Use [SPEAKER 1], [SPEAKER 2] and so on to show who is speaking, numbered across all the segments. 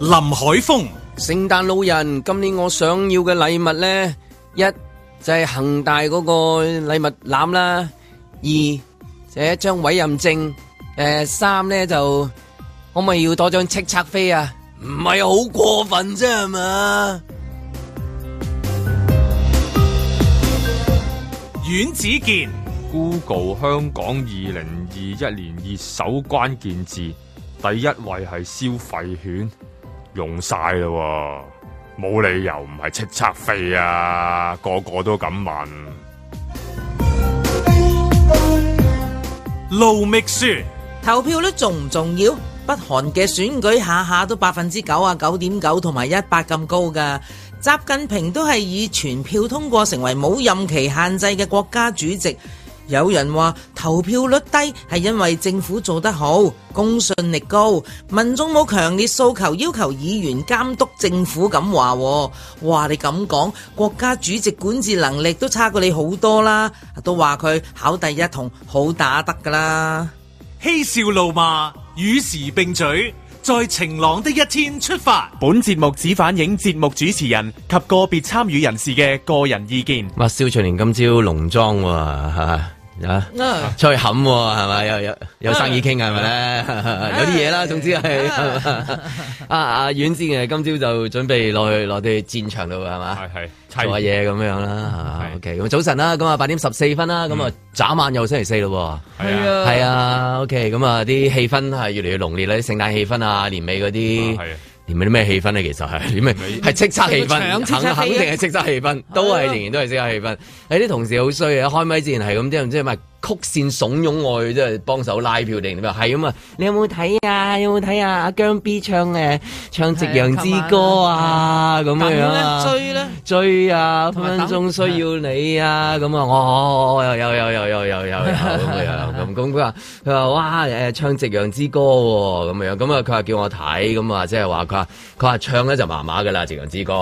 [SPEAKER 1] 林海峰、
[SPEAKER 2] 聖誕老人，今年我想要嘅禮物呢，一就係恒大嗰個禮物籃啦，二就係一張委任證，誒、三呢就可唔可以要多張叱咤飛啊？唔係好過分啫係嘛？
[SPEAKER 1] 阮子健、
[SPEAKER 3] Google 香港二零二一年熱搜關鍵字第一位係消費券，用晒啦喎，冇理由唔係叱咤飛啊，個個都咁問。
[SPEAKER 1] 盧覓雪、
[SPEAKER 4] 投票率重唔重要？北韓嘅選舉下下都百分之九啊九點九同埋一百咁高噶，習近平都係以全票通過成為冇任期限制嘅國家主席。有人話投票率低係因為政府做得好，公信力高，民眾冇強烈訴求要求議員監督政府咁話喎。哇！你咁講，國家主席管治能力都差過你好多啦，都話佢考第一同好打得噶啦。
[SPEAKER 1] 嬉笑怒罵，與時並舉，在晴朗的一天出發。
[SPEAKER 5] 本節目只反映節目主持人及個別參與人士嘅個人意見。
[SPEAKER 2] 哇！蕭翠蓮今朝濃妝喎、啊，啊
[SPEAKER 4] 啊
[SPEAKER 2] 出去冚喎，係咪？有有有生意傾係咪咧？有啲嘢啦，總之係啊啊！阮之嘅今朝就準備落去落地戰場度係嘛？
[SPEAKER 3] 係係，
[SPEAKER 2] 做下嘢咁樣啦
[SPEAKER 3] 係嗯
[SPEAKER 2] o k 咁早晨啦，咁啊八點十四分啦，咁啊眨眼又星期四咯
[SPEAKER 3] 係啊，
[SPEAKER 2] 喎，係啊，OK，咁啊啲氣氛係越嚟越濃烈啦，啲聖誕氣氛啊，年尾嗰啲
[SPEAKER 3] 啊係啊。
[SPEAKER 2] 年尾啲咩氣氛咧？其實係點咩？係叱咤氣氛，
[SPEAKER 4] 搶叱咤
[SPEAKER 2] 肯
[SPEAKER 4] 氣氛
[SPEAKER 2] 肯定係叱咤氣氛，都
[SPEAKER 4] 係
[SPEAKER 2] 係
[SPEAKER 4] 啊
[SPEAKER 2] 仍然都係叱咤氣氛。有啲同事好衰啊，開咪之前係咁，即係唔知係咪曲線慫恿我去即係幫手拉票定點啊？係咁啊！你有冇睇啊？有冇睇啊？阿姜 B 唱誒唱《夕陽之歌》啊咁樣樣啊？
[SPEAKER 4] 追咧。
[SPEAKER 2] 追啊，
[SPEAKER 4] 同
[SPEAKER 2] 分
[SPEAKER 4] 埋
[SPEAKER 2] 分
[SPEAKER 4] 等
[SPEAKER 2] 鐘需要你啊，咁啊，我我我有有有有有有有有咁樣咁咁佢話佢話哇誒唱《夕陽之歌》喎咁樣咁啊佢話叫我睇咁啊即係話佢話佢話唱咧就麻麻噶啦《夕陽之歌》，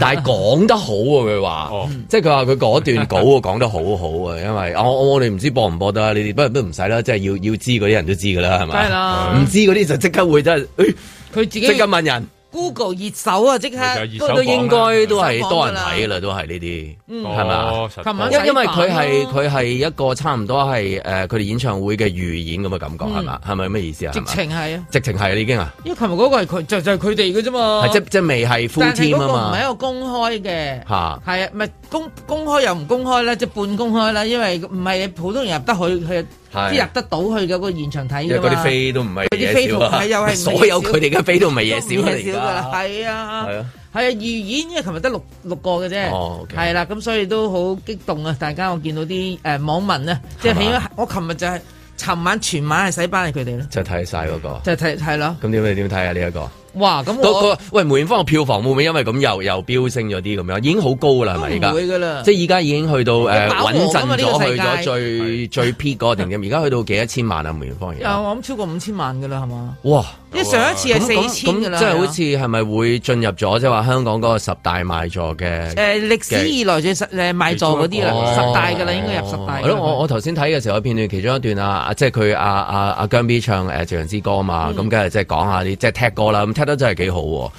[SPEAKER 2] 但係講得好喎佢話
[SPEAKER 3] 哦，
[SPEAKER 2] 即係佢話佢嗰段稿啊講得好好啊，因為我我我哋唔知播唔播得啊呢啲，不過不過唔使啦，即係要要知嗰啲人都知噶啦係
[SPEAKER 4] 梗係
[SPEAKER 2] 咪？
[SPEAKER 4] 啦，
[SPEAKER 2] 唔知嗰啲就即刻會真係，誒
[SPEAKER 4] 佢自己
[SPEAKER 2] 即刻問人，
[SPEAKER 4] Google 熱搜啊，即刻
[SPEAKER 3] 咪就係
[SPEAKER 2] 不過都應該都係多人
[SPEAKER 4] 熱搜
[SPEAKER 2] 睇
[SPEAKER 4] 榜㗎
[SPEAKER 2] 噶
[SPEAKER 4] 啦
[SPEAKER 2] 啦，都係呢啲係
[SPEAKER 3] 係
[SPEAKER 2] 咪啊？
[SPEAKER 3] 嘛？
[SPEAKER 4] 琴晚
[SPEAKER 2] 因因為
[SPEAKER 4] 洗版
[SPEAKER 2] 佢係
[SPEAKER 4] 咯
[SPEAKER 2] 佢係一個差唔多係誒佢哋演唱會嘅預演咁嘅感覺係嘛？係咪咩意思啊？
[SPEAKER 4] 嗯直
[SPEAKER 2] 係嘛
[SPEAKER 4] 情係啊，
[SPEAKER 2] 直情係啦已經啊，
[SPEAKER 4] 因為琴日嗰個係佢就就係佢哋嘅啫嘛，
[SPEAKER 2] 係即即未係 full
[SPEAKER 4] 哦但係嗰
[SPEAKER 2] team 啊
[SPEAKER 4] 個唔係一
[SPEAKER 2] 嘛
[SPEAKER 4] 個公開嘅。
[SPEAKER 2] 嚇。
[SPEAKER 4] 係啊，咪公公開又唔公開啦，即係半公開啦，因為唔係普通人入得去，佢
[SPEAKER 2] 係
[SPEAKER 4] 啲入得到去嘅個現場睇
[SPEAKER 2] 因為
[SPEAKER 4] 㗎嘛。
[SPEAKER 2] 嗰啲飛都唔係
[SPEAKER 4] 嗰啲
[SPEAKER 2] 嘢
[SPEAKER 4] 飛
[SPEAKER 2] 少
[SPEAKER 4] 同係又 係唔
[SPEAKER 2] 啊，
[SPEAKER 4] 係
[SPEAKER 2] 所有
[SPEAKER 4] 少
[SPEAKER 2] 佢哋嘅飛都唔係嘢
[SPEAKER 4] 都唔
[SPEAKER 2] 少啊
[SPEAKER 4] 係少㗎啦，
[SPEAKER 2] 啦，
[SPEAKER 4] 係啊，
[SPEAKER 2] 係
[SPEAKER 4] 係
[SPEAKER 2] 啊
[SPEAKER 4] 啊，預演，因為琴日得六六個嘅啫，
[SPEAKER 2] 哦，OK
[SPEAKER 4] 係啦，咁所以都好激動啊！大家我見到啲誒網民咧，即
[SPEAKER 2] 係嘛
[SPEAKER 4] 係起碼我琴日就係尋晚全晚係洗版係佢哋啦，
[SPEAKER 2] 而家就睇晒嗰個。
[SPEAKER 4] 就係睇係咯，
[SPEAKER 2] 咁點你點睇啊？呢一個
[SPEAKER 4] 哇！咁
[SPEAKER 2] 嗰
[SPEAKER 4] 我
[SPEAKER 2] 個喂梅艷芳嘅票房會唔會因為咁又又飆升咗啲咁樣？已經好高㗎啦，係咪
[SPEAKER 4] 都
[SPEAKER 2] 而家
[SPEAKER 4] 唔？會㗎啦，
[SPEAKER 2] 即係而家已經去到誒
[SPEAKER 4] 嗯飽和
[SPEAKER 2] 穩
[SPEAKER 4] 㗎嘛呢
[SPEAKER 2] 陣
[SPEAKER 4] 個
[SPEAKER 2] 咗，
[SPEAKER 4] 世
[SPEAKER 2] 去
[SPEAKER 4] 界
[SPEAKER 2] 咗最最 peak 嗰個定點。而家去到幾多千萬啊？梅艷芳而
[SPEAKER 4] 有
[SPEAKER 2] 家
[SPEAKER 4] 我諗超過五千萬㗎啦，係嘛？
[SPEAKER 2] 哇！
[SPEAKER 4] 因為上一次係啊
[SPEAKER 2] 咁
[SPEAKER 4] 四千㗎啦，
[SPEAKER 2] 咁咁即係好似係咪會進入咗即係話香港嗰個十大賣座
[SPEAKER 4] 誒
[SPEAKER 2] 嘅？
[SPEAKER 4] 歷史以來最實誒賣座嗰啲啦，
[SPEAKER 2] 哦
[SPEAKER 4] 十大㗎啦，應該入十大㗎啦。
[SPEAKER 2] 係咯，我我頭先睇嘅時候有片段，其中一段啊，啊即係佢阿阿阿姜 B 唱誒《夕陽之歌》啊
[SPEAKER 4] 嗯
[SPEAKER 2] 嘛，咁梗係即係講下啲即係踢歌啦，咁踢得真係幾好喎。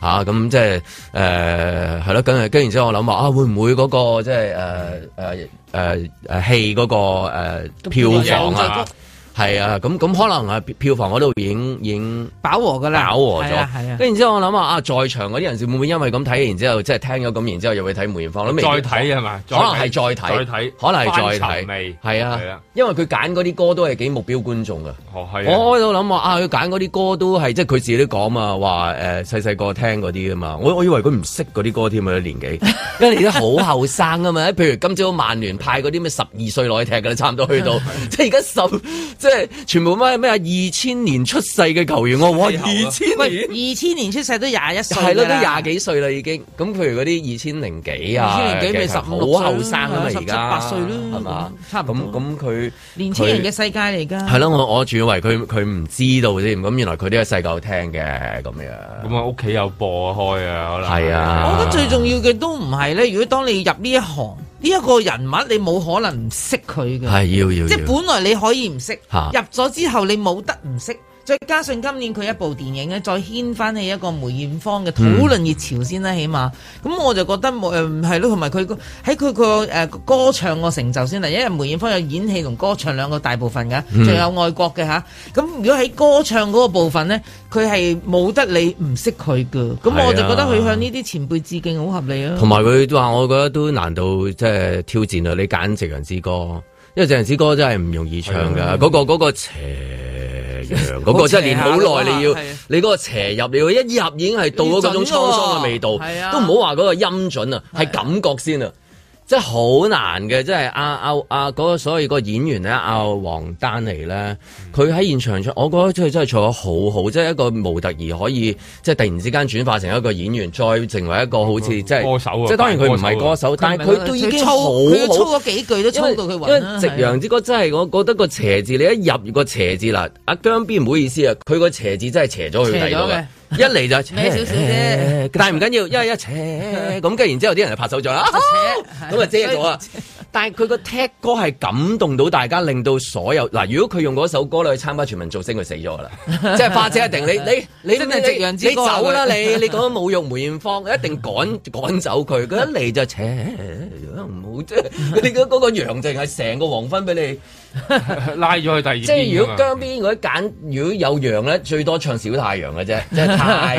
[SPEAKER 2] 嚇咁即係誒係咯，跟住跟然之後我諗話啊，會唔會嗰個即係誒誒誒誒戲嗰個誒票房啊？係啊，咁咁可能啊票房嗰度已經已經。
[SPEAKER 4] 飽和㗎啦，
[SPEAKER 2] 飽和
[SPEAKER 4] 係啊係
[SPEAKER 2] 咗，
[SPEAKER 4] 啊
[SPEAKER 2] 跟。然之後我諗下啊，在場嗰啲人士會唔會因為咁睇，然之後即係聽咗咁，然之後又會睇梅艷芳咧？
[SPEAKER 3] 再睇啊係嘛？
[SPEAKER 2] 可能係再睇，
[SPEAKER 3] 再睇，
[SPEAKER 2] 可能係再
[SPEAKER 3] 翻尋
[SPEAKER 2] 睇
[SPEAKER 3] 味，
[SPEAKER 2] 係
[SPEAKER 3] 係啊
[SPEAKER 2] 啊，因為佢揀嗰啲歌都係幾目標觀眾啊。
[SPEAKER 3] 哦係啊。
[SPEAKER 2] 我喺度諗話啊，佢揀嗰啲歌都係即係佢自己都講嘛，話誒細細個聽嗰啲噶啊嘛。我我以為佢唔識嗰啲歌添啊，年 紀，因為你都好後生啊嘛。譬如今朝曼聯派嗰啲咩十二歲內踢㗎啦，差唔多去 到，即係而家十即係全部咩咩啊二千年出世嘅球員，我話
[SPEAKER 3] 飛猴啊
[SPEAKER 2] 二千年。
[SPEAKER 4] 二千年出世都廿一歲㗎啦，
[SPEAKER 2] 係咯，都廿幾歲啦已經。咁譬如嗰啲二千零幾啊，
[SPEAKER 4] 2000零幾咪
[SPEAKER 2] 其實
[SPEAKER 4] 15 16
[SPEAKER 2] 好後生啊嘛，
[SPEAKER 4] 歲啦
[SPEAKER 2] 而家
[SPEAKER 4] 17 18歲啦
[SPEAKER 2] 係嘛？
[SPEAKER 4] 差唔多
[SPEAKER 2] 咁咁佢
[SPEAKER 4] 年青人嘅世界嚟㗎。
[SPEAKER 2] 係咯，我我仲以為佢佢唔知道添，咁原來佢都係細個聽嘅咁樣。
[SPEAKER 3] 咁啊，屋企有播開啊，可能
[SPEAKER 2] 係啊
[SPEAKER 4] 我覺得最重要嘅都唔係咧，如果當你入呢一行，呢、一個人物你冇可能唔識佢嘅，
[SPEAKER 2] 係要要
[SPEAKER 4] 即係
[SPEAKER 2] 要
[SPEAKER 4] 本來你可以唔識，
[SPEAKER 2] 嚇
[SPEAKER 4] 入咗之後你冇得唔識。再加上今年佢一部電影咧，再掀翻起一個梅艷芳嘅討論熱潮先啦，起碼咁我就覺得冇誒係咯，同埋佢個喺佢個誒歌唱個成就先啦，因為梅艷芳有演戲同歌唱兩個大部分噶，
[SPEAKER 2] 嗯
[SPEAKER 4] 仲有愛國嘅吓。咁如果喺歌唱嗰個部分咧，佢係冇得你唔識佢噶，咁我就覺得佢向呢啲前輩致敬好合理啊。
[SPEAKER 2] 同埋佢都話，我覺得都難度即係挑戰啊！你揀《夕陽之歌》，因為《夕陽之歌》真係啊唔容易唱㗎。嗰、個嗰、個邪陽， 嗰、個真係練好耐，你要
[SPEAKER 4] 好邪啊
[SPEAKER 2] 你嗰個邪入，你要一入已經係到咗嗰種滄桑嘅味道，
[SPEAKER 4] 準喎係啊
[SPEAKER 2] 都唔好話嗰個音準啊，係感覺先啊。即係好難嘅，即係阿阿阿嗰個所謂個演員咧，阿、黃丹妮咧，
[SPEAKER 3] 嗯
[SPEAKER 2] 佢喺現場唱，我覺得佢真係唱得好好，即係一個模特兒可以即係突然之間轉化成一個演員，再成為一個好似即係
[SPEAKER 3] 歌手啊啊
[SPEAKER 2] 即係當然佢唔係歌手，但係佢都已經好
[SPEAKER 4] 佢操
[SPEAKER 2] 好。
[SPEAKER 4] 嗰幾句都
[SPEAKER 2] 因
[SPEAKER 4] 操
[SPEAKER 2] 為
[SPEAKER 4] 到佢
[SPEAKER 2] 因
[SPEAKER 4] 暈
[SPEAKER 2] 為
[SPEAKER 4] 啦。啊
[SPEAKER 2] 夕陽之歌真係，我覺得個邪字，你一入個邪字啦，阿姜 B 唔好意思啊，佢個邪字真係邪咗去第二度嘅，一嚟就 邪
[SPEAKER 4] 歪少少啫
[SPEAKER 2] 但係唔緊要，因為一邪咁，跟住然之後啲人就拍手 掌啦。 啊咁啊遮咗啊！但係佢個踢歌係感動到大家，令到所有嗱，如果佢用嗰首歌咧去參加全民造星，佢死 咗噶啦！即係花姐一定你你你
[SPEAKER 4] 真係夕陽之
[SPEAKER 2] 你
[SPEAKER 4] 歌啊
[SPEAKER 2] 走啦！
[SPEAKER 4] 佢
[SPEAKER 2] 你你講侮辱梅艷芳，一定趕 趕走佢。佢一嚟就扯，哎唔好即 係你嗰嗰個羊淨係成個黃昏俾你。
[SPEAKER 3] 拉咗去第二邊㗎嘛。
[SPEAKER 2] 即係
[SPEAKER 4] 啊
[SPEAKER 2] 如果姜邊嗰啲揀，如果有羊咧，最多唱小太陽嘅啫，即係太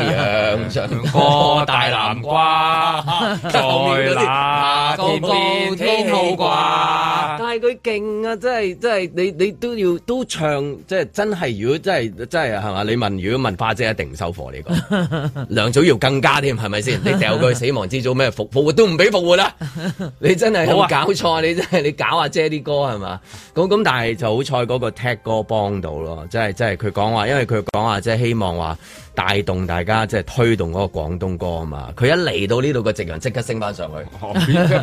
[SPEAKER 2] 陽上
[SPEAKER 3] 個
[SPEAKER 2] 歌
[SPEAKER 3] 大
[SPEAKER 2] 大
[SPEAKER 3] 南
[SPEAKER 2] 南瓜。
[SPEAKER 3] 瓜，在那天邊天好
[SPEAKER 2] 掛，
[SPEAKER 3] 掛。
[SPEAKER 2] 但係佢勁啊！真係真係，你你都要都唱，即係真係。如果真係真係係嘛？你問如果問花姐一定唔收貨呢個， 梁祖耀更加添，係咪先？你掉 佢死亡之組咩復復活都唔俾復活 啦！你真係有冇搞錯啊！你真係你搞阿姐啲歌係嘛？咁咁，但係就好彩嗰個踢歌幫到咯，即係即係佢講話，因為佢講話即係希望話帶動大家即係推動嗰個廣東歌啊嘛。佢一嚟到呢度個夕陽即刻升翻上 去。
[SPEAKER 3] 哦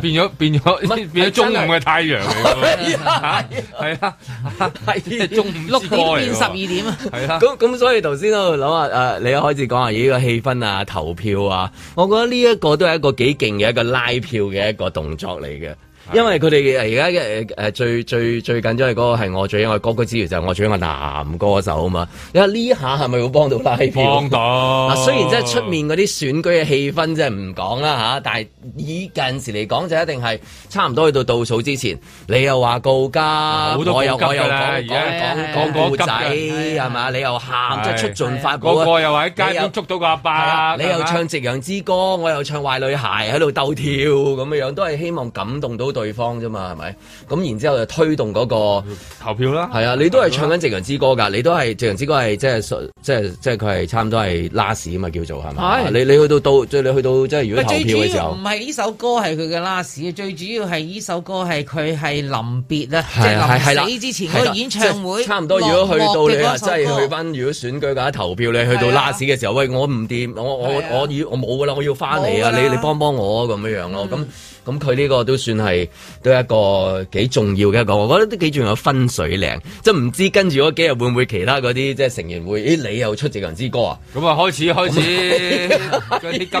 [SPEAKER 3] 變變咗變咗 變咗中午嘅太陽嚟
[SPEAKER 2] 哎
[SPEAKER 3] 喎，係啊，即係中午
[SPEAKER 4] 六
[SPEAKER 3] 之歌
[SPEAKER 4] 點
[SPEAKER 3] 嚟
[SPEAKER 4] 變十二
[SPEAKER 3] 喎，
[SPEAKER 4] 點啊！
[SPEAKER 3] 係啊，
[SPEAKER 2] 咁咁，所以頭先我諗啊，誒、你一開始講下呢個氣氛啊、投票啊，我覺得呢一個都係一個幾勁嘅一個拉票嘅一個動作嚟嘅。因為佢哋而家嘅誒最最最緊張係嗰個係我最愛歌曲之餘就係我最愛男歌手啊嘛，因為呢下係咪會幫到拉票
[SPEAKER 3] 幫？到。
[SPEAKER 2] 嗱，啊雖然即係出面嗰啲選舉嘅氣氛即係唔講啦吓，但係以近時嚟講就一定係差唔多去到倒數之前，你又話告家，
[SPEAKER 3] 啊好多
[SPEAKER 2] 我又
[SPEAKER 3] 告急
[SPEAKER 2] 我又
[SPEAKER 3] 㗎啦
[SPEAKER 2] 講
[SPEAKER 3] 而家
[SPEAKER 2] 講
[SPEAKER 4] 係
[SPEAKER 2] 講
[SPEAKER 4] 啊
[SPEAKER 2] 講故
[SPEAKER 3] 係
[SPEAKER 2] 仔
[SPEAKER 3] 啊
[SPEAKER 2] 係嘛，你又喊，即係
[SPEAKER 3] 係
[SPEAKER 2] 出盡法寶
[SPEAKER 3] 個
[SPEAKER 2] 啊！
[SPEAKER 3] 個又喺街
[SPEAKER 2] 你又
[SPEAKER 3] 邊捉到個阿伯
[SPEAKER 2] 係
[SPEAKER 3] 啦，
[SPEAKER 2] 啊你又唱《夕陽之歌》，我又唱《壞女孩》喺度鬥跳咁樣樣，都係希望感動到對方啫嘛，係咪？咁然之後就推動嗰、個。
[SPEAKER 3] 投票啦，
[SPEAKER 2] 係啊，你都係唱緊《夕陽之歌》㗎，你都係《夕陽之歌》係即係即係即係佢係差唔多係 last 啊嘛，叫做係嘛？
[SPEAKER 4] 係
[SPEAKER 2] 你你去到到即係你去到即係如果
[SPEAKER 4] 喂
[SPEAKER 2] 投票
[SPEAKER 4] 最主
[SPEAKER 2] 嘅時
[SPEAKER 4] 要
[SPEAKER 2] 候
[SPEAKER 4] 唔，係呢首歌係佢嘅 last，最主要係呢首歌係佢係臨別啊，即係
[SPEAKER 2] 係啊係係啦
[SPEAKER 4] 臨死之前嗰個演唱
[SPEAKER 2] 即
[SPEAKER 4] 會，
[SPEAKER 2] 係差唔多。如果去
[SPEAKER 4] 落
[SPEAKER 2] 到
[SPEAKER 4] 幕
[SPEAKER 2] 你
[SPEAKER 4] 嘅
[SPEAKER 2] 話
[SPEAKER 4] 嗰首
[SPEAKER 2] 真係
[SPEAKER 4] 歌
[SPEAKER 2] 去翻，如果選舉嘅投票，你去到
[SPEAKER 4] 係啊
[SPEAKER 2] last 嘅時候，喂，我唔掂，我我
[SPEAKER 4] 係啊
[SPEAKER 2] 我要我冇㗎啦，我要翻嚟
[SPEAKER 4] 冇㗎
[SPEAKER 2] 啊！
[SPEAKER 4] 啦嗯
[SPEAKER 2] 你你幫幫我咁樣樣咯，咁咁佢呢個都算係都一個幾重要嘅一個，我覺得都幾重要嘅分水嶺，即係唔知跟住嗰幾日會唔會其他嗰啲即係成員會，咦你又出《夕陽之歌》啊？
[SPEAKER 3] 咁啊開始 開始嗰啲金曲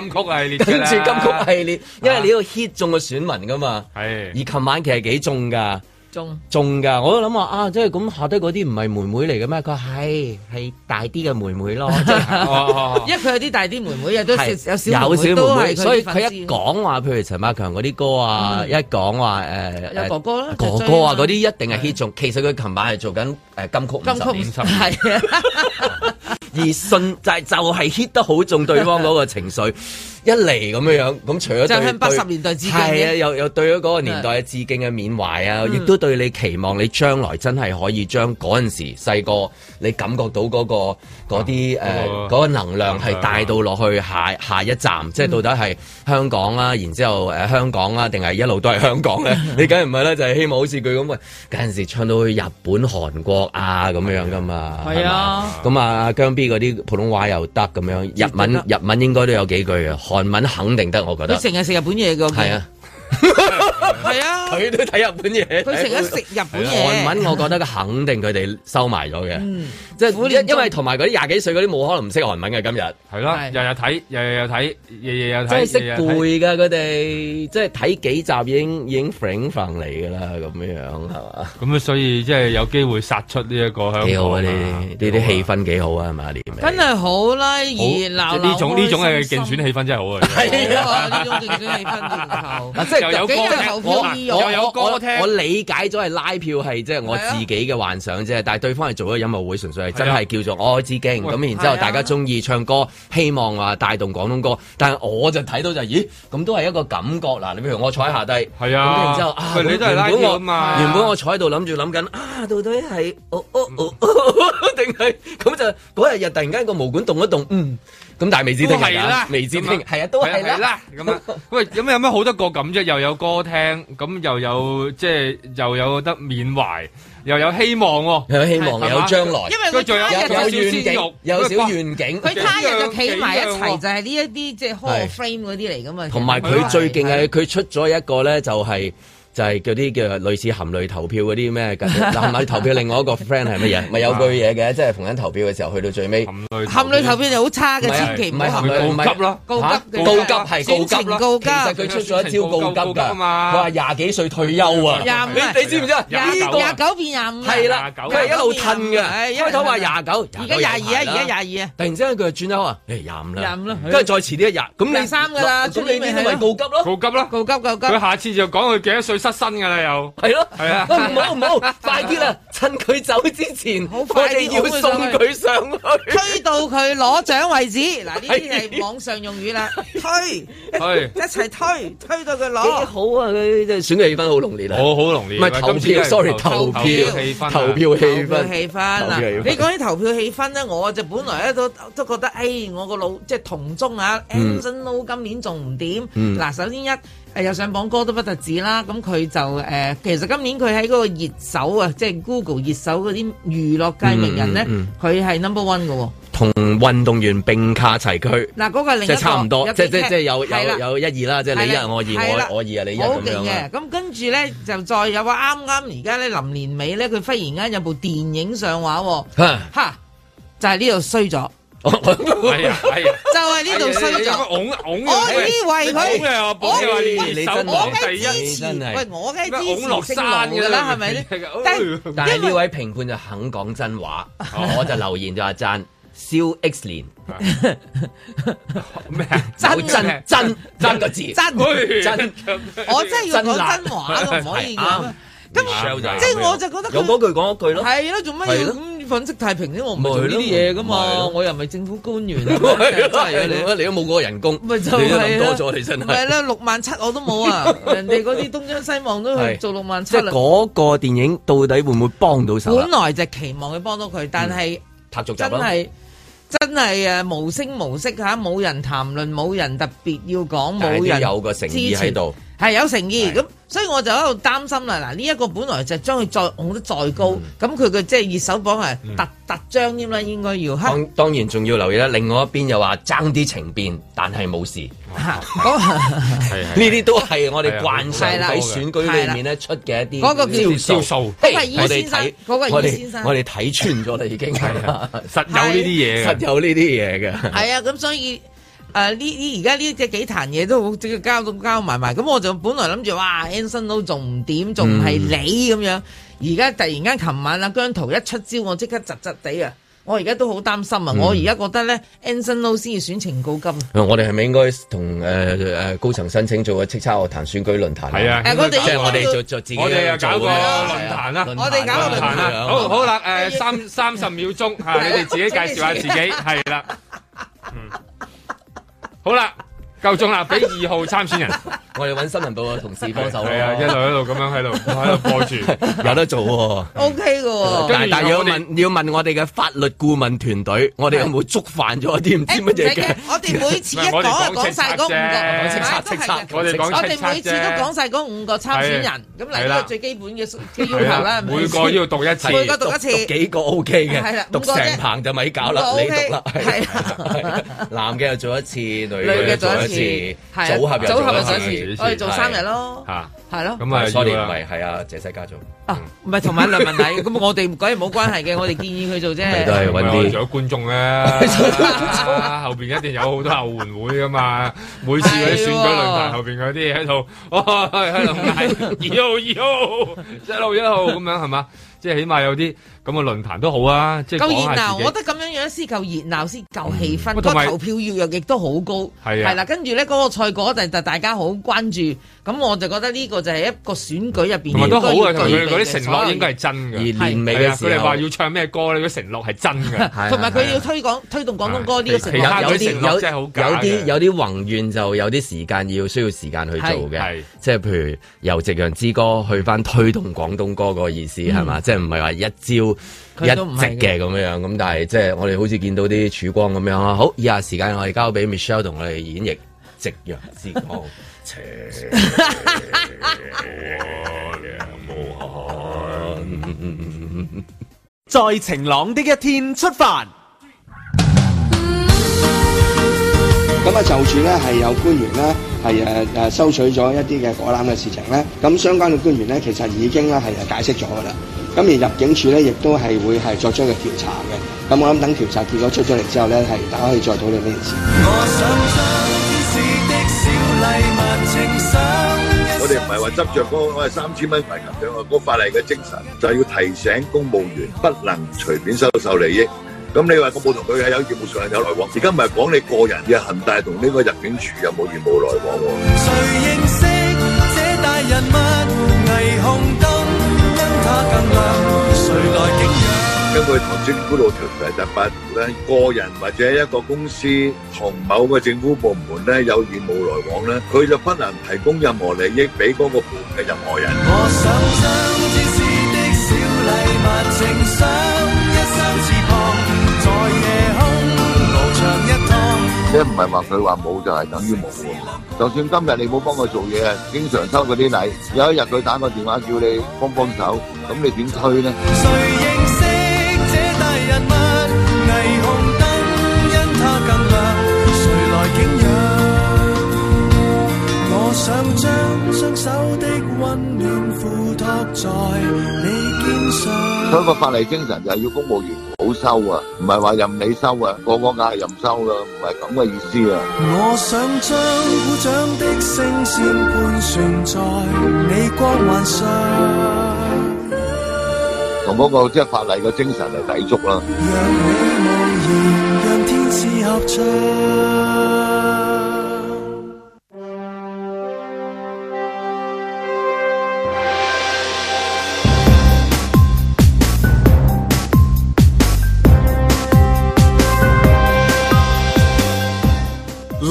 [SPEAKER 3] 系列㗎啦
[SPEAKER 2] 跟住金曲系列，因為你要 hit 中個選民噶嘛。而
[SPEAKER 3] 係
[SPEAKER 2] 琴晚其實幾中噶，
[SPEAKER 4] 中
[SPEAKER 2] 中噶，我都諗話啊，即係咁下低嗰啲唔係妹妹嚟嘅咩？佢話係係大啲嘅妹 妹咯，即係
[SPEAKER 3] 哦哦
[SPEAKER 4] 因為佢有啲大啲妹妹，有都少
[SPEAKER 2] 係
[SPEAKER 4] 有小妹妹，
[SPEAKER 2] 有
[SPEAKER 4] 都
[SPEAKER 2] 妹
[SPEAKER 4] 係
[SPEAKER 2] 妹，所以佢
[SPEAKER 4] 啲
[SPEAKER 2] 一
[SPEAKER 4] 粉絲嗯
[SPEAKER 2] 講話，譬如陳百強嗰啲歌啊，一講話誒
[SPEAKER 4] 有
[SPEAKER 2] 誒
[SPEAKER 4] 哥哥啦，
[SPEAKER 2] 呃哥哥啊嗰啲，一定係 hit 中。其實佢琴晚係做緊誒金曲
[SPEAKER 4] 嗯金曲
[SPEAKER 2] 五十年，
[SPEAKER 3] 十
[SPEAKER 4] 係啊，
[SPEAKER 2] 而信就係就係 hit 得好中對方嗰個情緒，一嚟咁樣樣，咁除咗
[SPEAKER 4] 就
[SPEAKER 2] 對
[SPEAKER 4] 向八
[SPEAKER 2] 對
[SPEAKER 4] 十年代致敬
[SPEAKER 2] 係啊，
[SPEAKER 4] 嘅。嗯
[SPEAKER 2] 又又對咗嗰個年代嘅致敬嘅緬懷啊，亦都對你期望你將來真係可以將嗰陣時細個你感覺到嗰、個嗰啲誒
[SPEAKER 3] 啊
[SPEAKER 2] 呃
[SPEAKER 3] 嗰個
[SPEAKER 2] 嗰個能量係帶到落去下下一站，
[SPEAKER 4] 嗯
[SPEAKER 2] 即係到底係香港啦、然之後誒、呃香港啦、定係一路都係香港咧？啊 你梗係唔係啦，就係、希望好似佢咁喂，嗰陣時唱到去日本、韓國啊咁樣噶嘛，
[SPEAKER 4] 係啊
[SPEAKER 2] 係嘛，咁啊姜 B 嗰啲普通話又得咁樣，日文
[SPEAKER 4] 得
[SPEAKER 2] 啊日文應該都有幾句嘅，韓文肯定得，我覺得啊
[SPEAKER 4] 佢。成日食日本嘢嘅，
[SPEAKER 2] 係啊，
[SPEAKER 4] 係啊，
[SPEAKER 2] 佢都睇日本嘢，
[SPEAKER 4] 佢成日食日本嘢。
[SPEAKER 2] 啊韓文，我覺得肯定佢哋收埋咗嘅，即係因因為同埋嗰啲廿幾歲嗰啲冇可能唔識韓文嘅今日。
[SPEAKER 3] 係啦，
[SPEAKER 4] 係
[SPEAKER 3] 日日睇，日日又睇，日日又
[SPEAKER 2] 即
[SPEAKER 3] 睇，
[SPEAKER 2] 係識
[SPEAKER 3] 日日
[SPEAKER 2] 背
[SPEAKER 3] 睇
[SPEAKER 2] 㗎，佢哋即係睇幾集已經已經 fling 翻嚟㗎啦，咁樣樣係嘛？
[SPEAKER 3] 咁啊，所以即係有機會殺出呢一個香港
[SPEAKER 2] 幾好啊！呢
[SPEAKER 3] 啊
[SPEAKER 2] 呢啲氣氛幾好啊，係嘛？年尾
[SPEAKER 4] 梗係好啦，熱
[SPEAKER 3] 好
[SPEAKER 4] 鬧
[SPEAKER 3] 呢種呢種嘅競選
[SPEAKER 4] 氣
[SPEAKER 3] 氣氛真係好啊！
[SPEAKER 4] 係啊，呢種競選氣氛直頭
[SPEAKER 2] 啊，即係
[SPEAKER 3] 又有
[SPEAKER 4] 幾
[SPEAKER 3] 歌
[SPEAKER 4] 有
[SPEAKER 3] 聽
[SPEAKER 4] 投
[SPEAKER 2] 我
[SPEAKER 4] 票意欲
[SPEAKER 2] 我
[SPEAKER 3] 又有歌
[SPEAKER 2] 我
[SPEAKER 3] 聽
[SPEAKER 2] 我理解咗係拉票係即係我
[SPEAKER 4] 係啊
[SPEAKER 2] 自己嘅幻想啫，但係對方係做咗個音樂會，純粹係真
[SPEAKER 3] 係啊
[SPEAKER 2] 係叫做我致敬
[SPEAKER 3] 喂
[SPEAKER 2] 咁，然之
[SPEAKER 4] 係啊
[SPEAKER 2] 後大家中意唱歌，希望話帶動廣東歌，但係我就睇到就咦咁都係一個感覺嗱，你譬如我坐喺下低，
[SPEAKER 3] 係
[SPEAKER 2] 咁
[SPEAKER 3] 啊，
[SPEAKER 2] 然之後啊，
[SPEAKER 3] 喂你都係拉
[SPEAKER 2] 原本
[SPEAKER 3] 票
[SPEAKER 2] 我
[SPEAKER 3] 啊嘛，
[SPEAKER 2] 原本我坐喺度諗住諗緊啊，到底係哦哦哦，定係咁就嗰日日突然間個毛管動一動，嗯，咁但係未知聽
[SPEAKER 3] 都係
[SPEAKER 2] 日啊
[SPEAKER 3] 啦，
[SPEAKER 2] 未知聽
[SPEAKER 3] 咁啊
[SPEAKER 2] 係啊，都係
[SPEAKER 3] 係
[SPEAKER 2] 啦，
[SPEAKER 3] 啦，咁啊，喂，咁有咩好得過咁啫？又有歌聽，咁又有即係又有得緬懷，又有希望喎。
[SPEAKER 2] 有希望
[SPEAKER 3] 係
[SPEAKER 2] 有
[SPEAKER 3] 嘛
[SPEAKER 2] 將來
[SPEAKER 4] 因。為佢
[SPEAKER 3] 仲有
[SPEAKER 4] 他日
[SPEAKER 2] 有
[SPEAKER 4] 就
[SPEAKER 2] 有願
[SPEAKER 3] 鮮
[SPEAKER 2] 景
[SPEAKER 3] 肉，
[SPEAKER 2] 有少願景。
[SPEAKER 4] 佢他日就企埋一
[SPEAKER 3] 幾
[SPEAKER 4] 齊，
[SPEAKER 3] 樣喎
[SPEAKER 4] 就係呢一啲即係 hall
[SPEAKER 2] 係
[SPEAKER 4] frame 嗰啲嚟噶嘛。
[SPEAKER 2] 同埋佢最勁係佢出咗一個咧，就係、就係嗰啲叫類似含淚投票嗰 啲咩？含淚投票另外一個 friend 係乜嘢？咪有句嘢嘅，即係逢人投票嘅時候，去到最尾，
[SPEAKER 3] 含淚
[SPEAKER 4] 含淚投票就好差嘅，
[SPEAKER 2] 唔係
[SPEAKER 4] 千祈唔
[SPEAKER 2] 唔係
[SPEAKER 4] 好
[SPEAKER 2] 含
[SPEAKER 4] 含
[SPEAKER 2] 淚
[SPEAKER 4] 淚。
[SPEAKER 2] 唔係
[SPEAKER 3] 告急啦，
[SPEAKER 4] 告急嘅
[SPEAKER 2] 告急係告
[SPEAKER 4] 煽
[SPEAKER 2] 急
[SPEAKER 4] 情告急
[SPEAKER 2] 其實佢出咗一招告急㗎。佢話廿幾歲退休啊！
[SPEAKER 4] 啊廿五
[SPEAKER 2] 你你知唔知啊？
[SPEAKER 3] 廿
[SPEAKER 4] 廿
[SPEAKER 2] 呢
[SPEAKER 3] 九
[SPEAKER 2] 個
[SPEAKER 4] 廿九變廿五啊，啊
[SPEAKER 2] 係啦，佢係一路褪嘅。開頭話廿九，
[SPEAKER 4] 而家廿二啊，而家廿二啊，
[SPEAKER 2] 突然之間佢就轉口話：誒哎廿五啦，嗯
[SPEAKER 4] 廿五啦
[SPEAKER 2] 跟住再遲啲一日，咁你
[SPEAKER 4] 廿三㗎啦
[SPEAKER 2] 咁你呢啲咪告急咯？
[SPEAKER 3] 告急啦！
[SPEAKER 4] 告急告急。
[SPEAKER 3] 佢下次就講佢幾多歲失身 㗎啦又。
[SPEAKER 2] 係咯，
[SPEAKER 3] 係啊
[SPEAKER 2] 喂唔好唔好，快啲啦！趁佢走之前，
[SPEAKER 4] 好
[SPEAKER 2] 我
[SPEAKER 4] 快啲
[SPEAKER 2] 哋要送佢 上去。
[SPEAKER 4] 推到佢攞獎為止，嗱呢啲係網上用語啦，推
[SPEAKER 3] 係
[SPEAKER 4] 一齊推，推到佢
[SPEAKER 2] 幾好啊！
[SPEAKER 4] 攞。
[SPEAKER 2] 佢即係選舉氣氛好濃烈啊！
[SPEAKER 3] 好好濃烈。
[SPEAKER 2] 唔係投
[SPEAKER 3] 今次
[SPEAKER 2] 票
[SPEAKER 3] 係
[SPEAKER 2] ，sorry，
[SPEAKER 4] 投
[SPEAKER 2] 投
[SPEAKER 4] 票
[SPEAKER 2] 票
[SPEAKER 3] 氣氛啊
[SPEAKER 2] 投票
[SPEAKER 4] 投
[SPEAKER 2] 氣
[SPEAKER 4] 票
[SPEAKER 2] 氛，
[SPEAKER 4] 氣氛嗱
[SPEAKER 2] 投票氣氛，
[SPEAKER 4] 你講起投票氣氛咧，我就本來咧都都覺得，誒，我個老即係同宗啊，Anson
[SPEAKER 2] 嗯
[SPEAKER 4] Lo 今年仲唔掂？嗱，首先一誒又上榜歌都不特止啦，咁佢就誒其實今年佢喺嗰個熱搜啊，即係 Google 熱搜嗰啲娛樂界名人咧
[SPEAKER 2] 嗯，
[SPEAKER 4] 佢係 number one 嘅喎。
[SPEAKER 2] 同運動員並駕齊驅，
[SPEAKER 4] 嗱，嗰個係另一
[SPEAKER 2] 即
[SPEAKER 4] 個
[SPEAKER 2] 係差唔多，
[SPEAKER 4] 有幾
[SPEAKER 2] 即係即係即係有
[SPEAKER 4] 係啦
[SPEAKER 2] 有有一二啦，即係你一
[SPEAKER 4] 係啦
[SPEAKER 2] 我
[SPEAKER 4] 係啦
[SPEAKER 2] 二，我我二啊，你一
[SPEAKER 4] 好
[SPEAKER 2] 咁
[SPEAKER 4] 勁
[SPEAKER 2] 樣
[SPEAKER 4] 嘅，。
[SPEAKER 2] 啊
[SPEAKER 4] 咁跟住咧就再有話啱啱而家咧臨年尾咧，佢忽然間有部電影上畫喎，
[SPEAKER 2] 嚇
[SPEAKER 4] 吓就係呢度衰咗，
[SPEAKER 2] 啊我
[SPEAKER 3] 係啊係啊。
[SPEAKER 4] 就係呢度衰咗。
[SPEAKER 3] 拱拱
[SPEAKER 4] 我以為
[SPEAKER 3] 拱
[SPEAKER 4] 佢，
[SPEAKER 3] 嘅我
[SPEAKER 4] 我
[SPEAKER 3] 捧嘅話
[SPEAKER 2] 喂
[SPEAKER 3] 你
[SPEAKER 2] 你
[SPEAKER 3] 手
[SPEAKER 2] 真係
[SPEAKER 4] 我梗
[SPEAKER 3] 捧第
[SPEAKER 4] 係
[SPEAKER 3] 一。
[SPEAKER 4] 支持，
[SPEAKER 2] 真係
[SPEAKER 4] 喂，我梗係
[SPEAKER 3] 咩
[SPEAKER 4] 支
[SPEAKER 3] 拱落
[SPEAKER 4] 持
[SPEAKER 3] 山
[SPEAKER 4] 升龍㗎啦，係咪咧？但係
[SPEAKER 2] 但係呢位評判就肯講真話，
[SPEAKER 4] 哦
[SPEAKER 2] 我就留言咗阿贊，蕭 X 年
[SPEAKER 3] 咩啊？
[SPEAKER 4] 真
[SPEAKER 2] 有真真真個字，
[SPEAKER 4] 真，
[SPEAKER 2] 真
[SPEAKER 4] 我真係要
[SPEAKER 2] 真
[SPEAKER 4] 講
[SPEAKER 2] 辣
[SPEAKER 4] 真話㗎，唔可以咁
[SPEAKER 2] 啱。
[SPEAKER 3] Michelle 就係
[SPEAKER 4] 咁
[SPEAKER 3] 咁
[SPEAKER 4] 即係啊我就覺得
[SPEAKER 2] 啊有
[SPEAKER 4] 佢
[SPEAKER 2] 嗰句講嗰句咯。
[SPEAKER 4] 係啊咯，做乜
[SPEAKER 2] 係
[SPEAKER 4] 要
[SPEAKER 2] 咯
[SPEAKER 4] 咁粉飾太平咧？我唔係
[SPEAKER 2] 咪係
[SPEAKER 4] 做呢啲
[SPEAKER 2] 咯
[SPEAKER 4] 嘢㗎
[SPEAKER 2] 咪係
[SPEAKER 4] 嘛，
[SPEAKER 2] 咯
[SPEAKER 4] 我又唔係政府官 員，真係啊你。
[SPEAKER 2] 你都冇嗰個人工，
[SPEAKER 4] 咪就係
[SPEAKER 2] 你都諗
[SPEAKER 4] 啦
[SPEAKER 2] 多咗，你真
[SPEAKER 4] 唔係
[SPEAKER 2] 係。
[SPEAKER 4] 啦，六萬七我都 冇啊！人哋嗰啲東張西望都去
[SPEAKER 2] 係
[SPEAKER 4] 做六萬七
[SPEAKER 2] 即係
[SPEAKER 4] 啦。
[SPEAKER 2] 嗰個電影到底會唔會幫到手
[SPEAKER 4] 本
[SPEAKER 2] 啦？
[SPEAKER 4] 來就期望佢幫到佢，但係
[SPEAKER 2] 拍續集
[SPEAKER 4] 嗯真
[SPEAKER 2] 啦，
[SPEAKER 4] 係真係誒無聲無息嚇，冇人談論，冇人特別要講，
[SPEAKER 2] 但係
[SPEAKER 4] 冇
[SPEAKER 2] 都
[SPEAKER 4] 人
[SPEAKER 2] 有個誠意喺度，
[SPEAKER 4] 係有誠意
[SPEAKER 2] 係
[SPEAKER 4] 咁，所以我就喺度擔心啦。嗱，呢一個本來就將佢再拱得再高，
[SPEAKER 2] 嗯
[SPEAKER 4] 咁佢嘅即係熱手榜係突突張添啦，應該要嚇
[SPEAKER 2] 當當然仲要留意啦。另外一邊又話爭啲情變，但係冇事。
[SPEAKER 4] 嚇咁
[SPEAKER 3] 係
[SPEAKER 2] 呢啲都係我哋慣常
[SPEAKER 4] 係啊啦
[SPEAKER 2] 喺選舉裏面咧出嘅一啲
[SPEAKER 4] 嗰個叫
[SPEAKER 2] 招
[SPEAKER 3] 招
[SPEAKER 2] 數。
[SPEAKER 3] 數
[SPEAKER 4] 嗰個係伊
[SPEAKER 2] 我哋
[SPEAKER 4] 先生
[SPEAKER 2] 睇，
[SPEAKER 4] 嗰個係
[SPEAKER 2] 我
[SPEAKER 4] 伊先生啊
[SPEAKER 2] 哋我哋睇穿咗啦，已經係啦
[SPEAKER 3] 實有呢啲嘢
[SPEAKER 2] 實
[SPEAKER 3] 嘅。
[SPEAKER 2] 有呢啲嘢嘅。
[SPEAKER 4] 係啊，咁所以啊誒呢呢而家呢只幾壇嘢都好即係交到交埋埋，咁我就本來諗住哇 Anson 都仲唔掂，仲唔係
[SPEAKER 3] 嗯
[SPEAKER 4] 你咁樣，而家突然間琴晚啊姜濤一出招，我即刻窒窒地啊！我而家都好擔心
[SPEAKER 3] 嗯
[SPEAKER 4] 啊！我而家覺得咧，Anson Lo 先要選情告急啊！
[SPEAKER 2] 我哋係咪應該同誒誒高層申請做個叱咤樂壇選舉論壇？
[SPEAKER 3] 係啊
[SPEAKER 4] 誒我哋
[SPEAKER 2] 即係我哋做做自己
[SPEAKER 3] 我哋又
[SPEAKER 2] 做啊
[SPEAKER 3] 搞個
[SPEAKER 2] 嘅
[SPEAKER 3] 論壇啦
[SPEAKER 4] 啊我哋搞個論
[SPEAKER 3] 行
[SPEAKER 4] 壇
[SPEAKER 2] 啊
[SPEAKER 3] 啦，好好啦，誒三三十秒鐘嚇，你哋自己介紹下自己，係啦，嗯，好啦，夠鐘啦，俾二號參選人，
[SPEAKER 2] 我哋揾新聞部嘅同事幫手
[SPEAKER 3] 係啊，一
[SPEAKER 2] 咯，
[SPEAKER 3] 路一路咁樣喺度喺度播住，
[SPEAKER 2] 有得做喎。
[SPEAKER 4] OK 嘅喎，
[SPEAKER 2] 但
[SPEAKER 3] 然
[SPEAKER 2] 但
[SPEAKER 3] 後
[SPEAKER 2] 要
[SPEAKER 3] 我哋
[SPEAKER 2] 問要問我哋嘅法律顧問團隊，我哋有冇觸犯咗啲唔知
[SPEAKER 4] 誒唔
[SPEAKER 2] 乜嘢
[SPEAKER 4] 使
[SPEAKER 2] 嘅
[SPEAKER 4] 嘅？，我哋每次一講就講晒嗰五個，
[SPEAKER 3] 我哋
[SPEAKER 4] 係哎都係嘅我
[SPEAKER 3] 我哋講
[SPEAKER 2] 講叱咤叱咤
[SPEAKER 3] 叱
[SPEAKER 4] 哋每
[SPEAKER 3] 咤
[SPEAKER 4] 次都講
[SPEAKER 3] 啫，
[SPEAKER 4] 晒嗰五個參選人，咁嚟
[SPEAKER 3] 係
[SPEAKER 4] 呢
[SPEAKER 3] 啦
[SPEAKER 4] 個最基本嘅嘅
[SPEAKER 3] 係啊
[SPEAKER 4] 要求啦，係咪
[SPEAKER 3] 每
[SPEAKER 4] 先
[SPEAKER 3] 個都要讀一次，
[SPEAKER 4] 每個讀一
[SPEAKER 2] 讀
[SPEAKER 4] 次。
[SPEAKER 2] 幾個 O K
[SPEAKER 4] 係啦
[SPEAKER 2] 嘅，
[SPEAKER 4] 五
[SPEAKER 2] 讀
[SPEAKER 4] 個啫
[SPEAKER 2] 成棚就咪搞啦
[SPEAKER 4] 五，個
[SPEAKER 2] 你
[SPEAKER 4] OK，
[SPEAKER 2] 讀啦，
[SPEAKER 4] 係
[SPEAKER 2] 係啊
[SPEAKER 4] 啦
[SPEAKER 2] 係男嘅又做一次，女
[SPEAKER 4] 女嘅
[SPEAKER 2] 嘅
[SPEAKER 4] 做
[SPEAKER 2] 做
[SPEAKER 4] 一次
[SPEAKER 2] 一次，
[SPEAKER 4] 係啊
[SPEAKER 2] 組
[SPEAKER 4] 組合
[SPEAKER 2] 合
[SPEAKER 4] 又
[SPEAKER 2] 又
[SPEAKER 4] 做
[SPEAKER 2] 做
[SPEAKER 4] 一
[SPEAKER 2] 一
[SPEAKER 4] 次
[SPEAKER 2] 次，次
[SPEAKER 4] 我哋做三日咯，
[SPEAKER 3] 吓，
[SPEAKER 4] 係咯。
[SPEAKER 3] 啊咁啊嗯
[SPEAKER 2] 係 sorry
[SPEAKER 3] 要
[SPEAKER 2] 唔
[SPEAKER 3] 啦
[SPEAKER 2] 係係啊謝西家做，
[SPEAKER 4] 啊，唔係同埋梁文 禮，咁我哋梗係冇關係嘅，我哋建議佢做
[SPEAKER 2] 你都
[SPEAKER 4] 啫。
[SPEAKER 2] 係
[SPEAKER 3] 唔係
[SPEAKER 2] 揾
[SPEAKER 3] 我哋
[SPEAKER 2] 啲
[SPEAKER 3] 仲有觀 眾咧，後邊一定有好多後援會噶嘛。每次嗰啲選舉論壇後邊嗰啲喺度，哦喺度嗌二號二號一路一路咁樣係嘛？即係起碼有啲咁嘅論壇都好啊，即
[SPEAKER 4] 夠
[SPEAKER 3] 係講
[SPEAKER 4] 熱
[SPEAKER 3] 下
[SPEAKER 4] 鬧，
[SPEAKER 3] 自
[SPEAKER 4] 我
[SPEAKER 3] 己
[SPEAKER 4] 覺。得咁樣樣先夠熱鬧，先夠氣氛。
[SPEAKER 3] 嗯
[SPEAKER 4] 個
[SPEAKER 3] 同埋
[SPEAKER 4] 投票要約亦都好高，
[SPEAKER 3] 係啊
[SPEAKER 4] 係啦。跟住咧嗰個賽果就就大家好關注，咁我就覺得呢個就係一個選舉入邊
[SPEAKER 3] 同埋都好啊，同埋佢
[SPEAKER 4] 應
[SPEAKER 3] 哋
[SPEAKER 4] 該
[SPEAKER 3] 嗰
[SPEAKER 4] 要具備嘅
[SPEAKER 3] 啲承
[SPEAKER 4] 所有
[SPEAKER 3] 諾應該係真嘅。
[SPEAKER 2] 而年尾
[SPEAKER 3] 係啊
[SPEAKER 2] 嘅
[SPEAKER 3] 佢
[SPEAKER 2] 時
[SPEAKER 3] 哋
[SPEAKER 2] 候
[SPEAKER 3] 話。要唱咩歌咧？嗰承諾係真嘅。
[SPEAKER 2] 係啊
[SPEAKER 4] 嘢同埋佢
[SPEAKER 2] 係
[SPEAKER 4] 要
[SPEAKER 2] 啊
[SPEAKER 4] 推廣推動廣東歌呢個
[SPEAKER 3] 係
[SPEAKER 4] 成
[SPEAKER 3] 其
[SPEAKER 4] 績
[SPEAKER 3] 他嗰
[SPEAKER 2] 有
[SPEAKER 4] 有
[SPEAKER 2] 啲
[SPEAKER 4] 啲
[SPEAKER 3] 承
[SPEAKER 2] 有
[SPEAKER 3] 諾真係好假嘅
[SPEAKER 2] 有啲有啲宏願就有啲時間要需要時間去做嘅
[SPEAKER 3] 係，
[SPEAKER 2] 即係譬如由《夕陽之歌》去翻推動廣東歌嗰個意思係嘛？即係唔係話一朝一
[SPEAKER 4] 佢都唔
[SPEAKER 2] 夕
[SPEAKER 4] 係
[SPEAKER 2] 嘅咁樣咁，但係即係我哋好似見到啲曙光咁樣啊！好，以下時間我哋交俾 Michelle 同我哋演繹《夕陽之歌》。
[SPEAKER 5] 在晴朗的一天出發。
[SPEAKER 6] 咁啊，就住咧係有官員咧係誒誒收取咗一啲嘅果籃嘅事情咧，咁相關嘅官員咧其實已經咧係呃解釋咗噶啦。咁而入境處咧亦都係會係作出一個調查嘅。咁我諗等調查結果出咗嚟之後咧，係大家可以再討論呢件事。
[SPEAKER 7] 我哋唔係話執着嗰個我係三千蚊罰咁樣啊！嗰法例嘅精神就係要提醒公務員不能隨便收受利益。咁你話我冇同佢係有業務上有來往，而家唔係講你個人嘅恒大同呢個入境處有冇業務來往喎？根據《唐政府路條例》第八條咧，個人或者一個公司同某個政府部門咧有業務來往咧，佢就不能提供任何利益俾嗰個部門嘅任何人。即係唔係話佢話冇就係等於冇喎。就算今日你冇幫佢做嘢啊，經常收嗰啲禮，有一日佢打個電話叫你幫幫手，咁你點推咧？所以個法例精神就係要公務員唔好收啊，唔係話任你收啊，個個硬係任收噶，唔係咁嘅意思啊。
[SPEAKER 8] 我想將鼓掌的聲線盤旋在你光環上，
[SPEAKER 7] 同嗰、個即係法例嘅精神係抵觸啦。
[SPEAKER 8] 讓你無言，讓天使合唱。
[SPEAKER 1] 林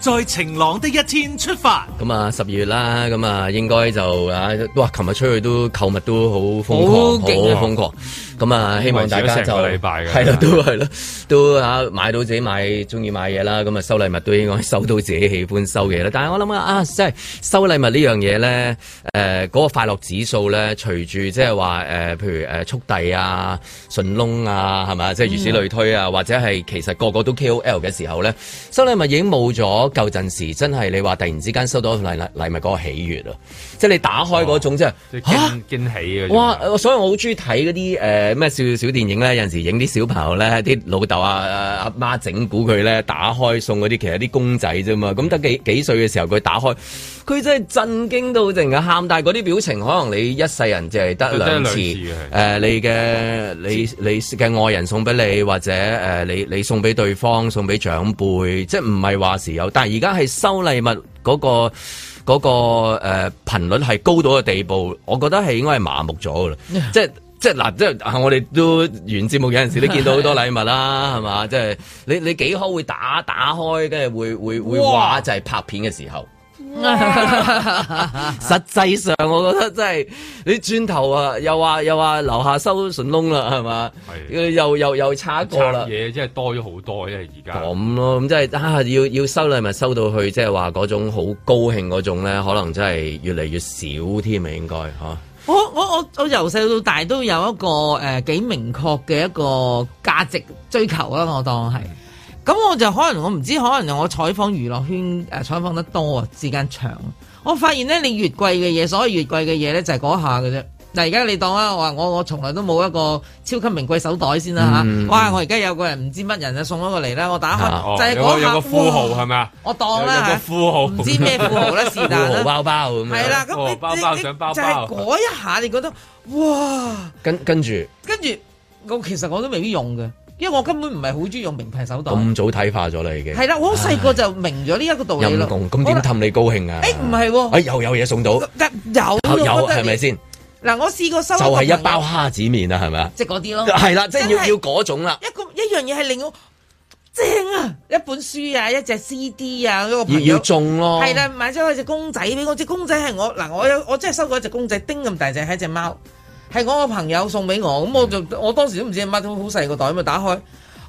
[SPEAKER 1] 在晴朗的一天出發。
[SPEAKER 2] 咁啊，十二月啦，咁啊，應該就啊，哇！琴日出去都購物都好瘋
[SPEAKER 4] 好
[SPEAKER 2] 狂，
[SPEAKER 4] 勁啊
[SPEAKER 2] 好瘋狂。咁啊，希望大家
[SPEAKER 3] 為咗
[SPEAKER 2] 就
[SPEAKER 3] 成個禮拜㗎
[SPEAKER 2] 係 啦，都係啦，都啊買到自己買中意買嘢啦。咁啊，收禮物都應該收到自己喜歡收嘅嘢啦。但係我諗啊，啊，即係收禮物呢樣嘢咧，誒、嗰個快樂指數咧，隨住即係話誒，譬如誒速遞啊、順窿啊，係嘛，即係如此類推啊，或者係其實個個都 KOL 嘅時候咧，收禮物已經冇咗舊陣時，真係你話突然之間收到禮禮禮物嗰個喜悅啊！即係你打開嗰種即係
[SPEAKER 3] 哦即係
[SPEAKER 2] 嚇
[SPEAKER 3] 驚驚喜嘅。
[SPEAKER 2] 哇！呃所以我好中意睇嗰啲誒咩少少電影咧，有陣時影啲小朋友咧，啲老豆啊啊阿媽整蠱佢咧，打開送嗰啲其實啲公仔啫嘛，咁得幾幾歲嘅時候佢打開，佢真係震驚到淨係喊，但係嗰啲表情可能你一世人就係得
[SPEAKER 3] 真係
[SPEAKER 2] 兩
[SPEAKER 3] 兩
[SPEAKER 2] 次。
[SPEAKER 3] 次
[SPEAKER 2] 誒
[SPEAKER 3] 嘅、
[SPEAKER 2] 你嘅你你嘅愛人送俾你，或者誒、呃你你送俾對方，送俾長輩，即係唔係話時有，但係而家係收禮物嗰、個。嗰、個誒、呃、頻率係高到嘅地步，我覺得係應該係麻木咗噶啦，即係。即係嗱，即係啊我哋都完節目有陣時都見到好多禮物啦，係嘛？即係你你幾可會打打開，跟住會會會話就係拍片嘅時候。 實際上，我覺得真係你轉頭啊，又話又話樓下收順窿啦，係嘛？
[SPEAKER 3] 係
[SPEAKER 2] 又又又差一
[SPEAKER 3] 拆
[SPEAKER 2] 個啦。
[SPEAKER 3] 嘢啊真係多咗好多，因為而家。
[SPEAKER 2] 咁咯，咁即係啊，要要收禮物收到去，即係話嗰種好高興嗰種咧，可能真係越嚟越少添啊，應該嚇。
[SPEAKER 4] 我我我我由細到大都有一個誒、呃、幾明確嘅一個價值追求啦，我當係。咁我就可能我唔知，可能我採訪娛樂圈誒、呃、採訪得多啊，時間長，我發現咧你越貴嘅嘢，所謂越貴嘅嘢咧就係嗰下嘅啫。嗱，而家你當啊啦，我話我我從來都冇一個超級名貴手袋先啦嚇、哇！我而家有個人唔知乜人啊送咗個嚟啦，我打開、
[SPEAKER 3] 嗯哦
[SPEAKER 4] 就係
[SPEAKER 3] 有個
[SPEAKER 4] 嗰下
[SPEAKER 3] 有個富豪
[SPEAKER 4] 哇
[SPEAKER 3] 係咪啊？
[SPEAKER 4] 我當
[SPEAKER 3] 有有
[SPEAKER 4] 啦
[SPEAKER 3] 個
[SPEAKER 4] 嚇
[SPEAKER 3] 富豪
[SPEAKER 4] 唔知咩富豪啦，是但啦。
[SPEAKER 2] 包包咁樣
[SPEAKER 4] 係啦，
[SPEAKER 3] 哦
[SPEAKER 4] 咁你
[SPEAKER 3] 包
[SPEAKER 4] 你
[SPEAKER 3] 包
[SPEAKER 4] 你
[SPEAKER 3] 上包包
[SPEAKER 4] 就係嗰一下，你覺得哇，
[SPEAKER 2] 跟跟住
[SPEAKER 4] 跟住我其實我都未必用嘅，因為我根本唔係好中意用名牌手袋。
[SPEAKER 2] 咁早睇化咗啦，已經
[SPEAKER 4] 係啦，我好細個就明啊咗呢一個道理
[SPEAKER 2] 陰
[SPEAKER 4] 啦。
[SPEAKER 2] 公，咁點氹你高興啊？
[SPEAKER 4] 誒唔係喎
[SPEAKER 2] 哎又有嘢送到，
[SPEAKER 4] 我得有
[SPEAKER 2] 有有啊
[SPEAKER 4] 我覺得
[SPEAKER 2] 係咪先？
[SPEAKER 4] 嗱，我試過收
[SPEAKER 2] 就係
[SPEAKER 4] 係
[SPEAKER 2] 一包，蝦子面啊，係咪啊？
[SPEAKER 4] 即係嗰啲咯。
[SPEAKER 2] 係啦，即係
[SPEAKER 4] 哦真
[SPEAKER 2] 要要嗰種啦。
[SPEAKER 4] 一個一樣嘢係令我正啊！一本書啊，一隻 CD 啊，嗰個
[SPEAKER 2] 要
[SPEAKER 4] 朋
[SPEAKER 2] 要
[SPEAKER 4] 友。
[SPEAKER 2] 中咯，
[SPEAKER 4] 係啦，買咗佢隻公仔俾我，隻公仔係我嗱，我有我真係收過一隻公仔，丁咁大隻，係一隻貓，係我個朋友送俾我，咁我
[SPEAKER 2] 嗯
[SPEAKER 4] 就我當時都唔知係乜，好好細個袋咁啊，打開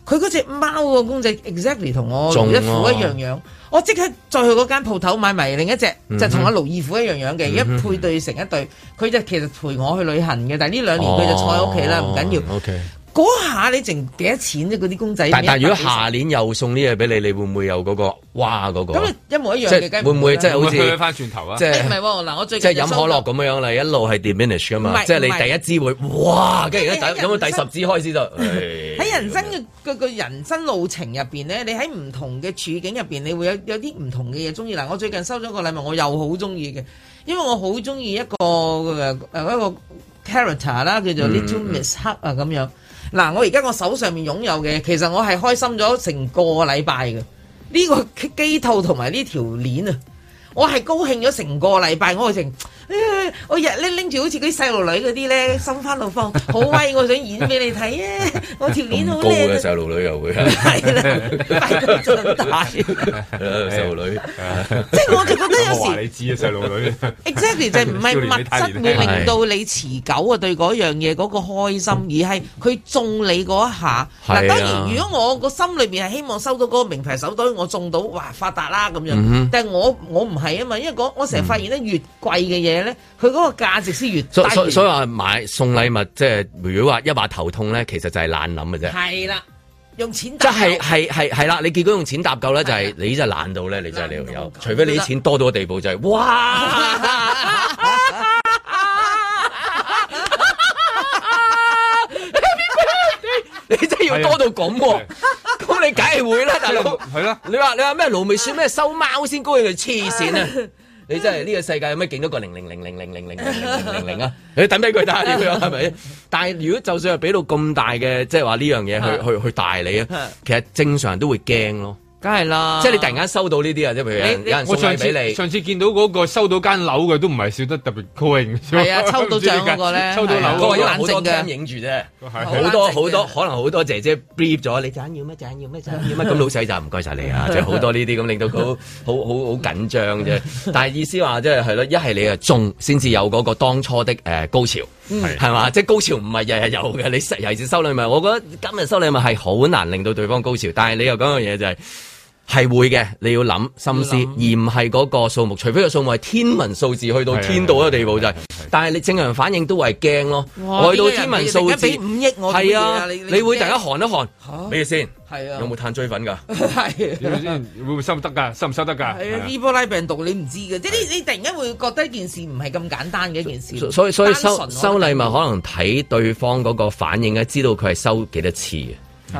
[SPEAKER 4] 佢嗰隻貓個公仔，exactly 同我
[SPEAKER 2] 中
[SPEAKER 4] 一
[SPEAKER 2] 咯
[SPEAKER 4] 虎一樣樣，我即刻再去嗰間鋪頭買埋另一隻，
[SPEAKER 2] 嗯
[SPEAKER 4] 就同阿盧二虎一樣樣嘅，一配對成一對，佢就其實陪我去旅行嘅，但係
[SPEAKER 2] 哦
[SPEAKER 4] 呢兩年佢就坐喺屋企啦，唔緊要。
[SPEAKER 2] O K，
[SPEAKER 4] 嗰下你剩幾多錢啫？嗰啲公仔，
[SPEAKER 2] 但但如果下年又送呢嘢俾你，你會唔會有嗰個哇嗰個？
[SPEAKER 4] 咁啊你一模一樣
[SPEAKER 2] 即
[SPEAKER 4] 嘅，
[SPEAKER 2] 係
[SPEAKER 4] 梗
[SPEAKER 2] 會唔會
[SPEAKER 4] 啦
[SPEAKER 2] 即係
[SPEAKER 3] 會
[SPEAKER 2] 好
[SPEAKER 3] 唔會去
[SPEAKER 2] 似
[SPEAKER 3] 翻轉頭啊？
[SPEAKER 2] 即
[SPEAKER 4] 誒唔係
[SPEAKER 2] 係
[SPEAKER 4] 喎，嗱我最近
[SPEAKER 2] 即係飲可樂咁樣樣，你一路係 diminish 噶
[SPEAKER 4] 唔
[SPEAKER 2] 嘛？
[SPEAKER 4] 係
[SPEAKER 2] 即係
[SPEAKER 4] 唔係
[SPEAKER 2] 你第一支會哇，跟住
[SPEAKER 4] 即係
[SPEAKER 2] 而
[SPEAKER 4] 你
[SPEAKER 2] 家
[SPEAKER 4] 喺
[SPEAKER 2] 飲到第
[SPEAKER 4] 人
[SPEAKER 2] 十
[SPEAKER 4] 生
[SPEAKER 2] 支開始就唉
[SPEAKER 4] 喺人生嘅個個人生路程入邊咧，你喺唔同嘅處境入邊，你會有有啲唔同嘅嘢中意。嗱，我最近收咗個禮物，我又好中意嘅，因為我好中意一個誒誒一個 character 啦，叫做 Little Miss Hug 啊咁樣。嗱，我而家我手上面擁有嘅，其實我係開心咗成個禮拜嘅。呢個機套同埋呢條鏈啊，我係高興咗成個禮拜，我成。唉我日咧拎住好似嗰啲細路女嗰啲 咧，心花怒放，好威！我想演俾你睇啊！我條鏈好
[SPEAKER 2] 咁高嘅
[SPEAKER 4] 靚啊，
[SPEAKER 2] 細路女 又會
[SPEAKER 4] 係啦，快到盡大，即
[SPEAKER 2] 細路女
[SPEAKER 4] 係我就覺得有
[SPEAKER 3] 我話
[SPEAKER 4] 時
[SPEAKER 3] 你知啊，細路女。
[SPEAKER 4] exactly 就係唔係物質會令到你持久啊對嗰樣嘢嗰個開心，而係佢中你嗰一下。
[SPEAKER 2] 係啊
[SPEAKER 4] 嗱，當然如果我個心裏邊係希望收到嗰個名牌手袋，我中到哇發達啦咁樣，但係我我唔係啊嘛，因為嗰我成日發現咧越貴嘅嘢咧，佢嗰個價值先越低
[SPEAKER 2] 所。所所以話買送禮物，即係如果話一話頭痛咧，其實就係懶諗嘅啫。
[SPEAKER 4] 係啦，用錢
[SPEAKER 2] 即
[SPEAKER 4] 打
[SPEAKER 2] 係係係係啦，你結果用錢搭救咧，就係
[SPEAKER 4] 係啊
[SPEAKER 2] 你真係懶到咧，你真係你條
[SPEAKER 4] 懶到
[SPEAKER 2] 友
[SPEAKER 4] 咁，
[SPEAKER 2] 除非你啲錢多到個地步就係 哇，你真係啊要多到咁喎，咁你梗係會啦，大佬。
[SPEAKER 3] 係啦，
[SPEAKER 2] 你話你話咩盧美雪咩收貓先高興佢黐線 啊！你真係呢個世界有咩勁多個零零零零零零零零零零零啊！你等俾佢打呢樣係咪？但係如果就算係俾到咁大嘅，即係話呢樣嘢 去去去大你啊，其實正常人都會驚咯。
[SPEAKER 4] 梗係啦，
[SPEAKER 2] 即係你突然間收到呢啲啊，即係譬如有人
[SPEAKER 4] 你
[SPEAKER 2] 有人送
[SPEAKER 3] 我上
[SPEAKER 2] 禮俾
[SPEAKER 3] 次
[SPEAKER 2] 你，
[SPEAKER 3] 上次見到嗰個收到間樓嘅都唔係笑得特別高興，
[SPEAKER 4] 係 啊抽到獎嗰個咧
[SPEAKER 3] 抽到
[SPEAKER 4] 係啊
[SPEAKER 3] 樓
[SPEAKER 2] 嗰個
[SPEAKER 3] 嗰
[SPEAKER 2] 因
[SPEAKER 3] 個
[SPEAKER 2] 為好多
[SPEAKER 4] 冷靜嘅
[SPEAKER 2] cam 影住啫，
[SPEAKER 3] 係
[SPEAKER 4] 啊
[SPEAKER 2] 好多好
[SPEAKER 4] 冷靜
[SPEAKER 2] 多
[SPEAKER 4] 嘅
[SPEAKER 2] 可能好多姐姐 brief 咗你，陣間要咩？陣間要咩？陣間 要咩？咁老細就唔該晒你 啊！即係好多呢啲咁令到佢好好好好緊張啫。但係意思話即係係咯，一係你啊中先至有嗰個當初的誒高潮，係嘛？即係高潮唔係日日有嘅，你實尤其是收禮物，我覺得今日收禮物係好難令到對方高潮，但係你又講樣嘢就係。係會嘅，你要諗心思，而
[SPEAKER 4] 要諗
[SPEAKER 2] 唔係嗰個數目。除非個數目係天文數字，去到
[SPEAKER 3] 係
[SPEAKER 2] 天道嘅地步就係、但係你正常反應都係驚咯。
[SPEAKER 4] 哇
[SPEAKER 2] 我去到天文數字，
[SPEAKER 4] 呢個人你突然間俾五億我
[SPEAKER 2] 係啊，
[SPEAKER 4] 你你
[SPEAKER 2] 你會突然間寒一寒
[SPEAKER 4] 嚇，
[SPEAKER 2] 咩先？
[SPEAKER 4] 係啊
[SPEAKER 2] 有冇炭追粉㗎？
[SPEAKER 4] 係啊。
[SPEAKER 3] 會唔會收得㗎？收唔收得㗎？
[SPEAKER 4] 係
[SPEAKER 3] 係
[SPEAKER 4] 啊，
[SPEAKER 3] 啊
[SPEAKER 4] 伊波拉病毒你唔知嘅，即係你你突然間會覺得件事唔係咁簡單嘅一件事。
[SPEAKER 2] 所以所以收
[SPEAKER 4] 單純
[SPEAKER 2] 收
[SPEAKER 4] 我覺
[SPEAKER 2] 禮
[SPEAKER 4] 得
[SPEAKER 2] 物可能睇對方嗰個反應咧，知道佢係收幾多次嘅。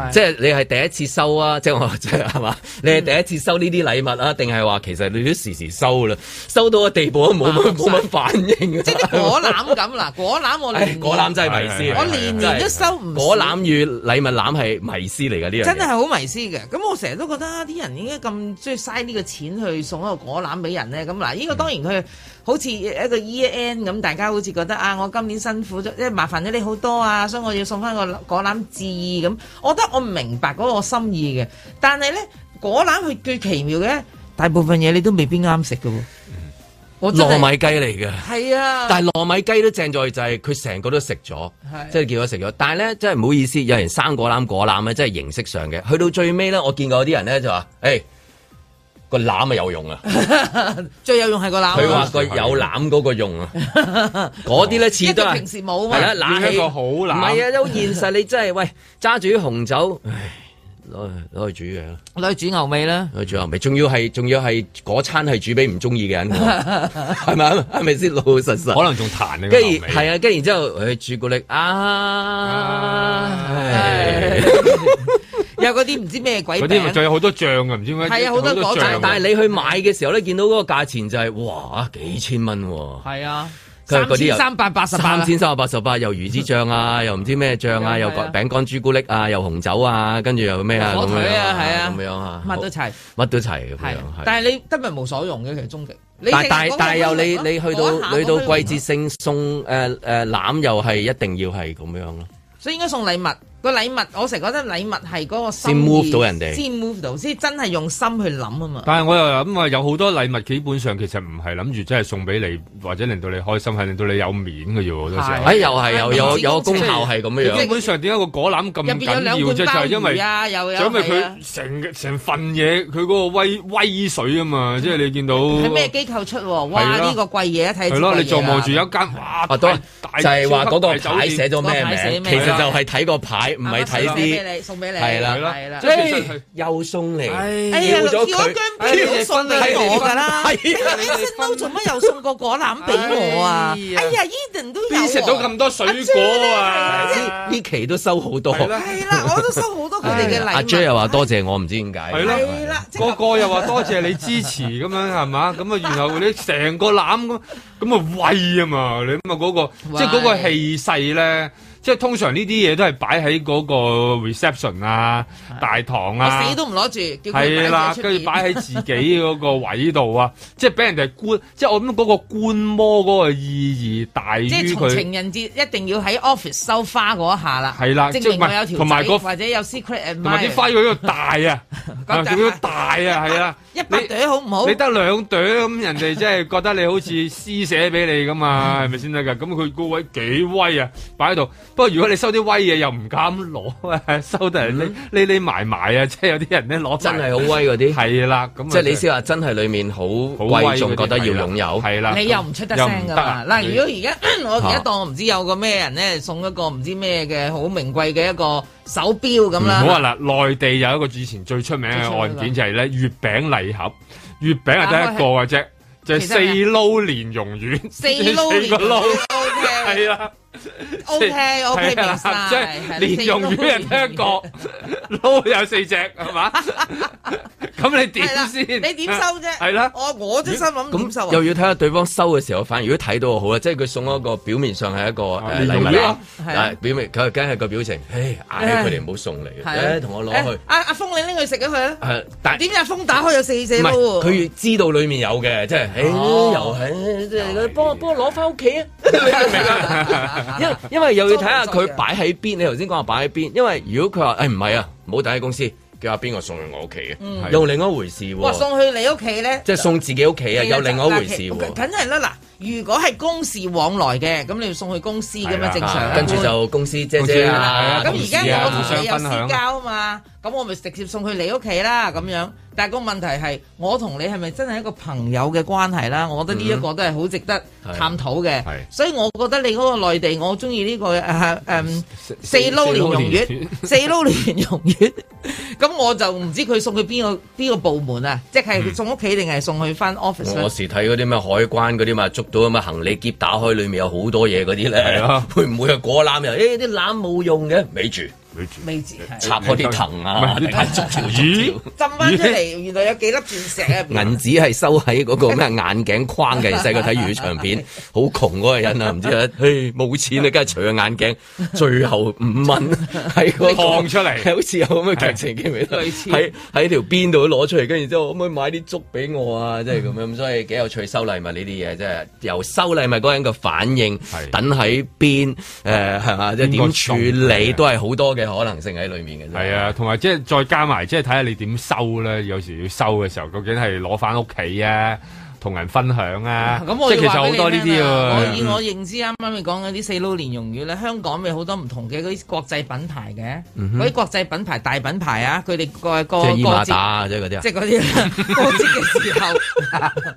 [SPEAKER 2] 即係你係第一次收啊， 即係我即係係嘛？你係第一次收呢啲禮物啊，定係話其實你都時時收啦，收到個地步都冇乜冇乜反應啊
[SPEAKER 4] 即係啲果籃咁 嗱，果籃我
[SPEAKER 2] 唉
[SPEAKER 4] 年
[SPEAKER 2] 果籃真係迷
[SPEAKER 3] 係
[SPEAKER 2] 思，
[SPEAKER 4] 我年年都收唔少
[SPEAKER 2] 果籃與禮物籃係迷思嚟㗎呢樣嘢。
[SPEAKER 4] 真係好迷思嘅。咁我成日都覺得啊啲人應該咁中意嘥呢個錢去送一個果籃俾人咧。咁嗱，呢個當然佢好似一個 E N 咁，大家好似覺得啊，我今年辛苦咗，即係麻煩咗你好多啊，所以我要送翻個果籃致意咁。我覺得我唔明白嗰個心意嘅，但係咧果籃佢最奇妙嘅，大部分嘢你都未必啱食嘅喎。我真
[SPEAKER 2] 糯
[SPEAKER 4] 係
[SPEAKER 2] 米雞嚟嘅。
[SPEAKER 4] 係啊，
[SPEAKER 2] 但係糯米雞都正在就係佢成個都食咗
[SPEAKER 4] 係，
[SPEAKER 2] 即係叫我食咗。但係咧，真係唔好意思，有人啊生果籃果籃咧，即係形式上嘅。去到最尾咧，我見過有啲人咧就話：，誒、個攬啊有用啊！
[SPEAKER 4] 最有用係個攬
[SPEAKER 2] 佢話
[SPEAKER 4] 啊，
[SPEAKER 2] 個有攬嗰個用 啊，嗰啲咧
[SPEAKER 4] 一
[SPEAKER 2] 似都
[SPEAKER 4] 個
[SPEAKER 2] 係
[SPEAKER 4] 平時冇啊
[SPEAKER 2] 係啦，
[SPEAKER 4] 嘛，
[SPEAKER 2] 揦
[SPEAKER 3] 要
[SPEAKER 2] 起
[SPEAKER 3] 一個好攬
[SPEAKER 2] 唔係啊，都好現實你真係喂揸住啲紅酒，唉攞去攞去煮嘢啦，
[SPEAKER 4] 攞去煮牛尾啦。
[SPEAKER 2] 攞去煮牛尾，仲要係仲要係嗰餐係煮俾唔中意嘅人喎， 係咪啊係咪先老老實實？
[SPEAKER 3] 可能仲彈你個
[SPEAKER 2] 跟
[SPEAKER 3] 頭尾
[SPEAKER 2] 住係啊，跟住然之後，誒朱古力啊，唉
[SPEAKER 4] 有嗰啲唔知咩鬼
[SPEAKER 3] 嗰啲咪仲
[SPEAKER 4] 餅，
[SPEAKER 3] 有好多醬嘅，唔知點解
[SPEAKER 4] 係啊好多果醬
[SPEAKER 3] 醬
[SPEAKER 2] 但
[SPEAKER 3] 嘅
[SPEAKER 2] 但係你去買嘅時候咧，見到嗰個價錢就係哇幾千蚊喎，
[SPEAKER 4] 係啊，
[SPEAKER 2] 佢
[SPEAKER 4] 三
[SPEAKER 2] 嗰啲又
[SPEAKER 4] 千三百八十八
[SPEAKER 2] 三千三百八十八，又魚子醬 啊，又唔知咩醬啊，又
[SPEAKER 4] 係啊
[SPEAKER 2] 餅乾朱古力啊，又紅酒啊，跟住又咩啊
[SPEAKER 4] 火
[SPEAKER 2] 咁
[SPEAKER 4] 腿
[SPEAKER 2] 樣
[SPEAKER 4] 啊，係啊，
[SPEAKER 2] 咁樣啊，
[SPEAKER 4] 乜都齊，
[SPEAKER 2] 乜都齊咁樣
[SPEAKER 4] 係啊。
[SPEAKER 2] 係。
[SPEAKER 4] 但係你今日無所用嘅，其實終極。你
[SPEAKER 2] 但
[SPEAKER 4] 淨係
[SPEAKER 2] 但
[SPEAKER 4] 講
[SPEAKER 2] 但係又你
[SPEAKER 4] 嗰個
[SPEAKER 2] 你去
[SPEAKER 4] 嗰一下
[SPEAKER 2] 到去
[SPEAKER 4] 嗰個
[SPEAKER 2] 到
[SPEAKER 4] 味
[SPEAKER 2] 季節性送誒誒攬又係一定要係咁樣咯，
[SPEAKER 4] 所以應該送禮物。個禮物，我成日覺得禮物係嗰個心
[SPEAKER 2] 先
[SPEAKER 4] 意
[SPEAKER 2] move 到人哋
[SPEAKER 4] 先 move 到，先真係用心去諗啊嘛。
[SPEAKER 3] 但係我又諗話有好多禮物基本上其實唔係諗住真係送俾你，或者令到你開心，係令到你有面嘅啫喎。好多時
[SPEAKER 4] 係
[SPEAKER 3] 候
[SPEAKER 2] 哎又係有有有
[SPEAKER 4] 即
[SPEAKER 2] 個
[SPEAKER 4] 係
[SPEAKER 2] 功效係咁樣
[SPEAKER 3] 基。本上點解個果籃咁
[SPEAKER 4] 入
[SPEAKER 3] 緊
[SPEAKER 4] 邊有兩
[SPEAKER 3] 要啫？
[SPEAKER 4] 罐
[SPEAKER 3] 就
[SPEAKER 4] 鮑
[SPEAKER 3] 係因為
[SPEAKER 4] 魚。啊，又有
[SPEAKER 3] 就因為
[SPEAKER 4] 係啊
[SPEAKER 3] 佢成成份嘢，佢嗰個威威水啊嘛，即係你見到
[SPEAKER 4] 嗯係咩機構出喎？哇！
[SPEAKER 3] 係啦
[SPEAKER 4] 呢個貴嘢一睇就
[SPEAKER 3] 係咯，你
[SPEAKER 4] 貴嘢
[SPEAKER 3] 就
[SPEAKER 4] 啦
[SPEAKER 3] 望住有一間哇，
[SPEAKER 2] 啊，都係
[SPEAKER 3] 大
[SPEAKER 2] 就係話嗰
[SPEAKER 3] 超
[SPEAKER 2] 個
[SPEAKER 3] 級大
[SPEAKER 2] 牌
[SPEAKER 3] 酒店
[SPEAKER 2] 寫咗咩
[SPEAKER 4] 嗰個牌寫
[SPEAKER 2] 名，
[SPEAKER 4] 咩
[SPEAKER 2] 其實
[SPEAKER 4] 名
[SPEAKER 2] 就係睇個牌，唔
[SPEAKER 4] 啱
[SPEAKER 2] 係睇
[SPEAKER 4] 啱送啊
[SPEAKER 2] 啲
[SPEAKER 4] 俾你送俾你
[SPEAKER 2] 係啦
[SPEAKER 3] 係啦
[SPEAKER 4] 係啦
[SPEAKER 3] 即。係其實係
[SPEAKER 2] 又送嚟，
[SPEAKER 4] 哎呀，
[SPEAKER 2] 要
[SPEAKER 4] 如
[SPEAKER 2] 咗
[SPEAKER 4] 果
[SPEAKER 2] 佢
[SPEAKER 4] 姜餅都送俾我㗎啦，
[SPEAKER 2] 係啊
[SPEAKER 4] 你 Anson Lo 做乜又送個果籃俾我啊？
[SPEAKER 3] 哎呀
[SPEAKER 4] 哎呀，Eden 都有
[SPEAKER 3] 邊食到
[SPEAKER 4] 喎。
[SPEAKER 3] 咁多水果啊？
[SPEAKER 2] 呢呢期都收好多。啊
[SPEAKER 3] 係啦，
[SPEAKER 4] 係啦，我都收好多佢哋嘅禮物。
[SPEAKER 2] 阿 J 又話多謝我，唔知點解。
[SPEAKER 3] 係咯
[SPEAKER 4] 係啦，即係
[SPEAKER 3] 個個又話多謝你支持咁樣 係嘛？咁啊，然後你成個攬咁，咁啊威啊嘛！你咁啊嗰個，
[SPEAKER 4] 威
[SPEAKER 3] 即係嗰個氣勢咧，即係通常呢啲嘢都係擺喺嗰個 reception 啊、大堂啊
[SPEAKER 4] 我。死都唔攞住，叫
[SPEAKER 3] 係
[SPEAKER 4] 佢擺
[SPEAKER 3] 啦，跟
[SPEAKER 4] 跟
[SPEAKER 3] 住擺喺自己嗰個位度啊， 即係俾人哋觀，即係我諗嗰個觀摩嗰個意義大
[SPEAKER 4] 即係
[SPEAKER 3] 於
[SPEAKER 4] 從
[SPEAKER 3] 佢
[SPEAKER 4] 情人節一定要喺 office 收花嗰一下啦。
[SPEAKER 3] 係啦
[SPEAKER 4] 證
[SPEAKER 3] 即係
[SPEAKER 4] 明
[SPEAKER 3] 唔係
[SPEAKER 4] 我有條
[SPEAKER 3] 同埋
[SPEAKER 4] 仔
[SPEAKER 3] 嗰
[SPEAKER 4] 或者有 secret
[SPEAKER 3] 同埋啲花
[SPEAKER 4] admirer。
[SPEAKER 3] 佢嗰度大 啊，啊
[SPEAKER 4] 咁大
[SPEAKER 3] 佢嗰度大啊，係啦，
[SPEAKER 4] 一百朵好唔好？
[SPEAKER 3] 你得兩朵咁，人哋即係覺得你好似施捨俾你 噶嘛，係咪先得噶？咁佢高位幾威啊，擺喺度。不過如果你收啲威嘢又唔敢攞啊， 收得人
[SPEAKER 4] 嗯
[SPEAKER 3] 匿匿匿埋埋啊，即係有啲人咧攞
[SPEAKER 2] 真係
[SPEAKER 3] 係
[SPEAKER 2] 好威嗰啲，
[SPEAKER 3] 係啦，咁啊
[SPEAKER 2] 即係你
[SPEAKER 3] 就
[SPEAKER 2] 先話真係裡面好
[SPEAKER 3] 好威嗰
[SPEAKER 2] 貴
[SPEAKER 3] 啲
[SPEAKER 2] 重，覺得要
[SPEAKER 3] 係啦
[SPEAKER 2] 擁有。
[SPEAKER 3] 係啦，
[SPEAKER 4] 你又唔出得聲
[SPEAKER 3] 又唔
[SPEAKER 4] 㗎
[SPEAKER 3] 得啊
[SPEAKER 4] 嘛？嗱，如果而家 我而家
[SPEAKER 2] 嚇
[SPEAKER 4] 當我唔知有個咩人咧送一個唔知咩嘅好名貴嘅一個手錶咁
[SPEAKER 3] 唔好話
[SPEAKER 4] 啦，
[SPEAKER 3] 啦，內地有一個以前最出名嘅案件就係咧月餅禮盒，月餅係得一個嘅啫，就係
[SPEAKER 4] 其
[SPEAKER 3] 四
[SPEAKER 4] 實係
[SPEAKER 3] 撈蓮蓉丸，
[SPEAKER 4] 四撈
[SPEAKER 3] 四個撈，
[SPEAKER 4] ，OK
[SPEAKER 3] 係啦
[SPEAKER 4] OK OK 明
[SPEAKER 3] 係啦即
[SPEAKER 4] 曬，
[SPEAKER 3] 係蓮蓉丸係得一個，撈有四隻 係嘛？咁你點
[SPEAKER 4] 係啦，
[SPEAKER 3] 先？
[SPEAKER 4] 你點收啫？
[SPEAKER 3] 係啦
[SPEAKER 4] 我我真心諗點收
[SPEAKER 2] 咁
[SPEAKER 4] 啊
[SPEAKER 2] 又？要睇下對方收嘅時候，反而如果睇到就好啦，即係佢送一個表面上係一個
[SPEAKER 3] 啊
[SPEAKER 2] 誒
[SPEAKER 3] 你
[SPEAKER 2] 禮
[SPEAKER 3] 用
[SPEAKER 2] 物
[SPEAKER 3] 料
[SPEAKER 2] 啦
[SPEAKER 3] 啊，
[SPEAKER 4] 係啊
[SPEAKER 2] 但係表面佢梗係個表情，唉，嗌佢哋唔好送嚟嘅，
[SPEAKER 4] 係啊
[SPEAKER 2] 誒同我攞去
[SPEAKER 4] 誒，阿阿峰，你拎去食咗佢啦。
[SPEAKER 2] 誒，但
[SPEAKER 4] 點解封打開有四隻
[SPEAKER 2] 唔
[SPEAKER 4] 撈
[SPEAKER 2] 係
[SPEAKER 4] 喎？
[SPEAKER 2] 佢知道裡面有嘅，即係誒又
[SPEAKER 4] 哦
[SPEAKER 2] 係即係幫我幫我攞翻屋企啊！啊 因為因為又要睇下佢擺喺邊，你頭先講話擺喺邊，因為如果佢話誒唔係啊，唔好帶喺公司，叫阿邊個送去我屋企嘅，嗯又另一回事
[SPEAKER 4] 哇！
[SPEAKER 2] 喎，
[SPEAKER 4] 送去你屋企咧，
[SPEAKER 2] 即係送自己屋企啊，又另一回事
[SPEAKER 4] 嗱
[SPEAKER 2] 喎。
[SPEAKER 4] 梗係啦，嗱，如果係公事往來嘅，咁你要送去公司咁
[SPEAKER 3] 係啦
[SPEAKER 4] 啊，正常啦。
[SPEAKER 2] 跟住就公司姐姐啊，
[SPEAKER 3] 係
[SPEAKER 4] 咁
[SPEAKER 2] 同
[SPEAKER 4] 而
[SPEAKER 2] 事
[SPEAKER 4] 家
[SPEAKER 2] 啊
[SPEAKER 4] 我
[SPEAKER 3] 互
[SPEAKER 4] 同
[SPEAKER 3] 相
[SPEAKER 4] 你有
[SPEAKER 3] 分享
[SPEAKER 4] 私交啊嘛，咁我咪直接送去你屋企啦咁樣。但係個問題係，我同你係咪真係一個朋友嘅關係啦？我覺得呢一個都係好值得探討嘅
[SPEAKER 3] 係。
[SPEAKER 4] 所以我覺得你嗰個內地，我中意呢個誒誒四撈蓮蓉丸，四撈蓮蓉丸。咁我就唔知佢送去邊個邊個部門啊？即係送屋企定係送去翻 office
[SPEAKER 2] 我
[SPEAKER 4] 呢
[SPEAKER 2] 時睇嗰啲咩海關嗰啲嘛，捉到咁啊行李篋打開，裡面有好多嘢嗰啲咧
[SPEAKER 3] 係啊，
[SPEAKER 2] 會唔會係果籃又？誒啲籃冇用嘅，咪住
[SPEAKER 4] 未知係
[SPEAKER 2] 插嗰啲藤啊，
[SPEAKER 3] 唔係
[SPEAKER 2] 大家捉條捉
[SPEAKER 3] 咦
[SPEAKER 2] 條。
[SPEAKER 4] 浸翻出嚟，原來有幾粒鑽石喺入邊。
[SPEAKER 2] 銀紙係收喺嗰個咩眼鏡框嘅，細個睇粵語 長片，好窮嗰個人啊，唔知啊，嘿冇錢啊，梗係除咗 眼鏡，最後五蚊喺嗰個
[SPEAKER 3] 放出嚟
[SPEAKER 2] 好似有咁嘅劇情記唔記得？
[SPEAKER 4] 類似
[SPEAKER 2] 喺喺條邊度都攞出嚟，跟住之後可唔可以買啲粥俾我啊？即係咁樣，所以幾有趣收禮物呢啲嘢，即係由收禮物嗰個人嘅反應，
[SPEAKER 3] 係
[SPEAKER 2] 等喺邊誒係嘛，即係
[SPEAKER 3] 邊個
[SPEAKER 2] 點處
[SPEAKER 3] 送
[SPEAKER 2] 理都係好多嘅可能性喺裡面嘅。
[SPEAKER 3] 係，啊，同埋即係再加埋，即係睇下你點收咧。有時要收嘅時候，究竟係攞翻屋企啊，同人分享啊，
[SPEAKER 4] 咁我
[SPEAKER 3] 即係其
[SPEAKER 4] 要
[SPEAKER 3] 實
[SPEAKER 4] 話
[SPEAKER 3] 好
[SPEAKER 4] 俾你
[SPEAKER 3] 多呢啲
[SPEAKER 4] 聽啊我
[SPEAKER 3] 喎。
[SPEAKER 4] 以我認知啱啱你講嗰啲四撈連用語咧，香港咪好多唔同嘅嗰啲國際品牌嘅，
[SPEAKER 3] 嗯
[SPEAKER 4] 嗰啲國際品牌大品牌啊，佢哋個個
[SPEAKER 2] 即係伊
[SPEAKER 4] 個
[SPEAKER 2] 馬
[SPEAKER 4] 節
[SPEAKER 2] 打啊，即係嗰啲啊
[SPEAKER 4] 即。係嗰啲啦，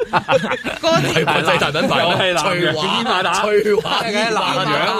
[SPEAKER 4] 歌節嘅時候，歌節
[SPEAKER 2] 國際大品牌
[SPEAKER 3] 又係南洋
[SPEAKER 2] 翠
[SPEAKER 3] 伊馬打
[SPEAKER 2] 翠華
[SPEAKER 4] 係
[SPEAKER 2] 伊
[SPEAKER 4] 嘅
[SPEAKER 2] 馬
[SPEAKER 4] 南
[SPEAKER 2] 打
[SPEAKER 4] 洋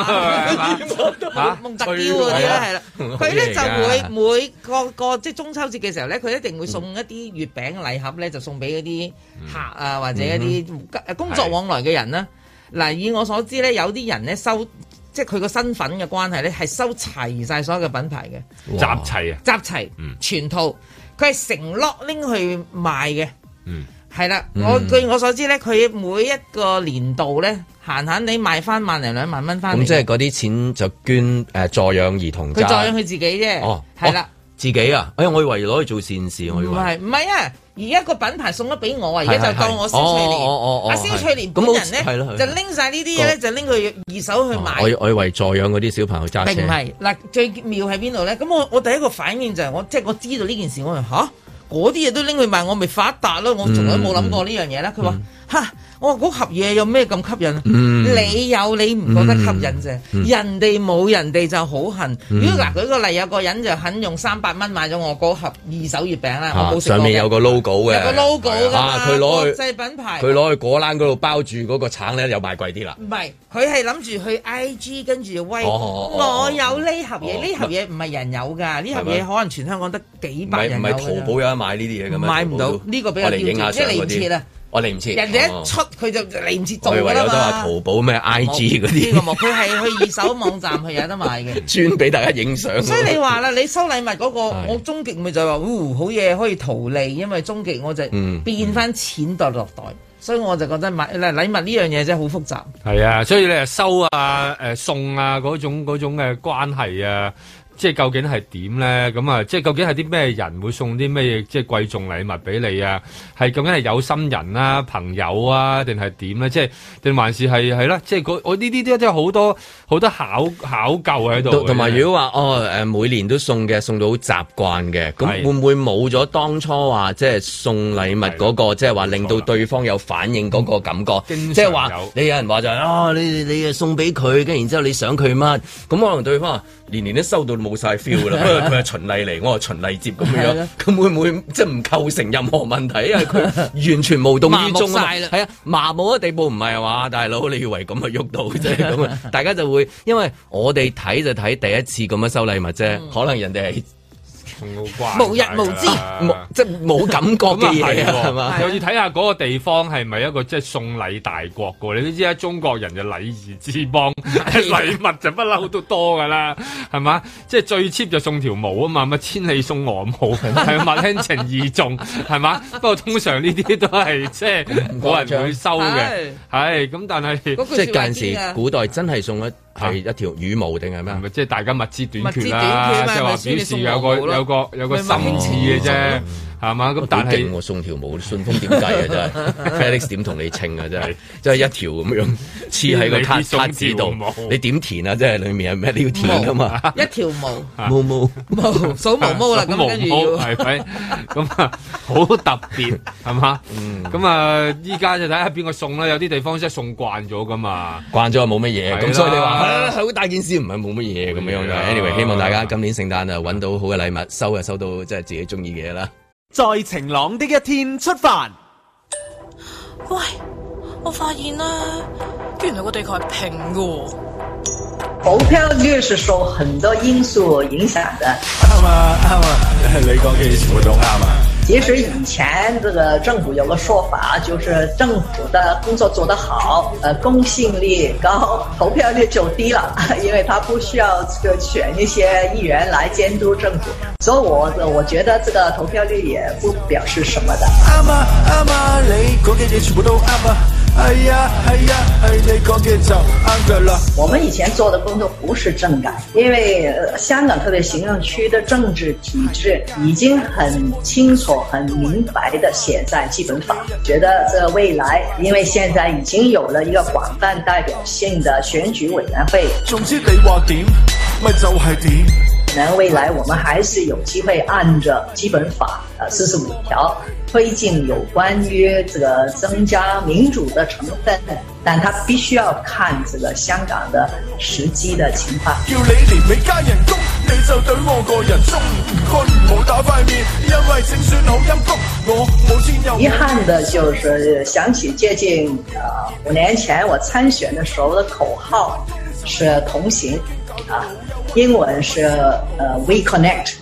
[SPEAKER 3] 啊
[SPEAKER 4] 啊蒙特嬌嗰啲咧 係啦，佢咧就會每個個即係中秋節嘅時候咧，佢一定會送一啲月餅禮盒咧，就送俾嗰啲客啊或者一啲工作往來嘅人啦。嗱，以我所知咧，有啲人咧收。即係佢個身份嘅關係咧，係收齊晒所有嘅品牌嘅，
[SPEAKER 3] 集齊啊，
[SPEAKER 4] 集齊全套，佢係成 lot 拎去賣嘅。
[SPEAKER 3] 嗯，
[SPEAKER 4] 係啦，我據我所知咧，佢每一個年度咧，閒閒地賣翻萬零兩萬蚊翻嚟。
[SPEAKER 2] 咁即係嗰啲錢就捐誒助養兒童
[SPEAKER 4] 佢
[SPEAKER 2] 債。
[SPEAKER 4] 助養佢自己啫。
[SPEAKER 2] 哦，
[SPEAKER 4] 係啦，
[SPEAKER 2] 哦，自己啊，哎呀，我以為攞去做善事，我以
[SPEAKER 4] 唔
[SPEAKER 2] 為。
[SPEAKER 4] 係唔係啊！而家個品牌送咗俾我啊，
[SPEAKER 2] 係
[SPEAKER 4] 而家就當我蕭翠
[SPEAKER 2] 係係哦哦哦
[SPEAKER 4] 蓮，
[SPEAKER 2] 哦
[SPEAKER 4] 阿蕭翠蓮
[SPEAKER 2] 係
[SPEAKER 4] 本人
[SPEAKER 2] 咁好似係咯係咯
[SPEAKER 4] 咧就拎晒呢啲嘢咧，就拎佢二手去
[SPEAKER 2] 我以
[SPEAKER 4] 賣。
[SPEAKER 2] 哦我以為助養嗰啲小朋友揸車。
[SPEAKER 4] 並唔係嗱，最妙喺邊度咧？咁我我第一個反應就係我即係我知道呢件事，我話吓嗰啲嘢都拎去賣，我咪發達咯！我從來冇諗過呢樣嘢啦。佢話吓，我話嗰盒嘢有咩咁吸引啊？你有你唔覺得吸引啫，人哋冇人哋就好恨。如果嗱舉個例，有個人就肯用三百蚊買咗我嗰盒二手月餅啦，我
[SPEAKER 2] 啊
[SPEAKER 4] 冇食過
[SPEAKER 2] 上面
[SPEAKER 4] 嘅
[SPEAKER 2] 有個 logo 嘅，
[SPEAKER 4] 有個 logo 㗎嘛
[SPEAKER 2] 啊佢攞去
[SPEAKER 4] 國際品牌
[SPEAKER 2] 佢攞去果欄嗰度包住嗰個橙咧，又賣貴啲啦。
[SPEAKER 4] 唔係，佢係諗住去 I G 跟住威，
[SPEAKER 2] 哦哦哦
[SPEAKER 4] 我有呢盒嘢，
[SPEAKER 2] 哦
[SPEAKER 4] 呢盒嘢唔係人有㗎，呢盒
[SPEAKER 2] 係咪
[SPEAKER 4] 嘢可能全香港得幾
[SPEAKER 2] 唔
[SPEAKER 4] 百
[SPEAKER 2] 係
[SPEAKER 4] 人
[SPEAKER 2] 唔
[SPEAKER 4] 有
[SPEAKER 2] 係
[SPEAKER 4] 㗎
[SPEAKER 2] 淘
[SPEAKER 4] 啫
[SPEAKER 2] 寶有得買呢啲嘢嘅咩？
[SPEAKER 4] 買唔到
[SPEAKER 2] 淘寶
[SPEAKER 4] 呢個比較
[SPEAKER 2] 我嚟影下相嗰
[SPEAKER 4] 因為嚟唔切
[SPEAKER 2] 啲
[SPEAKER 4] 啊，
[SPEAKER 2] 我嚟唔切。
[SPEAKER 4] 人哋一
[SPEAKER 2] 哦
[SPEAKER 4] 出佢就嚟唔切做
[SPEAKER 2] 我以為
[SPEAKER 4] 㗎
[SPEAKER 2] 有
[SPEAKER 4] 啦
[SPEAKER 2] 得話
[SPEAKER 4] 嘛。
[SPEAKER 2] 淘寶咩 IG
[SPEAKER 4] 呢
[SPEAKER 2] 嗰
[SPEAKER 4] 個
[SPEAKER 2] 啲，
[SPEAKER 4] 冇，佢係去二手網站係有得買 嘅。
[SPEAKER 2] 專俾大家影相。
[SPEAKER 4] 所以你話啦，你收禮物嗰、個，
[SPEAKER 2] 係
[SPEAKER 4] 我終極咪就係話，呜好嘢可以逃利，因為終極我就
[SPEAKER 2] 嗯
[SPEAKER 4] 變翻錢袋落袋，所以我就覺得買嗱禮物呢樣嘢真係好複雜。
[SPEAKER 3] 係啊，所以你係收啊、誒送啊嗰種嗰種嘅關係啊，即係究竟係點咧？咁啊，即係究竟係啲咩人會送啲咩嘢即係貴重禮物俾你啊？係究竟係有心人啊、朋友啊，定係點咧？即係定還是係係啦？即係嗰我呢啲都真係好多好多考考究喺度嘅。
[SPEAKER 2] 同同埋如果話哦誒每年都送嘅，送到好習慣嘅，咁
[SPEAKER 3] 係
[SPEAKER 2] 會唔會冇咗當初話即係送禮物嗰、個，即係話令到對方有反應嗰個感覺？
[SPEAKER 3] 經常有
[SPEAKER 2] 即係話你有人話就係、啊，你你送俾佢，跟住然之後你想佢乜？咁可能對方話年年都收到冇晒 feel 啦，因為佢係循例嚟，我係循例接咁
[SPEAKER 4] 係
[SPEAKER 2] 樣
[SPEAKER 4] 啊，
[SPEAKER 2] 咁會唔會即係唔構成任何問題？因為佢完全無動於
[SPEAKER 4] 麻
[SPEAKER 2] 衷啊嘛
[SPEAKER 4] 木晒啦
[SPEAKER 2] 係啊，麻木嘅地步唔係話，大佬你以為咁啊喐到啫咁啊，大家就會因為我哋睇就睇第一次咁樣收禮物啫，可能人哋係
[SPEAKER 4] 無日無之
[SPEAKER 3] 啊
[SPEAKER 2] 冇即係冇感覺
[SPEAKER 3] 咁啊
[SPEAKER 2] 嘅嘢啊，係
[SPEAKER 3] 係
[SPEAKER 2] 嘛？
[SPEAKER 3] 喎，又要睇下嗰個地方係咪一個即係送禮大國嘅喎？你都知啦，中國人就禮儀之 邦，啊禮物就不嬲都多噶啦，係嘛？即係最 cheap 就送條毛啊嘛，咪千里送鵝毛，係物 輕情意重，係嘛？不過通常呢啲都係即係冇人會收嘅，係咁，但係
[SPEAKER 4] 嗰
[SPEAKER 2] 即
[SPEAKER 4] 句説話
[SPEAKER 2] 係嗰陣
[SPEAKER 4] 邊啊
[SPEAKER 2] 時，古代真係送一
[SPEAKER 3] 嚇
[SPEAKER 2] 係一條羽毛定係咩
[SPEAKER 3] 係
[SPEAKER 2] 啊？
[SPEAKER 3] 咪即係大家物資短缺
[SPEAKER 4] 物資短缺
[SPEAKER 3] 啦？
[SPEAKER 4] 啊嘛
[SPEAKER 3] 即係話
[SPEAKER 4] 咪先你
[SPEAKER 3] 表示
[SPEAKER 4] 送
[SPEAKER 3] 有個
[SPEAKER 4] 鵝毛咯
[SPEAKER 3] 有個有個
[SPEAKER 4] 咪
[SPEAKER 3] 心
[SPEAKER 4] 咪輕
[SPEAKER 3] 意
[SPEAKER 4] 情
[SPEAKER 3] 嘅
[SPEAKER 4] 意
[SPEAKER 3] 啫，係嘛？咁
[SPEAKER 2] 但
[SPEAKER 3] 但
[SPEAKER 2] 係
[SPEAKER 3] 係
[SPEAKER 2] 勁。喎，送條毛順豐點計啊 真係，Felix 點同你稱啊真係，真係一條咁樣黐喺個卡
[SPEAKER 3] 送
[SPEAKER 2] 卡紙
[SPEAKER 3] 條
[SPEAKER 2] 度
[SPEAKER 3] 毛，
[SPEAKER 2] 你點填啊？即係裡面係咩？你要填啊嘛，
[SPEAKER 4] 一條毛
[SPEAKER 2] 冇冇。
[SPEAKER 4] 毛數毛毛啦， 咁啊
[SPEAKER 3] 毛
[SPEAKER 4] 跟住
[SPEAKER 3] 毛
[SPEAKER 4] 要。
[SPEAKER 3] 係咪？咁啊，好特別係嘛？咁啊，依家就睇下邊個送啦。有啲地方真係送慣咗噶嘛。
[SPEAKER 2] 慣咗冇乜嘢，
[SPEAKER 3] 係啦
[SPEAKER 2] 咁所以你話啊好大件事唔係冇乜嘢咁樣
[SPEAKER 3] 係
[SPEAKER 2] 嘅。
[SPEAKER 3] 啊
[SPEAKER 2] anyway，希望大家今年聖誕啊揾到好嘅禮物，收就啊收到即係自己中意嘅嘢啦。
[SPEAKER 5] 在晴朗的一天出發。
[SPEAKER 9] 喂，我發現咧，原來個地球係平嘅喎。
[SPEAKER 10] 投票率是受很多因素影响的。
[SPEAKER 8] 啱啊啱啊， 你講嘅全部都啱啊！
[SPEAKER 10] 其实以前这个政府有个说法，就是政府的工作做得好，呃，公信力高，投票率就低了， 因为他不需要这个选一些议员来监督政府。所以我我觉得这个投票率也不表示什么的。
[SPEAKER 8] 啱啊啱啊，你講嘅嘢全部都啱啊！係啊係啊係，你講嘅就啱噶啦。
[SPEAKER 10] 我们以前做的工作不是政改，因为、呃香港特别行政区的政治体制已经很清楚、很明白的写在基本法。觉得这未来，因为现在已经有了一个广泛代表性的选举委员会，
[SPEAKER 8] 總之你話點，咪就係點。
[SPEAKER 10] 能未来我们还是有机会按着基本法呃四十五条推进有关于这个增加民主的成分，但它必须要看这个香港的实际的情况。
[SPEAKER 8] 叫你年尾加人工，你就對我個人中唔該唔好打塊面，因為正算好陰公，我冇錢又
[SPEAKER 10] 遗憾的就是呃想起接近呃五年前我参选的时候的口号是同行啊，英文是呃 We Connect，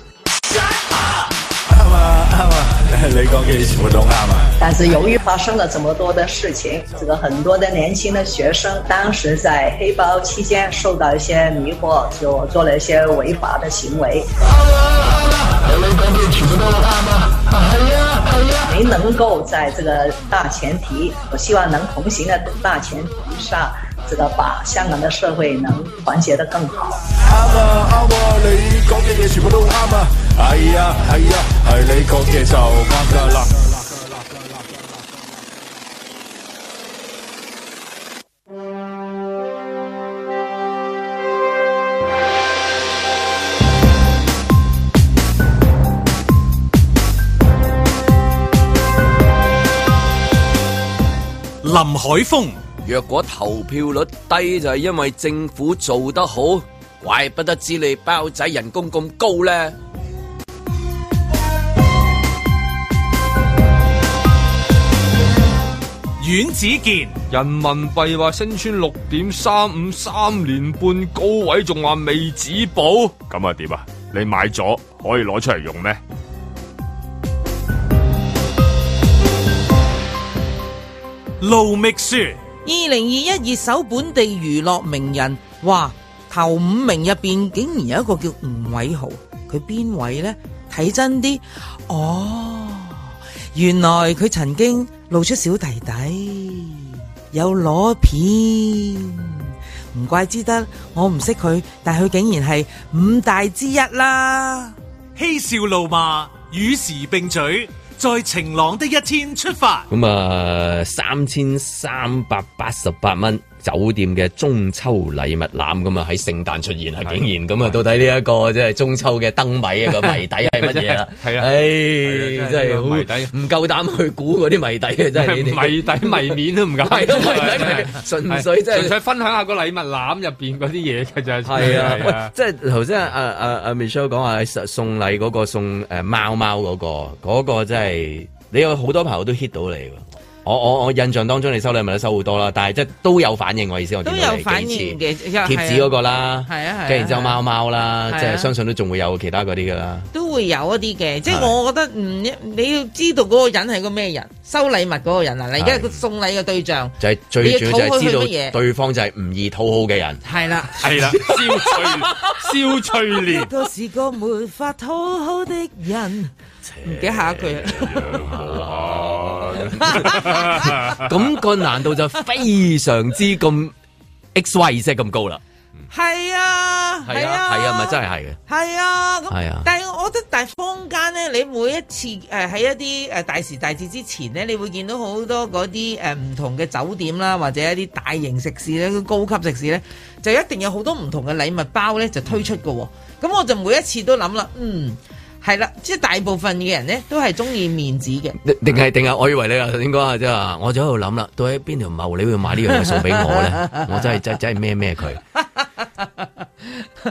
[SPEAKER 8] 啱啊啱啊，你講嘅全部都啱啊！
[SPEAKER 10] 但是由于发生了这么多的事情，这个很多的年轻的学生当时在黑包期间受到一些迷惑，就做了一些违法的行为。没能够在这个大前提，我希望能同行的大前提上，这个把香港的社会能团结得更好。
[SPEAKER 8] 啱啊啱啊，你講嘅嘢全部都啱啊！係啊係啊，係你講嘅就啱㗎啦。
[SPEAKER 2] 林海峰，若果投票率低就係因為政府做得好，怪不得知你包仔人工咁高咧。
[SPEAKER 1] 阮子健、
[SPEAKER 3] 人民幣話升穿六點三五三年半高位，仲話未止步，咁啊點啊？你買咗可以攞出嚟用 咩？
[SPEAKER 1] 路觅雪，
[SPEAKER 4] 二零二一熱搜本地娛樂名人，哇！頭五名入邊竟然有一個叫吳偉豪，佢邊位呢？睇真啲，哦，原來佢曾經露出小弟弟，有裸片，唔怪之得我唔識佢，但佢竟然係五大之一啦。
[SPEAKER 1] 嬉笑怒罵，與時並舉，在晴朗的一天出發。
[SPEAKER 2] 咁啊，三千三百八十八蚊酒店嘅中秋禮物攬咁啊，喺聖誕出現啊，竟然咁啊，到底呢一個即係中秋嘅燈謎啊個謎底係乜嘢啊？
[SPEAKER 3] 係啊
[SPEAKER 2] 唉
[SPEAKER 3] 係啊，
[SPEAKER 2] 真係好
[SPEAKER 3] 謎底
[SPEAKER 2] 唔夠膽去估嗰啲謎底啊！真係 你哋
[SPEAKER 3] 迷底迷面都唔夠，
[SPEAKER 2] 係咯謎底謎面純粹真係
[SPEAKER 3] 純粹分享下個禮物籃入邊嗰啲嘢嘅就 係
[SPEAKER 2] 係啊，喂，即係頭先啊啊啊 Michelle 講話送送禮嗰個送誒貓貓嗰個，嗰、個真係你有好多朋友都 hit 到你喎。我我我印象當中你收禮物都收好多啦，但係即係都有反應我意思，我見
[SPEAKER 4] 都
[SPEAKER 2] 到
[SPEAKER 4] 有
[SPEAKER 2] 你幾
[SPEAKER 4] 反
[SPEAKER 2] 次
[SPEAKER 4] 應嘅，一
[SPEAKER 2] 貼紙嗰個啦，
[SPEAKER 4] 啊係啊係啊
[SPEAKER 2] 跟住然之後貓貓啦，
[SPEAKER 4] 係啊
[SPEAKER 2] 即係相信都仲會有其他嗰啲噶啦。
[SPEAKER 4] 都會有一啲嘅，即係
[SPEAKER 2] 係
[SPEAKER 4] 我覺得唔一你要知道嗰個人係個咩人，收禮物嗰個人啊，你而家
[SPEAKER 2] 係
[SPEAKER 4] 個送禮嘅對象
[SPEAKER 2] 就係最主要就
[SPEAKER 4] 你
[SPEAKER 2] 係
[SPEAKER 4] 要討好佢
[SPEAKER 2] 知
[SPEAKER 4] 乜嘢
[SPEAKER 2] 道對方就係唔易討好嘅人。
[SPEAKER 4] 係啦。
[SPEAKER 3] 係啦，消翠消翠蓮。
[SPEAKER 4] 都是個沒法討好的人，唔記得下一句啦。
[SPEAKER 2] 咁個難度就非常之咁 X Y 即係咁高啦。
[SPEAKER 4] 係啊，
[SPEAKER 2] 係啊係啊，咪真係係嘅。
[SPEAKER 4] 係啊，咁
[SPEAKER 2] 係啊
[SPEAKER 4] 但係我覺得但係坊間咧，你每一次呃誒喺、一啲誒大時大節之前咧，你會見到好多嗰啲誒唔同嘅酒店啦，或者一啲大型食肆咧、高級食肆咧，就一定有好多唔同嘅禮物包咧就推出嘅喎。咁我就每一次都諗啦，嗯，係啦，即係大部分嘅人咧都係中意面子嘅。
[SPEAKER 2] 定定係定係，我以為你啊頭先講啊啫啊，我就喺度諗啦，到底邊條茂你會買呢樣嘢送俾我 咧？我真係真真係咩咩佢，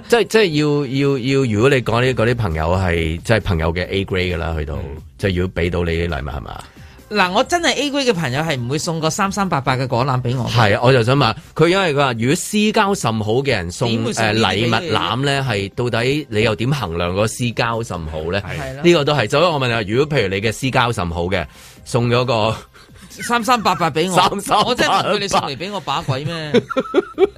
[SPEAKER 2] 即係即係要要要，如果你講呢嗰啲朋友係即係朋友嘅 A grade 噶啦，去到即係要俾到你啲禮物係嘛？
[SPEAKER 4] 嗱，我真係 A 區嘅朋友係唔會送個三三八八嘅果籃俾我嘅。
[SPEAKER 2] 係，我就想問佢，因為佢話如果私交甚好嘅人送
[SPEAKER 4] 點會
[SPEAKER 2] 誒
[SPEAKER 4] 送呢啲
[SPEAKER 2] 禮
[SPEAKER 4] 俾
[SPEAKER 2] 物
[SPEAKER 4] 你
[SPEAKER 2] 攬咧，係到底你又點衡量個私交甚好咧？
[SPEAKER 4] 係啦
[SPEAKER 2] 呢個都係，所以我問下，如果譬如你嘅私交甚好嘅，送咗個。
[SPEAKER 4] 三三八八俾我，
[SPEAKER 2] 3388
[SPEAKER 4] 我真係問佢你送嚟俾我把鬼咩？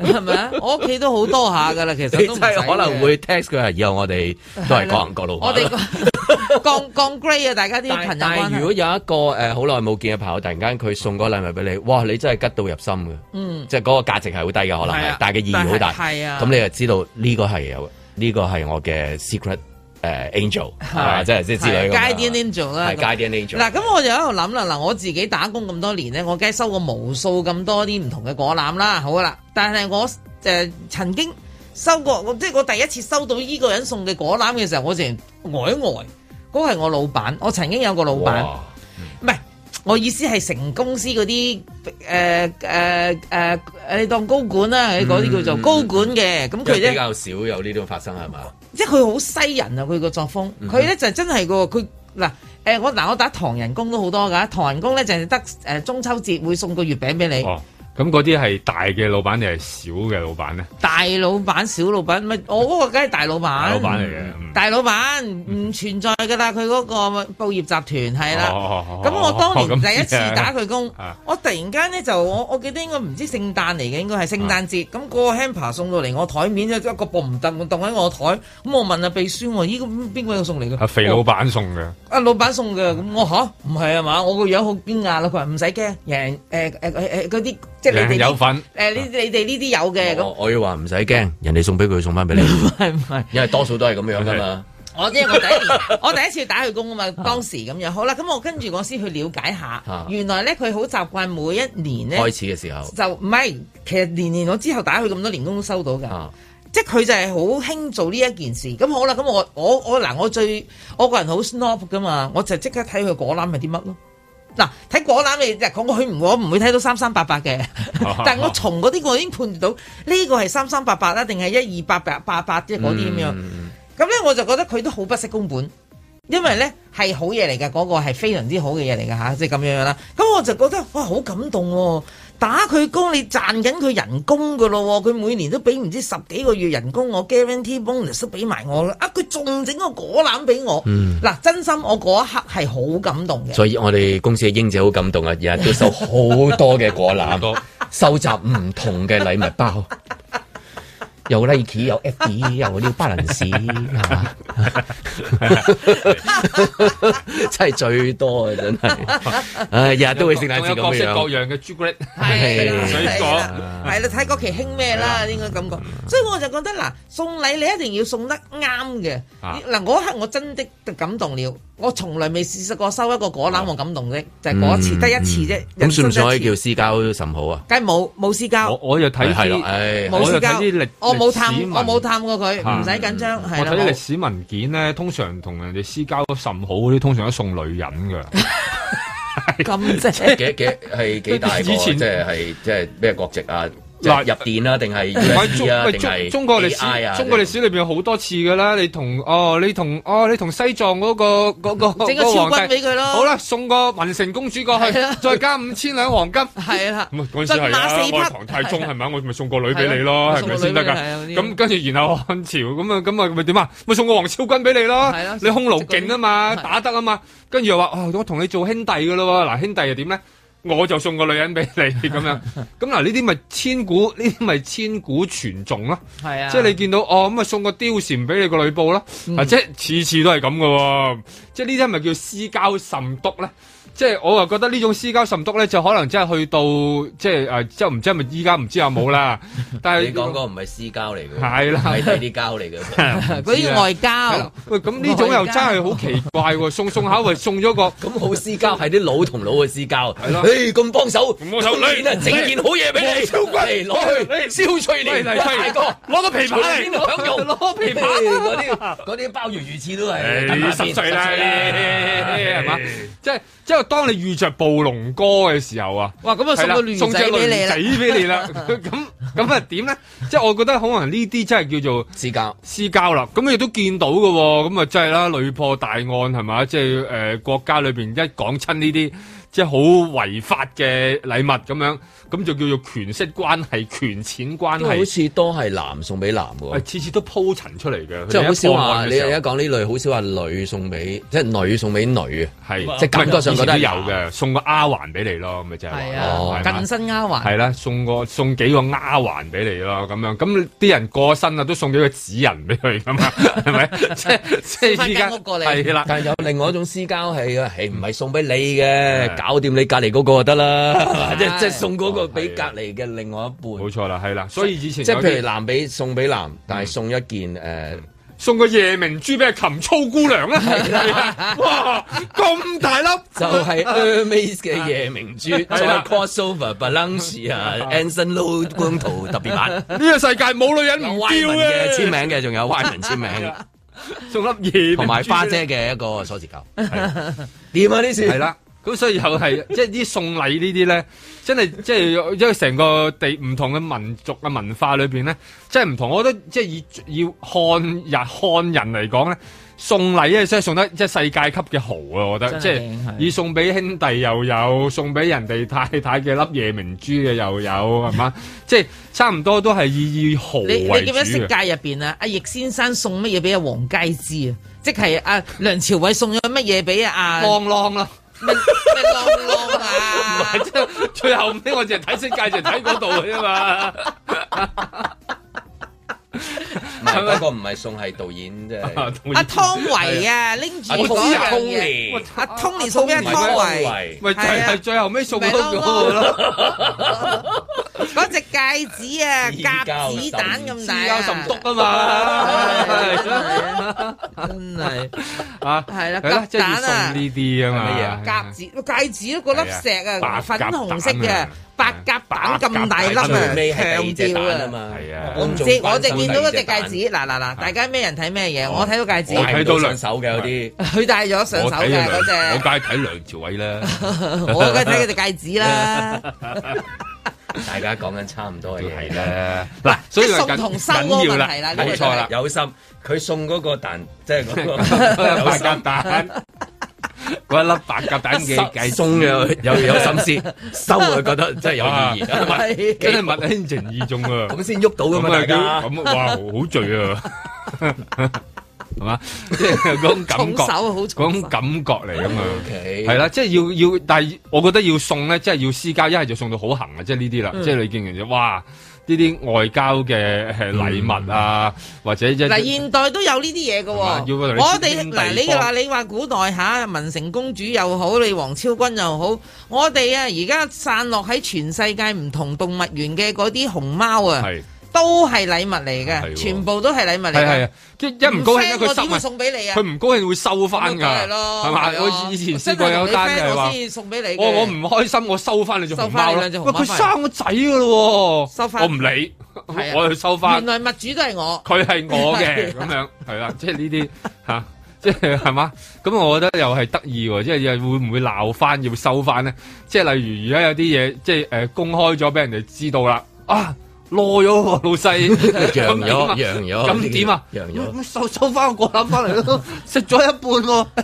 [SPEAKER 4] 係咪啊？我屋企都好多下噶啦，其
[SPEAKER 2] 你
[SPEAKER 4] 實都
[SPEAKER 2] 真
[SPEAKER 4] 唔使
[SPEAKER 2] 係
[SPEAKER 4] 嘅
[SPEAKER 2] 可能會 text 佢係以後我哋都係各行各路。
[SPEAKER 4] 我哋個降降 grade 啊，大家啲朋友
[SPEAKER 2] 但但
[SPEAKER 4] 關
[SPEAKER 2] 係
[SPEAKER 4] 係
[SPEAKER 2] 如果有一個誒好耐冇見嘅朋友，突然間佢送個禮物俾你，哇！你真係吉到入心嘅，
[SPEAKER 4] 嗯
[SPEAKER 2] 即係嗰個價值係好低嘅，可能
[SPEAKER 4] 係
[SPEAKER 2] 係
[SPEAKER 4] 啊，
[SPEAKER 2] 但係嘅意義好大。
[SPEAKER 4] 但係係啊
[SPEAKER 2] 咁你就知道呢個係有呢個係我嘅 secret 誒 angel 係嘛即係即係之類咁樣。
[SPEAKER 4] 啊 Guardian Angel 啦，
[SPEAKER 2] 係 Guardian angel。
[SPEAKER 4] 嗱，咁我就喺度諗啦，嗱，我自己打工咁多年咧，我梗係收過無數咁多啲唔同嘅果籃啦，好啦，但係我誒、呃曾經收過，我即係我第一次收到呢個人送嘅果籃嘅時候，我成呆一呆。嗰個係我老闆，我曾經有個老闆，唔係我意思係成公司嗰啲呃誒誒誒誒，呃你當高管啦，嗰啲叫做高管嘅，咁佢
[SPEAKER 2] 因為比
[SPEAKER 4] 咧。
[SPEAKER 2] 較少有呢種發生係嘛？
[SPEAKER 4] 即係佢好西人啊！佢個作風，
[SPEAKER 2] 嗯
[SPEAKER 4] 佢咧就真係個佢嗱誒，我嗱我打唐人工都好多㗎，唐人工咧就係得誒中秋節會送個月餅俾你。
[SPEAKER 3] 哦，咁嗰啲係大嘅老闆定係小嘅老闆咧？
[SPEAKER 4] 大老闆、小老闆，咪我嗰個梗係大老闆。大
[SPEAKER 3] 大老闆嚟嘅，嗯
[SPEAKER 4] 大老闆唔存在㗎啦，佢嗰個報業集團係啦。
[SPEAKER 3] 哦哦哦
[SPEAKER 4] 咁我當
[SPEAKER 3] 哦
[SPEAKER 4] 年
[SPEAKER 3] 咁
[SPEAKER 4] 第一次
[SPEAKER 3] 知啊
[SPEAKER 4] 打佢工
[SPEAKER 3] 啊，
[SPEAKER 4] 我突然間咧就我我記得應該唔知聖誕嚟嘅，應該係聖誕
[SPEAKER 3] 啊
[SPEAKER 4] 節。咁個 hamper 送到嚟我台面，一個布唔凳棟喺我台。咁我問阿秘書喎，依個邊個送嚟嘅？
[SPEAKER 3] 阿啊肥老闆送嘅，
[SPEAKER 4] 啊，老闆送嘅，咁我吓唔係啊嘛，我個樣好驚訝啦。佢話唔使驚，人誒誒誒誒嗰啲即係你哋
[SPEAKER 2] 人有份
[SPEAKER 4] 誒，呢你哋呢啲有
[SPEAKER 3] 哦
[SPEAKER 4] 嘅咁。
[SPEAKER 2] 我要話唔使驚，人哋送俾佢，送翻俾你，唔
[SPEAKER 4] 係唔係？
[SPEAKER 2] 因為多數都係咁樣噶 嘛。
[SPEAKER 4] 我因為哦我第一年， 我第一次打佢工啊嘛，當時咁樣。好啦，咁我跟住我先去了解下
[SPEAKER 2] 啊，
[SPEAKER 4] 原來咧佢好習慣每一年咧
[SPEAKER 2] 開始嘅時候，
[SPEAKER 4] 就唔係，其實年年我之後打佢咁多年工都收到㗎。
[SPEAKER 2] 啊
[SPEAKER 4] 即係佢就係好興做呢一件事，咁好啦，咁我我我嗱，我最我個人好 snob 噶嘛，我就即刻睇佢果籃係啲乜咯。嗱，睇果籃你就講佢唔我唔會睇到三三八八嘅，但係我從嗰啲我已經判斷到呢個係三三八八啦，定係一二八八八八即係嗰啲咁樣。咁咧我就覺得佢都好不惜工本，因為咧係好嘢嚟㗎，嗰、個係非常之好嘅嘢嚟㗎吓，即係咁樣樣啦。咁我就覺得哇，好感動喎、打佢工，你賺緊佢人工㗎咯喎，佢每年都俾唔知十幾個月人工，我 guarantee bonus 都俾埋我啦。啊，佢仲整個果籃俾我，嗱、
[SPEAKER 2] 嗯
[SPEAKER 4] 真心我嗰一刻係好感動嘅。
[SPEAKER 2] 所以我哋公司嘅英姐好感動啊，日日都收好多嘅果籃，收集唔同嘅禮物包，有 Nike，有 FB，有呢個 balance，係嘛？真係最多啊！真係，唉，日日都會聖誕節
[SPEAKER 3] 各
[SPEAKER 2] 咁
[SPEAKER 3] 式
[SPEAKER 2] 樣
[SPEAKER 3] 各。樣嘅朱古力，
[SPEAKER 4] 係啦
[SPEAKER 3] 水
[SPEAKER 4] 係
[SPEAKER 3] 果
[SPEAKER 4] 啦，係啦，睇嗰期興咩啦，應該咁講。所以我就覺得嗱，送禮你一定要送得啱嘅。
[SPEAKER 3] 啊
[SPEAKER 4] 嗱，嗰一刻我真的感動了，我從來未試過收一個果籃我感動啫，就係嗰一次，得一次啫。人
[SPEAKER 2] 咁算
[SPEAKER 4] 生
[SPEAKER 2] 唔算可
[SPEAKER 4] 得一
[SPEAKER 2] 以
[SPEAKER 4] 次
[SPEAKER 2] 叫私交甚好啊？
[SPEAKER 4] 梗係冇冇私交，
[SPEAKER 3] 我又睇
[SPEAKER 2] 係啦
[SPEAKER 3] 啲
[SPEAKER 2] 唉
[SPEAKER 4] 冇
[SPEAKER 3] 我
[SPEAKER 4] 私
[SPEAKER 3] 又
[SPEAKER 4] 交
[SPEAKER 3] 睇啲歷，
[SPEAKER 4] 我冇探
[SPEAKER 3] 歷史文
[SPEAKER 4] 我冇探過佢，唔
[SPEAKER 3] 啊
[SPEAKER 4] 使緊張，係
[SPEAKER 3] 我
[SPEAKER 4] 啦
[SPEAKER 3] 睇啲歷
[SPEAKER 4] 冇。
[SPEAKER 3] 史文件咧，通常同人哋私交甚好嗰啲，通常都送女人㗎。
[SPEAKER 4] 咁 正
[SPEAKER 2] 幾幾係幾大個？
[SPEAKER 3] 以前
[SPEAKER 2] 即係係即係咩國籍啊？即係
[SPEAKER 3] 嗱
[SPEAKER 2] 入電啦，定係
[SPEAKER 3] 唔係
[SPEAKER 2] USB 啊，
[SPEAKER 3] 中
[SPEAKER 2] 定
[SPEAKER 3] 中
[SPEAKER 2] 係
[SPEAKER 3] 中國歷
[SPEAKER 2] AI 啊？
[SPEAKER 3] 史，中國歷史裏邊有好多次㗎啦。你同哦，你同哦，你同西藏嗰個嗰個
[SPEAKER 4] 整個
[SPEAKER 3] 嗰
[SPEAKER 4] 超
[SPEAKER 3] 皇帝
[SPEAKER 4] 軍俾佢咯
[SPEAKER 3] 好啦，送個文成公主過去
[SPEAKER 4] 係啊，
[SPEAKER 3] 再加五千兩黃金。
[SPEAKER 4] 係啦，
[SPEAKER 3] 咁啊嗰陣時係
[SPEAKER 4] 進馬
[SPEAKER 3] 啦
[SPEAKER 4] 四，匹啊
[SPEAKER 3] 我係唐太宗係咪？我咪送個女俾你咯，
[SPEAKER 4] 係啊
[SPEAKER 3] 係咪先得
[SPEAKER 4] 我送個女俾
[SPEAKER 3] 㗎？
[SPEAKER 4] 你係啊
[SPEAKER 3] 咁跟住然後漢朝咁啊咁啊咪點啊？咪送個黃昭君俾你咯
[SPEAKER 4] 係啦。
[SPEAKER 3] 你匈奴勁啊嘛，
[SPEAKER 4] 係
[SPEAKER 3] 打得啊嘛。跟住又話哦，我同你做兄弟㗎咯喎。嗱，兄弟又點咧？我就送個女人俾你咁樣。咁嗱，呢啲咪千古呢啲咪千古傳頌咯。
[SPEAKER 4] 係啊，
[SPEAKER 3] 即係你見到哦咁啊，送個貂蟬俾你個女報啦，
[SPEAKER 2] 嗯
[SPEAKER 3] 啊即係次次都係咁嘅喎，即係呢啲係咪叫私交甚篤咧？即係我啊覺得呢種私交甚篤咧，就可能真係去到即係誒，即係唔知係咪依家唔知有冇 啦，但係
[SPEAKER 2] 你講嗰個唔係私交嚟嘅，
[SPEAKER 3] 係啦
[SPEAKER 2] 係第啲交 嚟
[SPEAKER 4] 嗰
[SPEAKER 2] 嘅。
[SPEAKER 4] 啲外交。
[SPEAKER 3] 喂咁呢種又真係好奇怪喎，送送下喂送咗個。
[SPEAKER 2] 咁好私交係啲老同老嘅私交，係
[SPEAKER 3] 咯
[SPEAKER 2] 咁幫手，
[SPEAKER 3] 幫手
[SPEAKER 2] 今年啊整件好嘢俾你，嚟攞去燒脆
[SPEAKER 3] 嚟
[SPEAKER 2] 你，
[SPEAKER 3] 嚟
[SPEAKER 2] 大
[SPEAKER 3] 嚟
[SPEAKER 2] 個
[SPEAKER 3] 攞個琵琶嚟
[SPEAKER 2] 隨便享用，
[SPEAKER 3] 攞琵琶
[SPEAKER 2] 嗰啲嗰啲鮑魚魚翅都係等
[SPEAKER 3] 你
[SPEAKER 2] 下先
[SPEAKER 3] 哎十歲啦，哎係嘛
[SPEAKER 2] 唉？
[SPEAKER 3] 即係即係當你遇着暴龍哥嘅時候啊，
[SPEAKER 4] 哇咁啊送個
[SPEAKER 3] 係啦
[SPEAKER 4] 驢
[SPEAKER 3] 送隻
[SPEAKER 4] 仔俾你啦
[SPEAKER 3] 驢仔俾你啦， 咁咁啊點咧？即係我覺得可能呢啲真係叫做
[SPEAKER 2] 私交。
[SPEAKER 3] 私交啦。咁你都見到嘅喎，咁啊真係啦，屢破大案係嘛？即係誒、呃、國家裏邊一講親呢啲即係好違法嘅禮物咁樣，咁就叫做權色關係、權錢關
[SPEAKER 2] 都好
[SPEAKER 3] 係，
[SPEAKER 2] 似多係男送俾男
[SPEAKER 3] 誒
[SPEAKER 2] 喎，
[SPEAKER 3] 次次都鋪陳出嚟嘅，
[SPEAKER 2] 即係好少
[SPEAKER 3] 佢哋一
[SPEAKER 2] 話
[SPEAKER 3] 破案嘅
[SPEAKER 2] 你
[SPEAKER 3] 時候
[SPEAKER 2] 而家講呢類，好少話女送俾即係女送俾女啊。
[SPEAKER 3] 係
[SPEAKER 2] 即係啊感覺上覺得
[SPEAKER 3] 以前都有嘅，送個丫環俾你咯，咪就係話
[SPEAKER 4] 係
[SPEAKER 2] 哦
[SPEAKER 4] 啊，
[SPEAKER 3] 係嘛
[SPEAKER 4] 近身丫鬟
[SPEAKER 3] 係啦，送個送幾個丫環俾你咯，咁樣咁啲人過身啊，都送幾個紙人俾佢咁嘛，啊 係咪？即係即係依
[SPEAKER 4] 送返
[SPEAKER 3] 家
[SPEAKER 4] 間屋過嚟
[SPEAKER 3] 係啦，
[SPEAKER 2] 但係有另外一種私交係啊，係唔係送俾你嘅？搞掂你隔離嗰個就得啦，即係哦即係啊送嗰個俾隔離嘅另外一半。
[SPEAKER 3] 冇錯啦，係啦，所以以前
[SPEAKER 2] 即係
[SPEAKER 3] 有啲
[SPEAKER 2] 嗯譬如男俾送俾男，但係送一件誒
[SPEAKER 3] 送個夜明珠俾阿琴操姑娘啦， 哇，咁大粒，
[SPEAKER 2] 就 係 Hermes 嘅夜明珠，
[SPEAKER 3] 係
[SPEAKER 2] 再
[SPEAKER 3] 啦
[SPEAKER 2] crossover Balenciaga、Anson Lo 光圖特別版，
[SPEAKER 3] 呢個世界冇女人唔
[SPEAKER 2] 歪
[SPEAKER 3] 嬌
[SPEAKER 2] 文嘅
[SPEAKER 3] 嘅，
[SPEAKER 2] 簽名嘅，仲有歪文簽名，
[SPEAKER 3] 送粒夜
[SPEAKER 2] 同埋花姐
[SPEAKER 3] 啫，
[SPEAKER 2] 嘅一個鎖匙扣。
[SPEAKER 3] 點啊呢次？係啦。 咁所以又係即係啲送禮呢啲咧，真係即係因為成個地唔同嘅民族嘅文化裏邊咧，真係唔同。我覺得即係以以漢人漢人嚟講咧，送禮咧，即係送得即係世界級嘅豪啊！我覺得即
[SPEAKER 4] 真係
[SPEAKER 3] 係
[SPEAKER 4] 係
[SPEAKER 3] 以送俾兄弟又有，送俾人哋太 太嘅粒夜明珠嘅又有，係嘛？即係差唔多都係以以豪
[SPEAKER 4] 你
[SPEAKER 3] 為
[SPEAKER 4] 你記唔
[SPEAKER 3] 主
[SPEAKER 4] 記得色
[SPEAKER 3] 嘅。
[SPEAKER 4] 戒入邊啊？阿易先生送乜嘢俾阿黃佳芝啊？即係阿梁朝偉送咗乜嘢俾阿
[SPEAKER 3] 啷啷啦，
[SPEAKER 4] 咩咩啷啷啊？
[SPEAKER 3] 即係 最後尾我淨係睇色戒，就睇嗰度嘅啫嘛。
[SPEAKER 2] 唔係嗰個唔係送，係導演 即係。
[SPEAKER 4] 阿湯唯啊，拎住
[SPEAKER 2] 我
[SPEAKER 4] 嗰
[SPEAKER 2] 知啊
[SPEAKER 4] 樣嘢，
[SPEAKER 2] ，Tony，
[SPEAKER 4] 阿 Tony 送俾阿
[SPEAKER 2] 唔係
[SPEAKER 4] 湯
[SPEAKER 2] 湯
[SPEAKER 4] 唯。
[SPEAKER 3] 咪
[SPEAKER 2] 唯
[SPEAKER 3] 就
[SPEAKER 4] 係啊
[SPEAKER 3] 係最後尾送咗嗰個咯，
[SPEAKER 4] 嗰隻戒指啊，
[SPEAKER 2] 黐
[SPEAKER 4] 夾
[SPEAKER 2] 膠
[SPEAKER 4] 子彈咁大
[SPEAKER 3] 交
[SPEAKER 4] 啊，
[SPEAKER 3] 甚篤啊嘛，
[SPEAKER 4] 真係
[SPEAKER 3] 啊
[SPEAKER 4] 係啦，
[SPEAKER 3] 係
[SPEAKER 4] 夾
[SPEAKER 3] 啦，即係要
[SPEAKER 4] 蛋
[SPEAKER 3] 送
[SPEAKER 4] 啊，
[SPEAKER 3] 呢啲啊嘛，
[SPEAKER 4] 夾子戒指都嗰粒石
[SPEAKER 3] 係
[SPEAKER 4] 啊，
[SPEAKER 3] 啊
[SPEAKER 4] 粉紅色
[SPEAKER 3] 白鴿蛋
[SPEAKER 4] 嘅
[SPEAKER 3] 啊
[SPEAKER 4] 白鴿蛋咁大粒啊，
[SPEAKER 2] 最尾係
[SPEAKER 4] 強
[SPEAKER 2] 第二隻蛋啊
[SPEAKER 4] 調啊！
[SPEAKER 2] 嘛，
[SPEAKER 3] 係啊
[SPEAKER 4] 我唔知，我淨見到嗰隻戒指，嗱嗱嗱，
[SPEAKER 3] 係
[SPEAKER 4] 大家咩人睇咩嘢？
[SPEAKER 3] 哦
[SPEAKER 4] 我睇到戒指
[SPEAKER 2] 我，睇到兩
[SPEAKER 3] 兩
[SPEAKER 2] 手嘅有啲，
[SPEAKER 4] 佢戴咗上手
[SPEAKER 3] 我睇
[SPEAKER 4] 嘅
[SPEAKER 3] 梁
[SPEAKER 4] 嗰
[SPEAKER 3] 我
[SPEAKER 4] 隻，
[SPEAKER 3] 梗係睇梁朝偉啦，
[SPEAKER 4] 我梗係睇佢隻戒指啦。
[SPEAKER 2] 大家講緊差唔多嘅嘢
[SPEAKER 3] 係。啦，嗱，所以
[SPEAKER 4] 即係
[SPEAKER 3] 話
[SPEAKER 4] 送
[SPEAKER 3] 緊
[SPEAKER 4] 同收
[SPEAKER 3] 緊要
[SPEAKER 4] 嗰個
[SPEAKER 3] 啦，
[SPEAKER 4] 問題啦
[SPEAKER 3] 冇 錯啦，
[SPEAKER 2] 有心，佢送嗰個蛋，即係嗰個
[SPEAKER 3] 白鴿蛋，嗰一粒白鴿蛋嘅計
[SPEAKER 2] 送嘅有有心思，收佢覺得真係有意義，
[SPEAKER 3] 義，真係物輕情意重啊！
[SPEAKER 2] 咁先喐到噶嘛
[SPEAKER 3] 咁啊
[SPEAKER 2] 大家。
[SPEAKER 3] 咁哇，好醉啊！係嘛，即係嗰種 感
[SPEAKER 4] 重
[SPEAKER 3] 覺，
[SPEAKER 4] 手啊好重手
[SPEAKER 3] 嗰種感覺嚟噶嘛。
[SPEAKER 4] 啊
[SPEAKER 2] OK，
[SPEAKER 3] 係啦，即係要要，但係我覺得要送咧，即係要私交，一係就送到好行啊，即係呢啲啦，
[SPEAKER 4] 嗯
[SPEAKER 3] 即係你見人哋哇，呢啲外交嘅誒禮物啊，或者一
[SPEAKER 4] 嗯嗱，現代都有呢啲嘢嘅喎。
[SPEAKER 3] 係嘛要嗰度
[SPEAKER 4] 我哋
[SPEAKER 3] 天地
[SPEAKER 4] 嗱，你
[SPEAKER 3] 方
[SPEAKER 4] 話你話古代嚇文成公主又好，你黃超君又好，我哋啊而家散落喺全世界唔同動物園嘅嗰啲熊貓啊，
[SPEAKER 3] 係
[SPEAKER 4] 都係禮物嚟嘅，
[SPEAKER 3] 係喎
[SPEAKER 4] 全部都係禮物嚟
[SPEAKER 3] 係係
[SPEAKER 4] 嘅
[SPEAKER 3] 啊。，即係一唔高興咧，
[SPEAKER 4] friend 我
[SPEAKER 3] 佢收
[SPEAKER 4] 點會
[SPEAKER 3] 埋，
[SPEAKER 4] 送俾你啊？
[SPEAKER 3] 佢唔高興會收翻
[SPEAKER 4] 咁咪梗
[SPEAKER 3] 㗎，
[SPEAKER 4] 係咯，
[SPEAKER 3] 係嘛？
[SPEAKER 4] 係啊
[SPEAKER 3] 我以前試過有單
[SPEAKER 4] 真係同你 friend
[SPEAKER 3] 係話
[SPEAKER 4] 我，先送俾你嘅。
[SPEAKER 3] 我我唔開心，我收翻你做
[SPEAKER 4] 收
[SPEAKER 3] 熊
[SPEAKER 4] 返
[SPEAKER 3] 貓
[SPEAKER 4] 你
[SPEAKER 3] 啦。
[SPEAKER 4] 兩隻
[SPEAKER 3] 喂，
[SPEAKER 4] 熊貓
[SPEAKER 3] 佢
[SPEAKER 4] 返嚟
[SPEAKER 3] 生咗仔㗎咯喎，
[SPEAKER 4] 收返
[SPEAKER 3] 我唔理，
[SPEAKER 4] 係啊
[SPEAKER 3] 我去收翻
[SPEAKER 4] 原。來物主都係我。
[SPEAKER 3] 佢係我嘅
[SPEAKER 4] 係啊
[SPEAKER 3] 咁樣，係啦，即係呢啲嚇，即係係嘛？咁我覺得又係得意喎，即係又會唔會鬧翻要收翻咧？即係例如而家有啲嘢，即係誒、呃公開咗俾人哋知道啦，啊攞咗喎老細，
[SPEAKER 2] 揚
[SPEAKER 3] 咁點啊
[SPEAKER 2] 咗，揚咗，
[SPEAKER 3] 咁點啊？
[SPEAKER 2] 揚咗。
[SPEAKER 3] 咁收收翻個攬翻嚟咯，食咗一半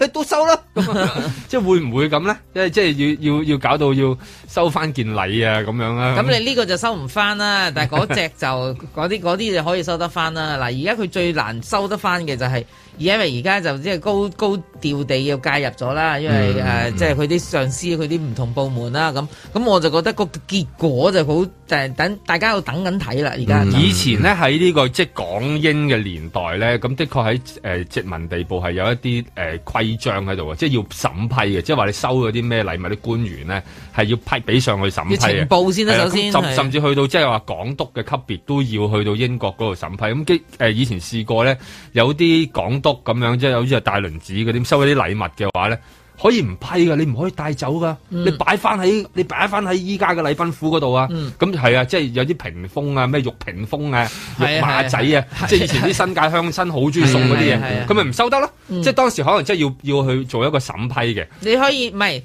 [SPEAKER 3] 喎、都收啦。咁 啊即係會唔會咁咧？即係即係要要要搞到要收翻件禮啊咁樣啦。
[SPEAKER 4] 咁你呢個就收唔翻
[SPEAKER 3] 嗯
[SPEAKER 4] 啦，但係嗰只 就嗰啲嗰啲就可以收得翻啦。嗱，而家佢最難收得翻嘅就係、因為而家就即係高高調地要介入咗啦，因為誒、
[SPEAKER 3] 嗯
[SPEAKER 4] 呃即係佢啲上司、佢啲唔同部門啦，咁咁我就覺得個結果就好誒等大家要等緊睇啦，而家就
[SPEAKER 3] 嗯以前咧喺呢個即係港英嘅年代咧，咁的確喺誒、呃殖民地部係有一啲誒、呃、規章喺度嘅，即係要審批嘅，即係話你收咗啲咩禮物，啲官員咧係要批俾上去審批
[SPEAKER 4] 要
[SPEAKER 3] 嘅
[SPEAKER 4] 情。報先啦，
[SPEAKER 3] 係啊
[SPEAKER 4] 首先
[SPEAKER 3] 咁
[SPEAKER 4] 係
[SPEAKER 3] 甚甚至去到即係話港督嘅級別都要去到英國嗰度審批。咁基誒以前試過咧，有啲港督咁樣即係好似係大輪子嗰啲收一啲禮物嘅話咧，可以唔批噶，你唔可以帶走噶，你擺翻喺你擺翻喺依家嘅禮賓府嗰度啊。咁係、啊，即係有啲屏風啊，咩玉屏風啊、玉
[SPEAKER 4] 係啊
[SPEAKER 3] 馬仔啊，即係以前啲新界鄉親好中意送嗰啲
[SPEAKER 4] 係啊係啊
[SPEAKER 3] 嘢，佢咪唔收得咯？即係當時可能即係要要去做一個審批嘅。
[SPEAKER 4] 你可以唔係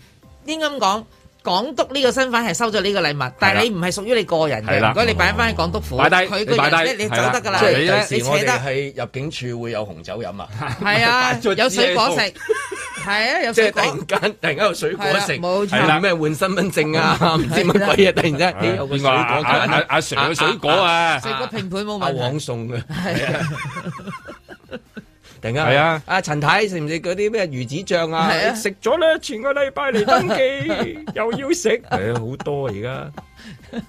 [SPEAKER 4] 應該咁講。港督呢個身份係收咗呢個禮物，但係你唔係屬於你個人
[SPEAKER 3] 係
[SPEAKER 4] 嘅。
[SPEAKER 3] 啦
[SPEAKER 4] 唔該，你擺翻喺港督府，
[SPEAKER 3] 擺低
[SPEAKER 4] 佢個
[SPEAKER 3] 你擺低
[SPEAKER 4] 人咧，你走
[SPEAKER 3] 係啦
[SPEAKER 4] 得㗎啦
[SPEAKER 2] 即。
[SPEAKER 3] 你
[SPEAKER 2] 係
[SPEAKER 3] 呢
[SPEAKER 2] 第
[SPEAKER 4] 你
[SPEAKER 2] 時
[SPEAKER 4] 扯
[SPEAKER 2] 我
[SPEAKER 4] 得
[SPEAKER 2] 哋。喺入境處會有紅酒飲啊！
[SPEAKER 4] 系啊，
[SPEAKER 3] 咗
[SPEAKER 4] 有水果
[SPEAKER 3] 紙
[SPEAKER 4] 食，系啊，有
[SPEAKER 2] 即
[SPEAKER 4] 水
[SPEAKER 2] 係
[SPEAKER 4] 果。
[SPEAKER 2] 突然間，突然間有水果食，
[SPEAKER 4] 係啦冇錯
[SPEAKER 2] 係啦，咩換身份證啊，唔知乜鬼嘢，突然間，咦有個
[SPEAKER 3] 邊
[SPEAKER 2] 水
[SPEAKER 3] 個
[SPEAKER 2] 果
[SPEAKER 3] 啊阿阿
[SPEAKER 2] 嘅，
[SPEAKER 3] 阿 Sir 嘅水果啊？
[SPEAKER 4] 水果拼盤冇
[SPEAKER 2] 阿
[SPEAKER 4] 問
[SPEAKER 2] 黃
[SPEAKER 4] 題，
[SPEAKER 2] 送嘅，
[SPEAKER 4] 係啊
[SPEAKER 2] 突然間
[SPEAKER 3] 係啊
[SPEAKER 2] 阿陳太食唔食嗰啲咩魚子醬
[SPEAKER 4] 係啊
[SPEAKER 2] 啊？ 食咗咧，前個禮拜嚟登記，又要食，係啊，好多而家。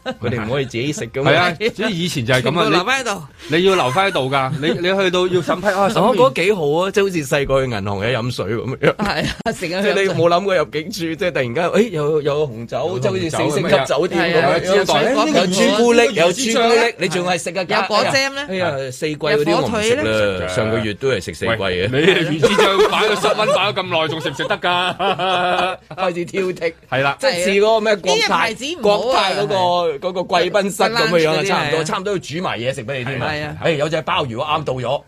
[SPEAKER 2] 佢哋唔可以自己食噶嘛。
[SPEAKER 3] 係啊，所以以前就係咁啊，
[SPEAKER 2] 全部留返
[SPEAKER 4] 喺度，
[SPEAKER 3] 你要留翻喺度㗎，你你去到要審批啊，審
[SPEAKER 2] 我
[SPEAKER 3] 完
[SPEAKER 2] 覺得幾好啊，即係好似細個去銀行嘅飲水咁樣。
[SPEAKER 4] 係啊，成日
[SPEAKER 2] 即係你冇諗過入境處，即係突然間，誒有有紅酒，即係好似四星級酒店
[SPEAKER 4] 係啊
[SPEAKER 2] 咁樣，有
[SPEAKER 4] 有水果
[SPEAKER 2] 有朱古力，有朱古力
[SPEAKER 4] 有，
[SPEAKER 2] 你仲係食嘅
[SPEAKER 4] 有果醬呢
[SPEAKER 2] 哎呀，四季嗰啲我唔食
[SPEAKER 4] 有火
[SPEAKER 3] 腿
[SPEAKER 2] 啦，
[SPEAKER 3] 呢
[SPEAKER 2] 上個月都係食四季嘅。
[SPEAKER 3] 你魚子醬擺到室温擺咗咁耐，仲食唔食 得㗎？
[SPEAKER 2] 開始挑剔，
[SPEAKER 3] 係啦，
[SPEAKER 2] 即係似嗰個咩國
[SPEAKER 4] 啊呢隻
[SPEAKER 2] 泰
[SPEAKER 4] 牌子唔好啊
[SPEAKER 2] 國泰嗰個嗰個貴賓室咁嘅樣啊，
[SPEAKER 4] lunch 嗰啲
[SPEAKER 2] 差唔
[SPEAKER 4] 係
[SPEAKER 2] 多，
[SPEAKER 4] 啊
[SPEAKER 2] 差唔多要煮埋嘢食俾你添
[SPEAKER 4] 係啊
[SPEAKER 2] 誒有隻鮑魚我啱到咗，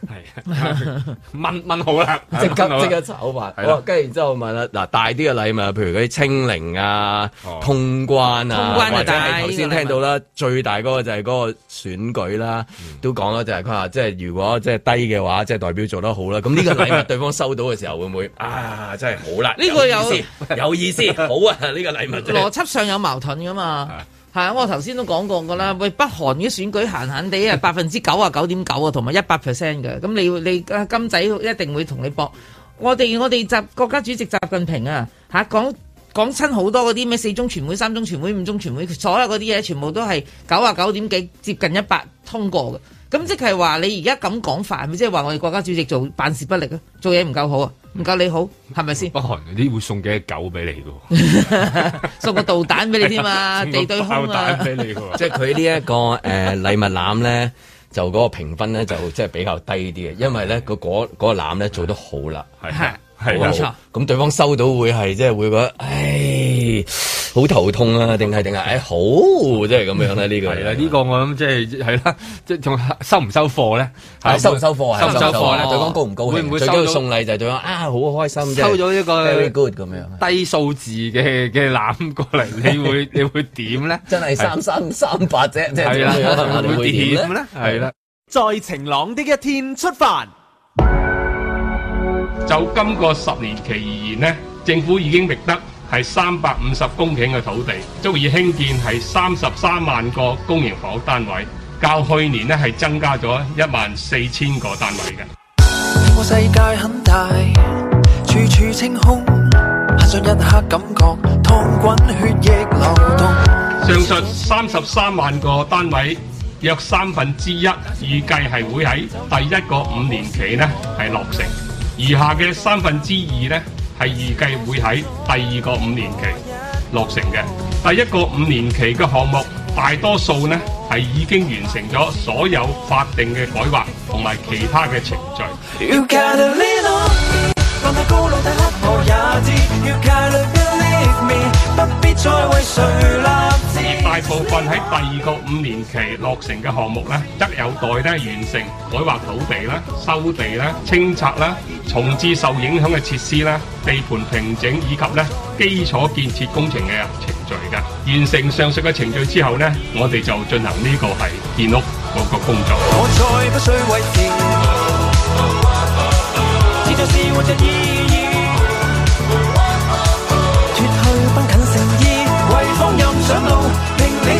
[SPEAKER 3] 問問好啦，
[SPEAKER 2] 即
[SPEAKER 3] 問好
[SPEAKER 2] 刻
[SPEAKER 3] 啦
[SPEAKER 2] 即刻炒飯。
[SPEAKER 3] 啊係啦
[SPEAKER 2] 哇哦跟住然之後問啦，嗱大啲嘅禮物，譬如嗰啲清零啊、通關啊，
[SPEAKER 4] 通關就
[SPEAKER 2] 或者
[SPEAKER 4] 大
[SPEAKER 2] 係頭
[SPEAKER 4] 呢
[SPEAKER 2] 先
[SPEAKER 4] 個禮
[SPEAKER 2] 聽到啦，最大嗰個就係嗰個選舉啦，都講啦，就係佢話即係如果即係低嘅話，即係代表做得好啦。咁呢個禮物對方收到嘅時候會唔會啊真係好啦？
[SPEAKER 4] 呢個有
[SPEAKER 2] 意 思有意思，好啊呢個禮物真係。
[SPEAKER 4] 邏輯上有矛盾噶嘛。係啊，我頭先都講過噶啦。喂，北韓嘅選舉閒閒地啊，百分之九啊九點九啊，同埋一百 percent 嘅。咁你你啊金仔一定會同你搏。我哋我哋習國家主席習近平啊，嚇講講親好多嗰啲咩四中全會、三中全會、五中全會，所有嗰啲嘢全部都係九啊九點幾，接近一百通過嘅。咁即係話你而家咁講法，係咪即係話我哋國家主席做辦事不力啊？做嘢唔夠好啊？唔夠你好，係咪先？
[SPEAKER 3] 北韓嗰啲會送幾隻狗俾你㗎喎。
[SPEAKER 4] 送個導彈俾你添 啊， 地對空啊！
[SPEAKER 3] 俾你喎
[SPEAKER 2] 即係佢呢一個誒、呃、禮物攬咧，就嗰個評分咧就即係比較低啲嘅，因為咧個嗰嗰個攬咧做得好啦，
[SPEAKER 3] 係
[SPEAKER 2] 好
[SPEAKER 3] 係
[SPEAKER 2] 啊
[SPEAKER 4] 冇錯
[SPEAKER 2] 咁對方收到會係即係會覺得，唉，好頭痛啊，定係定係，唉，好，即係咁樣咧呢個。
[SPEAKER 3] 係啦，呢個我諗即係係啦，即係仲收唔收貨咧？
[SPEAKER 2] 係收唔收貨啊？
[SPEAKER 3] 收唔收貨咧？
[SPEAKER 2] 對方高唔高興？啊
[SPEAKER 3] 會唔會
[SPEAKER 2] 最
[SPEAKER 3] 收
[SPEAKER 2] 緊要
[SPEAKER 3] 到
[SPEAKER 2] 送禮就係對方啊，好開心啫。
[SPEAKER 3] 收咗一個
[SPEAKER 2] very good 咁樣，啊
[SPEAKER 3] 低數字嘅嘅攬過嚟，你會你會點咧？
[SPEAKER 2] 真係三三三八啫，即係
[SPEAKER 3] 係
[SPEAKER 2] 點
[SPEAKER 3] 啦
[SPEAKER 2] 樣啊，你
[SPEAKER 3] 會
[SPEAKER 2] 會點
[SPEAKER 3] 點
[SPEAKER 2] 咧
[SPEAKER 3] 咧？？係啦。
[SPEAKER 5] 在晴朗的一天出發。
[SPEAKER 11] 就今個十年期而言呢，政府已經覓得係三百五十公頃嘅土地，足以興建係三十三萬個公營房屋單位，較去年呢係增加咗一萬四千個單位嘅。
[SPEAKER 12] 我世界很大，處處清空，限上一刻感覺湯滾血液流動。
[SPEAKER 11] 上述三十三萬個單位，約三分之一預計係會喺第一個五年期呢係落成，餘下嘅三分之二呢係預計會喺第二個五年期落成嘅。第一個五年期嘅項目，大多數呢係已經完成咗所有法定嘅改劃同埋其他嘅程序。
[SPEAKER 12] You gotta live on，放下高樓大廈我也知。You gotta believe me，不必再為誰立志。
[SPEAKER 11] 而大部分喺第二個五年期落成嘅項目咧，則有待咧完成改劃土地啦、收地啦、清拆啦、重置受影響嘅設施啦、地盤平整以及咧基礎建設工程嘅程序嘅。完成上述嘅程序之後咧，我哋就進行呢個係建屋嗰個工作。
[SPEAKER 12] 我再不需為情，只就是活着意義。脱去繃緊誠意，為放任上路，令理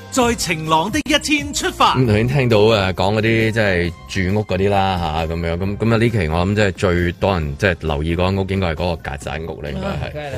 [SPEAKER 1] 在晴朗的一天出發。
[SPEAKER 2] 咁頭先聽到誒講嗰啲即係住屋嗰啲啦嚇咁樣，咁咁啊呢期我諗即係最多人即係留意嗰間屋，應該係嗰個曱甴屋咧，應該係。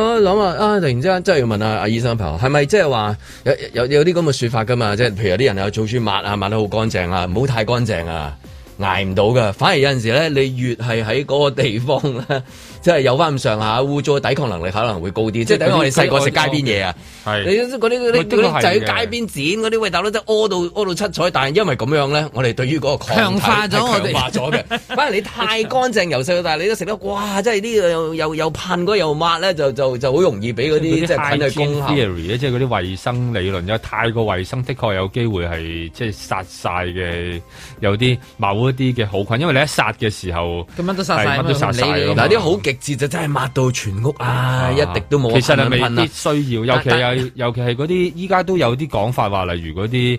[SPEAKER 2] 我諗啊啊！突然之間真係要問下阿醫生朋友，係咪即係話有有有啲咁嘅説法㗎嘛？即係譬如有啲人有做書抹啊，抹得好乾淨啊，唔好太乾淨啊。捱唔到㗎，反而有陣時咧，你越係喺嗰個地方咧， 即係有翻咁上下污糟，抵抗能力可能會高啲。即係等於我哋細個食街邊嘢啊，你
[SPEAKER 3] 係
[SPEAKER 2] 嗰啲嗰啲
[SPEAKER 3] 都係
[SPEAKER 2] 嗰啲
[SPEAKER 3] 嘅
[SPEAKER 2] 仔街邊剪嗰啲，喂大佬真係屙到屙到七彩，但係因為咁樣咧，我哋對於嗰個抗體
[SPEAKER 4] 強化咗我哋
[SPEAKER 2] 係強化咗嘅。反而你太乾淨，由細到大你都食得，哇！真係呢個又又又噴嗰又抹咧，就就就好容易俾嗰啲即係菌去攻
[SPEAKER 3] hygiene
[SPEAKER 2] 陷。
[SPEAKER 3] theory 咧，即係嗰啲啊衞生理論，有太過衞生，的確有機會係即係殺晒嘅有啲某一啲嘅好菌，因為你一殺嘅時候，
[SPEAKER 4] 咁乜都殺晒
[SPEAKER 3] 係乜都殺晒㗎嘛
[SPEAKER 2] 嗱啲好極致就真係抹到全屋啊，一滴都冇
[SPEAKER 3] 其實係
[SPEAKER 2] 噴
[SPEAKER 3] 未
[SPEAKER 2] 噴啊
[SPEAKER 3] 必需要，尤其
[SPEAKER 2] 但
[SPEAKER 3] 係尤其係嗰啲依家都有啲講法話，例如嗰啲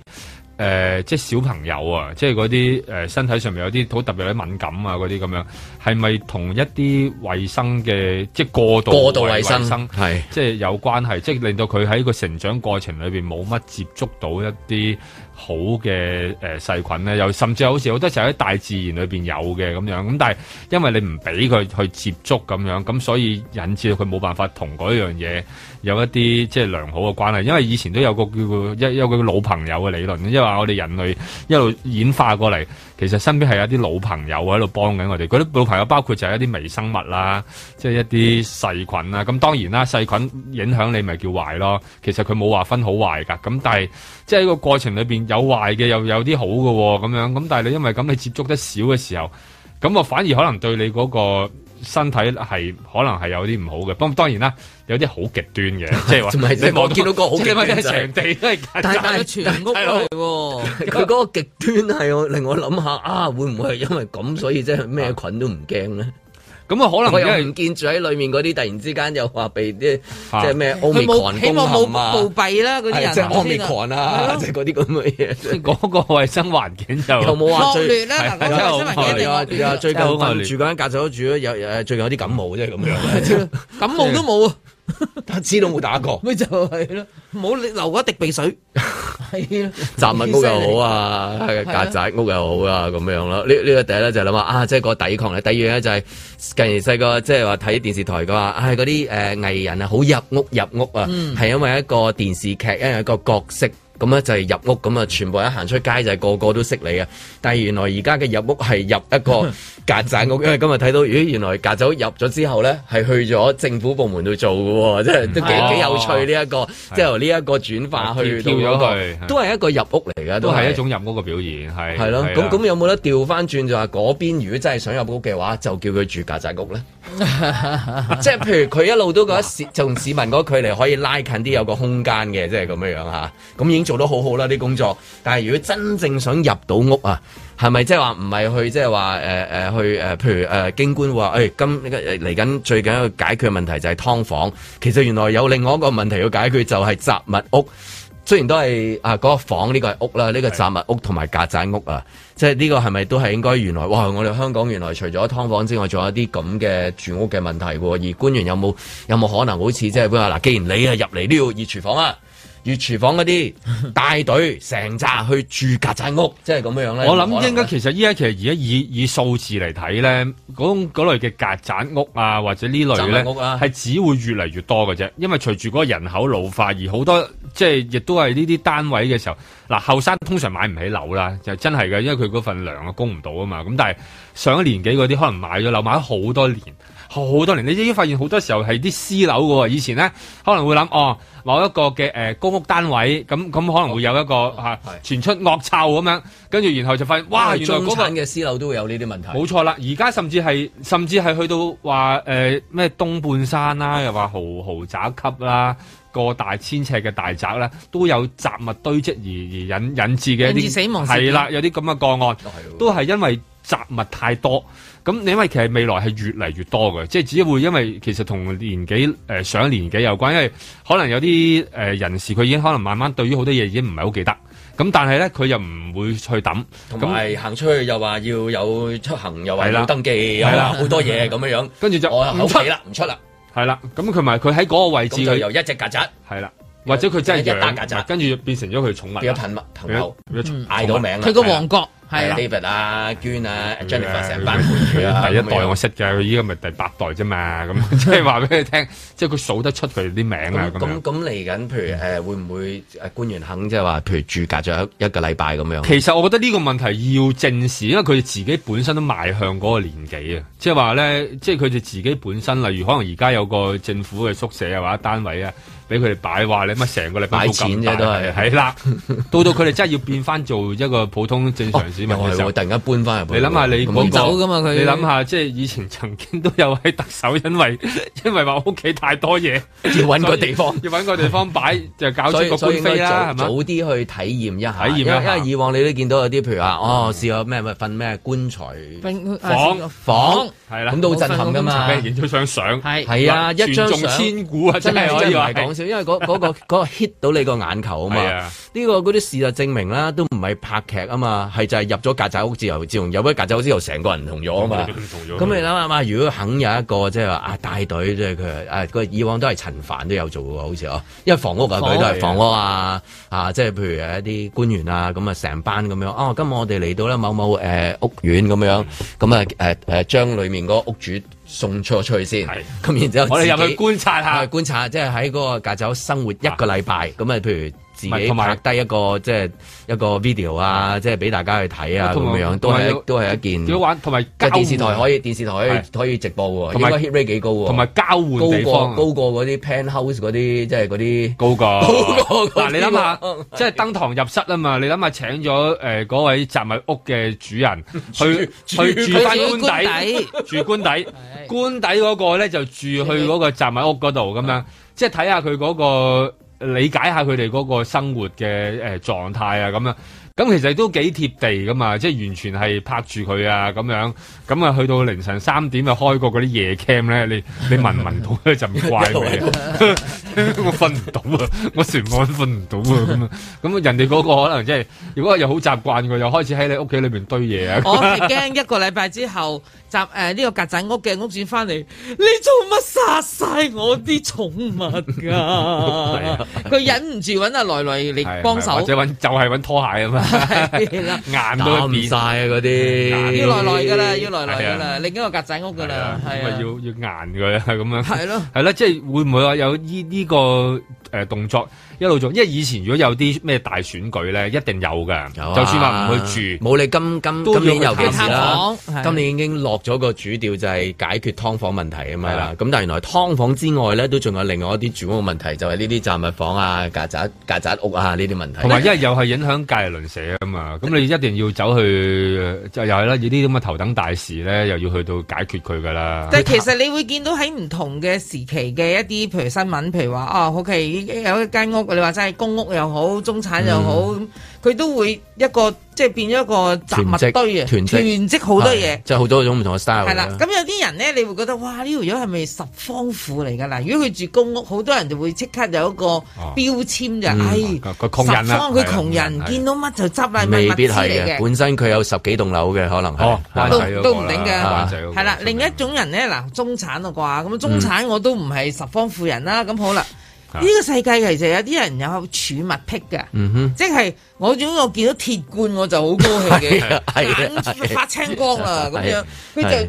[SPEAKER 3] 呃即係小朋友啊，即係嗰啲誒身體上面有啲好特別有啲敏感啊嗰啲咁樣，係咪同一啲衞生嘅即係過度
[SPEAKER 2] 過度衞
[SPEAKER 3] 衞
[SPEAKER 2] 生
[SPEAKER 3] 係即係有關係，即係令到佢喺個成長過程裏邊冇乜接觸到一啲好嘅誒細菌咧，又甚至有時好多時候喺大自然裏邊有嘅咁樣，咁但係因為你唔俾佢去接觸咁樣，咁所以引致到佢冇辦法同嗰樣嘢有一啲即係良好嘅關係。因為以前都有個叫做一有個老朋友嘅理論，因為話我哋人類一路演化過嚟，其實身邊係有啲老朋友喺度幫緊我哋。
[SPEAKER 2] 嗯
[SPEAKER 3] 嗰啲老朋友包括就係一啲微生物啦，即係一啲細菌啦。啊咁當然啦，細菌影響你咪叫壞咯。其實佢冇話分好壞㗎。咁但係即係喺個過程裏邊有壞嘅，又有啲好嘅喎咁樣。咁但係你因為咁你接觸得少嘅時候。咁我反而可能對你嗰個身體係可能係有啲唔好嘅。不過當然啦，有啲好極端 嘅，即係
[SPEAKER 2] 唔係
[SPEAKER 3] 話
[SPEAKER 2] 即係我見到個好極端
[SPEAKER 3] 即係你
[SPEAKER 2] 就係
[SPEAKER 3] 成地都啊係曱甴
[SPEAKER 4] 但係但係全屋
[SPEAKER 3] 係
[SPEAKER 4] 嚟喎，
[SPEAKER 2] 佢嗰個極端係我令我諗下啊，會唔會係因為咁，所以即係咩菌都唔驚咧？
[SPEAKER 3] 咁啊，可能
[SPEAKER 2] 我
[SPEAKER 3] 因為
[SPEAKER 2] 又唔見住喺裏面嗰啲，突然之間又話被啲即
[SPEAKER 3] 啊
[SPEAKER 2] 係咩奧
[SPEAKER 4] 佢
[SPEAKER 2] 密克
[SPEAKER 4] 冇
[SPEAKER 2] 戎
[SPEAKER 4] 希望
[SPEAKER 2] 攻陷
[SPEAKER 4] 冇
[SPEAKER 2] 啊
[SPEAKER 4] 暴斃啦嗰啲
[SPEAKER 2] 係
[SPEAKER 4] 人，
[SPEAKER 2] 即係
[SPEAKER 4] 我
[SPEAKER 2] 奧
[SPEAKER 4] 知
[SPEAKER 2] 密
[SPEAKER 4] 啦
[SPEAKER 2] 克戎啊，
[SPEAKER 4] 係
[SPEAKER 2] 即係嗰啲咁嘅嘢。
[SPEAKER 3] 嗰個衞生環境就
[SPEAKER 2] 又冇話最
[SPEAKER 4] 惡劣啦嗱嗰
[SPEAKER 2] 係
[SPEAKER 4] 個
[SPEAKER 2] 真係
[SPEAKER 4] 新聞
[SPEAKER 2] 好
[SPEAKER 4] 一定惡
[SPEAKER 2] 惡劣
[SPEAKER 4] 劣
[SPEAKER 2] 啊！
[SPEAKER 4] 啦
[SPEAKER 2] 最近
[SPEAKER 3] 真係好惡
[SPEAKER 2] 瞓
[SPEAKER 3] 劣
[SPEAKER 2] 住嗰間曱甴都住咗，有有最近有啲感冒啫咁樣，
[SPEAKER 4] 感冒都冇啊，
[SPEAKER 2] 但 知道冇打過。
[SPEAKER 4] 咪就係咯，冇流過一滴鼻水，係 咯，
[SPEAKER 2] 雜物屋又好啊，曱甴屋又好啊，咁樣啦。呢呢個第一咧就係諗下啊，即係個抵抗力。第二樣咧就係近年細個即係話睇電視台嘅話，唉嗰啲誒藝人啊，好入屋入屋啊，
[SPEAKER 3] 嗯
[SPEAKER 2] 係因為一個電視劇，因為一個角色。咁咧就係入屋咁啊，全部人行出街就係個個都識你啊！但係原來而家嘅入屋係入 一個曱甴屋，因為今日睇到，咦原來曱甴屋入咗之後咧，係去咗政府部門度做嘅喎，即係都幾
[SPEAKER 3] 嗯
[SPEAKER 2] 幾有趣呢一個，即係由呢一個轉化去
[SPEAKER 3] 啊跳
[SPEAKER 2] 到嗰
[SPEAKER 3] 咗
[SPEAKER 2] 個
[SPEAKER 3] 去
[SPEAKER 2] 都係一個入屋嚟嘅，
[SPEAKER 3] 都係
[SPEAKER 2] 係
[SPEAKER 3] 一種入屋嘅表現，係啊
[SPEAKER 2] 係咯。
[SPEAKER 3] 係
[SPEAKER 2] 咁
[SPEAKER 3] 啦
[SPEAKER 2] 咁有冇得調翻轉就話嗰邊如果真係想入屋嘅話，就叫佢住曱 甴屋咧？即係譬如佢一路都覺得市 同市民嗰個距離可以拉近啲，有個空間嘅，即係咁樣樣嚇。咁已經做得好好啦啲工作。但係如果真正想入到屋啊，係咪即係話唔係去即係話誒誒去誒、呃譬如誒、呃、京官話誒今呃嚟緊最緊要解決嘅問題就係劏房。其實原來有另外一個問題要解決，就係雜物屋。雖然都係啊嗰、個房呢個係屋啦，呢、個雜物屋同埋曱甴屋啊，即係呢個係咪都係應該原來哇？我哋香港原來除咗劏房之外，仲有啲咁嘅住屋嘅問題喎。而官員有冇有冇可能好似即係話嗱，既然你係入嚟呢度熱廚房啊，熱廚房嗰啲帶隊成扎去住曱甴屋，即係咁樣樣
[SPEAKER 3] 我
[SPEAKER 2] 咧？有冇可
[SPEAKER 3] 諗
[SPEAKER 2] 能
[SPEAKER 3] 應該其實依家其實而家以以數字嚟睇咧，嗰種嗰類嘅曱甴屋啊，或者呢類咧，
[SPEAKER 2] 雜物屋啊
[SPEAKER 3] 係只會越嚟越多嘅啫。因為隨住嗰個人口老化，而好多即係亦都係呢啲單位嘅時候，嗱後生通常買唔起樓啦，就真係嘅，因為佢嗰份糧啊供唔到啊嘛。咁但係上一年紀嗰啲可能買咗樓，買咗好多年。好多年，你已經發現好多時候係啲私樓嘅喎。以前咧可能會諗哦，某一個嘅誒、呃公屋單位，咁咁可能會有一個嚇、啊傳出惡臭咁樣，跟住然後就發現哇，原來
[SPEAKER 2] 中
[SPEAKER 3] 嗰、個
[SPEAKER 2] 產嘅私樓都會有呢啲問題。
[SPEAKER 3] 啊冇錯啦，而家甚至係甚至係去到話誒咩東半山啦，又話豪豪宅級啦，個大千尺嘅大宅啦，都有雜物堆積而而引引致嘅
[SPEAKER 4] 引
[SPEAKER 3] 一
[SPEAKER 4] 致
[SPEAKER 3] 啲
[SPEAKER 4] 死亡事件哦
[SPEAKER 3] 係啦，有啲咁嘅個案，都係因為雜物太多。咁你因為其實未來係越嚟越多嘅，即係只會因為其實同年紀誒、呃上一年紀有關，因為可能有啲誒、呃人士佢已經可能慢慢對於好多嘢已經唔係好記得，咁但係咧佢又唔會去抌，
[SPEAKER 2] 同
[SPEAKER 3] 咁
[SPEAKER 2] 埋行出去又話要有出行，又話
[SPEAKER 3] 係
[SPEAKER 2] 要
[SPEAKER 3] 啦
[SPEAKER 2] 登記，又
[SPEAKER 3] 係啦
[SPEAKER 2] 話好多嘢咁樣樣。
[SPEAKER 3] 跟住就
[SPEAKER 2] 我喺
[SPEAKER 3] 唔
[SPEAKER 2] 屋
[SPEAKER 3] 出
[SPEAKER 2] 企啦，唔出啦。
[SPEAKER 3] 係啦，咁佢咪佢喺嗰個位置
[SPEAKER 2] 咁就由
[SPEAKER 3] 佢
[SPEAKER 2] 一隻曱甴
[SPEAKER 3] 係啦，或者佢真係
[SPEAKER 2] 一打曱甴
[SPEAKER 3] 養，跟住變成咗佢寵物，
[SPEAKER 2] 變咗朋物朋
[SPEAKER 3] 變咗
[SPEAKER 2] 友，
[SPEAKER 3] 變咗寵
[SPEAKER 2] 嗯嗌到名啦。
[SPEAKER 4] 佢個王國係
[SPEAKER 2] 係
[SPEAKER 4] 啦，
[SPEAKER 2] David 啊、娟啊、Jennifer 成班 陪住啊，
[SPEAKER 3] 佢第嗯一代我
[SPEAKER 2] 咁樣
[SPEAKER 3] 識嘅，佢依家咪第八代啫嘛， 咁即係話俾你聽，即係佢數得出佢啲名啊
[SPEAKER 2] 咁
[SPEAKER 3] 咁
[SPEAKER 2] 咁
[SPEAKER 3] 樣。
[SPEAKER 2] 咁嚟緊，譬如誒、呃、會唔會誒官員肯即係話，譬如住隔咗一一個禮拜咁樣？
[SPEAKER 3] 其實我覺得呢個問題要正視，因為佢哋自己本身都邁向嗰個年紀啊，即係話咧，即係佢哋自己本身，例如可能而家有個政府嘅宿舍啊或者單位啊，俾佢哋擺話你乜成個禮拜
[SPEAKER 2] 擺
[SPEAKER 3] 都
[SPEAKER 2] 錢
[SPEAKER 3] 咁
[SPEAKER 2] 啫
[SPEAKER 3] 大
[SPEAKER 2] 都係
[SPEAKER 3] 係啦，到到佢哋真係要變翻做一個普通正
[SPEAKER 2] 哦
[SPEAKER 3] 常市
[SPEAKER 2] 又
[SPEAKER 3] 民嘅
[SPEAKER 2] 係
[SPEAKER 3] 時候
[SPEAKER 2] 喎，。突然間搬翻入
[SPEAKER 3] 你諗下你嗰、
[SPEAKER 4] 咁
[SPEAKER 3] 個
[SPEAKER 4] 走㗎嘛佢
[SPEAKER 3] 你
[SPEAKER 2] 哎
[SPEAKER 3] 諗下即係以前曾經都有位特首，因為因為話屋企太多嘢，
[SPEAKER 2] 要揾個地方。
[SPEAKER 3] 要揾個地方擺，就搞出
[SPEAKER 2] 所以
[SPEAKER 3] 個
[SPEAKER 2] 所
[SPEAKER 3] 官
[SPEAKER 2] 以應
[SPEAKER 3] 飛
[SPEAKER 2] 該
[SPEAKER 3] 啦，
[SPEAKER 2] 早
[SPEAKER 3] 係
[SPEAKER 2] 早
[SPEAKER 3] 嘛？
[SPEAKER 2] 啲去體驗一下，
[SPEAKER 3] 體驗一下
[SPEAKER 2] 因為因為以往你都見到有啲譬如話，哦試過咩咪瞓咩棺材
[SPEAKER 4] 冰啊
[SPEAKER 3] 房
[SPEAKER 2] 房，
[SPEAKER 3] 係啦，
[SPEAKER 2] 咁都好震撼噶嘛
[SPEAKER 3] 俾。人影咗張相，
[SPEAKER 4] 係
[SPEAKER 2] 係啊，一張
[SPEAKER 3] 傳
[SPEAKER 2] 相
[SPEAKER 3] 頌千古啊，
[SPEAKER 2] 真
[SPEAKER 3] 真
[SPEAKER 2] 係
[SPEAKER 3] 係可
[SPEAKER 2] 真
[SPEAKER 3] 以
[SPEAKER 2] 係唔
[SPEAKER 3] 話
[SPEAKER 2] 係講笑，因為嗰 嗰個嗰個 hit 到你個眼球啊嘛。
[SPEAKER 3] 係啊
[SPEAKER 2] 呢個嗰啲事實證明啦，都唔係拍劇啊嘛，係就係入咗曱甴屋之後，自從入咗曱甴屋之後，成個人唔同咗 啊嘛。
[SPEAKER 3] 同咗
[SPEAKER 2] 咁你諗下嘛，如果肯有一個即係話啊帶隊，即係佢啊個以往都係陳凡都有做過，好似哦，因為房屋啊
[SPEAKER 3] 房
[SPEAKER 2] 佢
[SPEAKER 3] 屋
[SPEAKER 2] 都係
[SPEAKER 3] 嚟
[SPEAKER 2] 房屋啊啊，即係譬如一啲官員啊，咁啊成班咁樣哦，今日我哋嚟到咧某某誒、呃屋苑咁樣，咁啊誒誒將裡面嗰個屋主送咗出去先，咁然之後
[SPEAKER 3] 我哋入
[SPEAKER 2] 自己啊
[SPEAKER 3] 去觀察下
[SPEAKER 2] 我哋觀察，即係喺嗰個曱甴生活一個禮拜，咁啊譬如。自
[SPEAKER 3] 唔係
[SPEAKER 2] 己
[SPEAKER 3] 同埋
[SPEAKER 2] 拍低一個即係一個 video 啊，即係俾大家去睇啊，咁
[SPEAKER 3] 同埋
[SPEAKER 2] 樣都
[SPEAKER 3] 同
[SPEAKER 2] 係
[SPEAKER 3] 埋
[SPEAKER 2] 都係一件。
[SPEAKER 3] 要玩同埋
[SPEAKER 2] 即係電視
[SPEAKER 3] 交
[SPEAKER 2] 台
[SPEAKER 3] 換啊
[SPEAKER 2] 可以電視台可以
[SPEAKER 3] 係
[SPEAKER 2] 可以直播喎，
[SPEAKER 3] 同
[SPEAKER 2] 應
[SPEAKER 3] 埋
[SPEAKER 2] 該 hit rate 幾高喎，
[SPEAKER 3] 同埋交換地
[SPEAKER 2] 高過
[SPEAKER 3] 方啊
[SPEAKER 2] 高過嗰啲 penthouse 嗰啲即係嗰啲
[SPEAKER 3] 高過
[SPEAKER 2] 高過嗰啲
[SPEAKER 3] 嗱，你諗下
[SPEAKER 2] 喎，
[SPEAKER 3] 即係登堂入室啊嘛！你諗下請咗誒嗰位雜物屋嘅主 人去
[SPEAKER 2] 住
[SPEAKER 3] 去住翻
[SPEAKER 2] 佢住
[SPEAKER 3] 官底
[SPEAKER 2] 官，
[SPEAKER 3] 住官 底，官底嗰個咧就住去嗰個雜物屋嗰度咁樣，即係睇下佢嗰個理解下佢哋嗰個生活嘅誒狀態啊咁樣。咁其實都幾貼地噶嘛，即係完全係拍住佢啊咁樣，咁啊去到凌晨三點啊開過嗰啲夜 cam 咧，你 你聞唔聞到咧就唔怪你啊。我瞓唔到啊！我成晚瞓唔到啊！咁啊，咁啊人哋嗰個可能即係，如果又好習慣嘅，又開始喺你屋企裏邊堆嘢啊！
[SPEAKER 4] 我係驚一個禮拜之後，集誒呢個曱甴屋嘅屋主翻嚟，你做乜殺晒我啲寵物 㗎？佢忍唔住揾阿來來嚟幫手
[SPEAKER 3] 啊或，者揾就係揾拖 鞋啊嘛，硬到變嗯
[SPEAKER 2] 淡晒啊嗰啲
[SPEAKER 4] 要來來㗎 啦，要來來㗎
[SPEAKER 3] 係
[SPEAKER 2] 啊
[SPEAKER 4] 啦，另一個曱甴屋㗎啦，
[SPEAKER 3] 咁啊
[SPEAKER 4] 係
[SPEAKER 3] 要
[SPEAKER 4] 啊。
[SPEAKER 3] 要硬佢啊 咁樣，
[SPEAKER 4] 係咯
[SPEAKER 3] 係啦，即係會唔會話有呢呢個誒動作一路做？因為以前如果有啲咩大選舉咧，一定有嘅，
[SPEAKER 2] 有啊
[SPEAKER 3] 就算話唔
[SPEAKER 4] 嗯
[SPEAKER 3] 去住，
[SPEAKER 2] 冇你今今
[SPEAKER 3] 都要
[SPEAKER 2] 今年
[SPEAKER 3] 去
[SPEAKER 2] 尤其是
[SPEAKER 3] 探
[SPEAKER 2] 啦
[SPEAKER 3] 訪係，
[SPEAKER 2] 今年已經落咗個主調就係解決劏房問題啊
[SPEAKER 3] 係
[SPEAKER 2] 嘛
[SPEAKER 3] 啦。
[SPEAKER 2] 咁但係原來劏房之外咧，都仲有另外一啲住屋問題，就係呢啲雜物房啊、曱甴曱甴屋啊呢啲問題。
[SPEAKER 3] 同埋因為又係影響隔離鄰舍啊嘛，咁你
[SPEAKER 4] 嗯
[SPEAKER 3] 一定要走去就又係啦，呢啲咁嘅頭等大事咧，又要去到解決佢噶啦。
[SPEAKER 4] 但係其實你會見到喺唔同嘅時期嘅一啲，譬如新聞，譬如話啊，OK，有一間屋，你話真係公屋又好，中產又好，咁
[SPEAKER 2] 嗯
[SPEAKER 4] 佢、都會一個即係變咗一個雜物堆啊，
[SPEAKER 2] 囤積
[SPEAKER 4] 囤積好多嘢
[SPEAKER 2] 係。即係好多種唔同嘅 style 啊
[SPEAKER 4] 係
[SPEAKER 2] 㗎。
[SPEAKER 4] 啦，咁有啲人咧，你會覺得哇，呢條友係咪十方婦嚟㗎啦？如果佢住公屋，好多人就會即刻有一個標籤就，
[SPEAKER 2] 哦嗯
[SPEAKER 4] 唉，
[SPEAKER 2] 個個窮人
[SPEAKER 4] 十
[SPEAKER 2] 啦
[SPEAKER 4] 方佢
[SPEAKER 2] 係啊
[SPEAKER 4] 窮人，
[SPEAKER 2] 係啊
[SPEAKER 4] 見到乜就執啦，咪
[SPEAKER 2] 未
[SPEAKER 4] 物
[SPEAKER 2] 必
[SPEAKER 4] 資
[SPEAKER 2] 係啊
[SPEAKER 4] 嚟
[SPEAKER 2] 嘅，
[SPEAKER 4] 嘅。
[SPEAKER 2] 本身佢有十幾棟樓嘅可能係。
[SPEAKER 3] 哦
[SPEAKER 2] 係
[SPEAKER 4] 都
[SPEAKER 2] 咪
[SPEAKER 4] 都唔頂
[SPEAKER 2] 啊
[SPEAKER 4] 嘅，係啦。另一種人咧，嗱，中產
[SPEAKER 2] 嗯
[SPEAKER 4] 啊啩，咁中產我都唔係十方富人啦。咁好啦，
[SPEAKER 2] 啊
[SPEAKER 4] 呢個世界其實有啲人有儲物癖嘅，
[SPEAKER 2] 嗯哼
[SPEAKER 4] 即係我總之我見到鐵罐我就好高興
[SPEAKER 2] 係啊係啊係啊
[SPEAKER 4] 嘅，眼發青光啦咁
[SPEAKER 2] 係
[SPEAKER 4] 樣
[SPEAKER 2] 啊，
[SPEAKER 4] 佢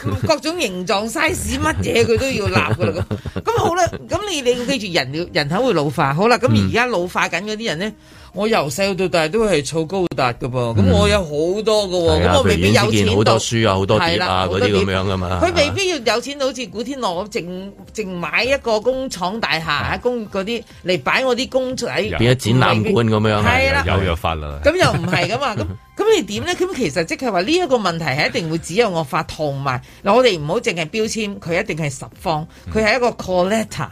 [SPEAKER 4] 就各種形狀 size 乜嘢佢都要立噶啦咁。 咁好啦，咁你你要記住人人口會老化，好啦，咁
[SPEAKER 2] 嗯
[SPEAKER 4] 而家老化緊嗰啲人咧。我由細到大都係儲高達噶噃，咁我有好多噶喎，
[SPEAKER 2] 嗯係啊
[SPEAKER 4] 咁我未必
[SPEAKER 2] 譬如
[SPEAKER 4] 有
[SPEAKER 2] 尹子健
[SPEAKER 4] 錢
[SPEAKER 2] 好
[SPEAKER 4] 到
[SPEAKER 2] 多書啊好多碟啊
[SPEAKER 4] 係啦
[SPEAKER 2] 嗰啲
[SPEAKER 4] 好多碟
[SPEAKER 2] 咁樣㗎嘛
[SPEAKER 4] 佢未必要有錢到好似古天樂咁，淨淨買一個工廠大廈、啊工嗰啲嚟擺我啲公仔，
[SPEAKER 2] 啊變咗展覽館咁樣，啊
[SPEAKER 3] 啊
[SPEAKER 4] 係啦，
[SPEAKER 2] 又發啦
[SPEAKER 4] 咁又唔係噶嘛， 咁咁你點咧？咁其實即係話呢一個問題係一定會只有惡化，同埋嗱，我哋唔好淨係標籤，佢一定係十方，
[SPEAKER 2] 嗯
[SPEAKER 4] 佢係一個 collector，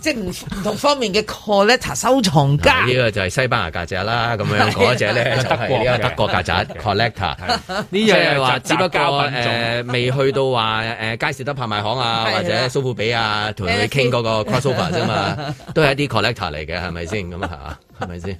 [SPEAKER 4] 即係唔唔同方面嘅 collector 收藏家。
[SPEAKER 2] 呢個就係啊西班牙曱甴啦，咁
[SPEAKER 3] 啊
[SPEAKER 2] 樣嗰只咧就係呢個德國曱甴 collector。呢
[SPEAKER 3] 樣嘢
[SPEAKER 2] 係話
[SPEAKER 3] 雜
[SPEAKER 2] 只不過
[SPEAKER 3] 交品種
[SPEAKER 4] 呃
[SPEAKER 2] 誒未去到話誒街市得拍賣行 啊，
[SPEAKER 3] 係啦
[SPEAKER 2] 或者蘇富比啊，同佢傾嗰個 crossover 啫嘛，都係一啲 collector 嚟嘅，係咪先咁啊？係咪先？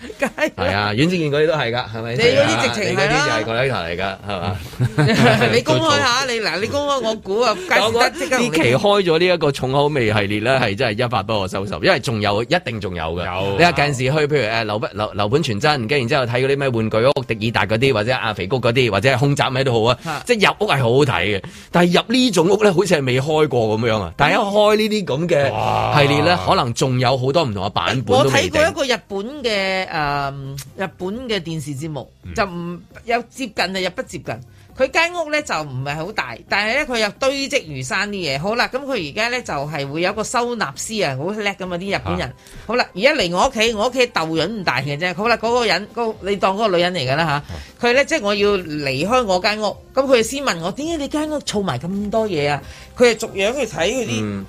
[SPEAKER 2] 係啊，阮志健嗰啲都係㗎，係咪
[SPEAKER 4] 你
[SPEAKER 2] 先？啊
[SPEAKER 4] 嗰啲直情
[SPEAKER 2] 你嗰
[SPEAKER 4] 係
[SPEAKER 2] 啲
[SPEAKER 4] 啦
[SPEAKER 2] 就係 collector 嚟㗎，係 嘛？
[SPEAKER 4] 你公開下你嗱，你公開我估啊，介紹得即刻同你
[SPEAKER 2] 呢期開咗呢一個重口味系列咧，係真係一發不可收拾，因為仲有一定仲有嘅。你話近時去譬如誒樓不樓樓盤傳真，跟然之後睇嗰啲咩玩具屋、迪爾達嗰啲，或者阿肥谷嗰啲，或者係空宅喺度好啊
[SPEAKER 3] 啊，
[SPEAKER 2] 即係入屋係好好睇嘅。但係入呢種屋咧，好似係未開過咁樣啊！但係一開呢啲咁嘅系列咧，可能仲有好多唔同嘅版本
[SPEAKER 4] 我
[SPEAKER 2] 都未
[SPEAKER 4] 睇
[SPEAKER 2] 定
[SPEAKER 4] 過。一個日本嘅誒、嗯日本嘅電視節目，
[SPEAKER 2] 嗯
[SPEAKER 4] 就唔有接近啊，又不接近。佢間屋咧就唔係好大，但係咧佢又堆積如山啲嘢。好啦，咁佢而家咧就係、會有一個收納師啊，好叻噶嘛啲日本人。
[SPEAKER 13] 啊
[SPEAKER 4] 好啦，而家嚟我屋企，我屋企竇潤唔大嘅啫。好啦，嗰、個人，嗰你當嗰個女人嚟㗎啦吓，佢咧即係我要離開我間屋，咁佢先問我點解你間屋儲埋咁多嘢啊？佢係逐樣去睇佢啲。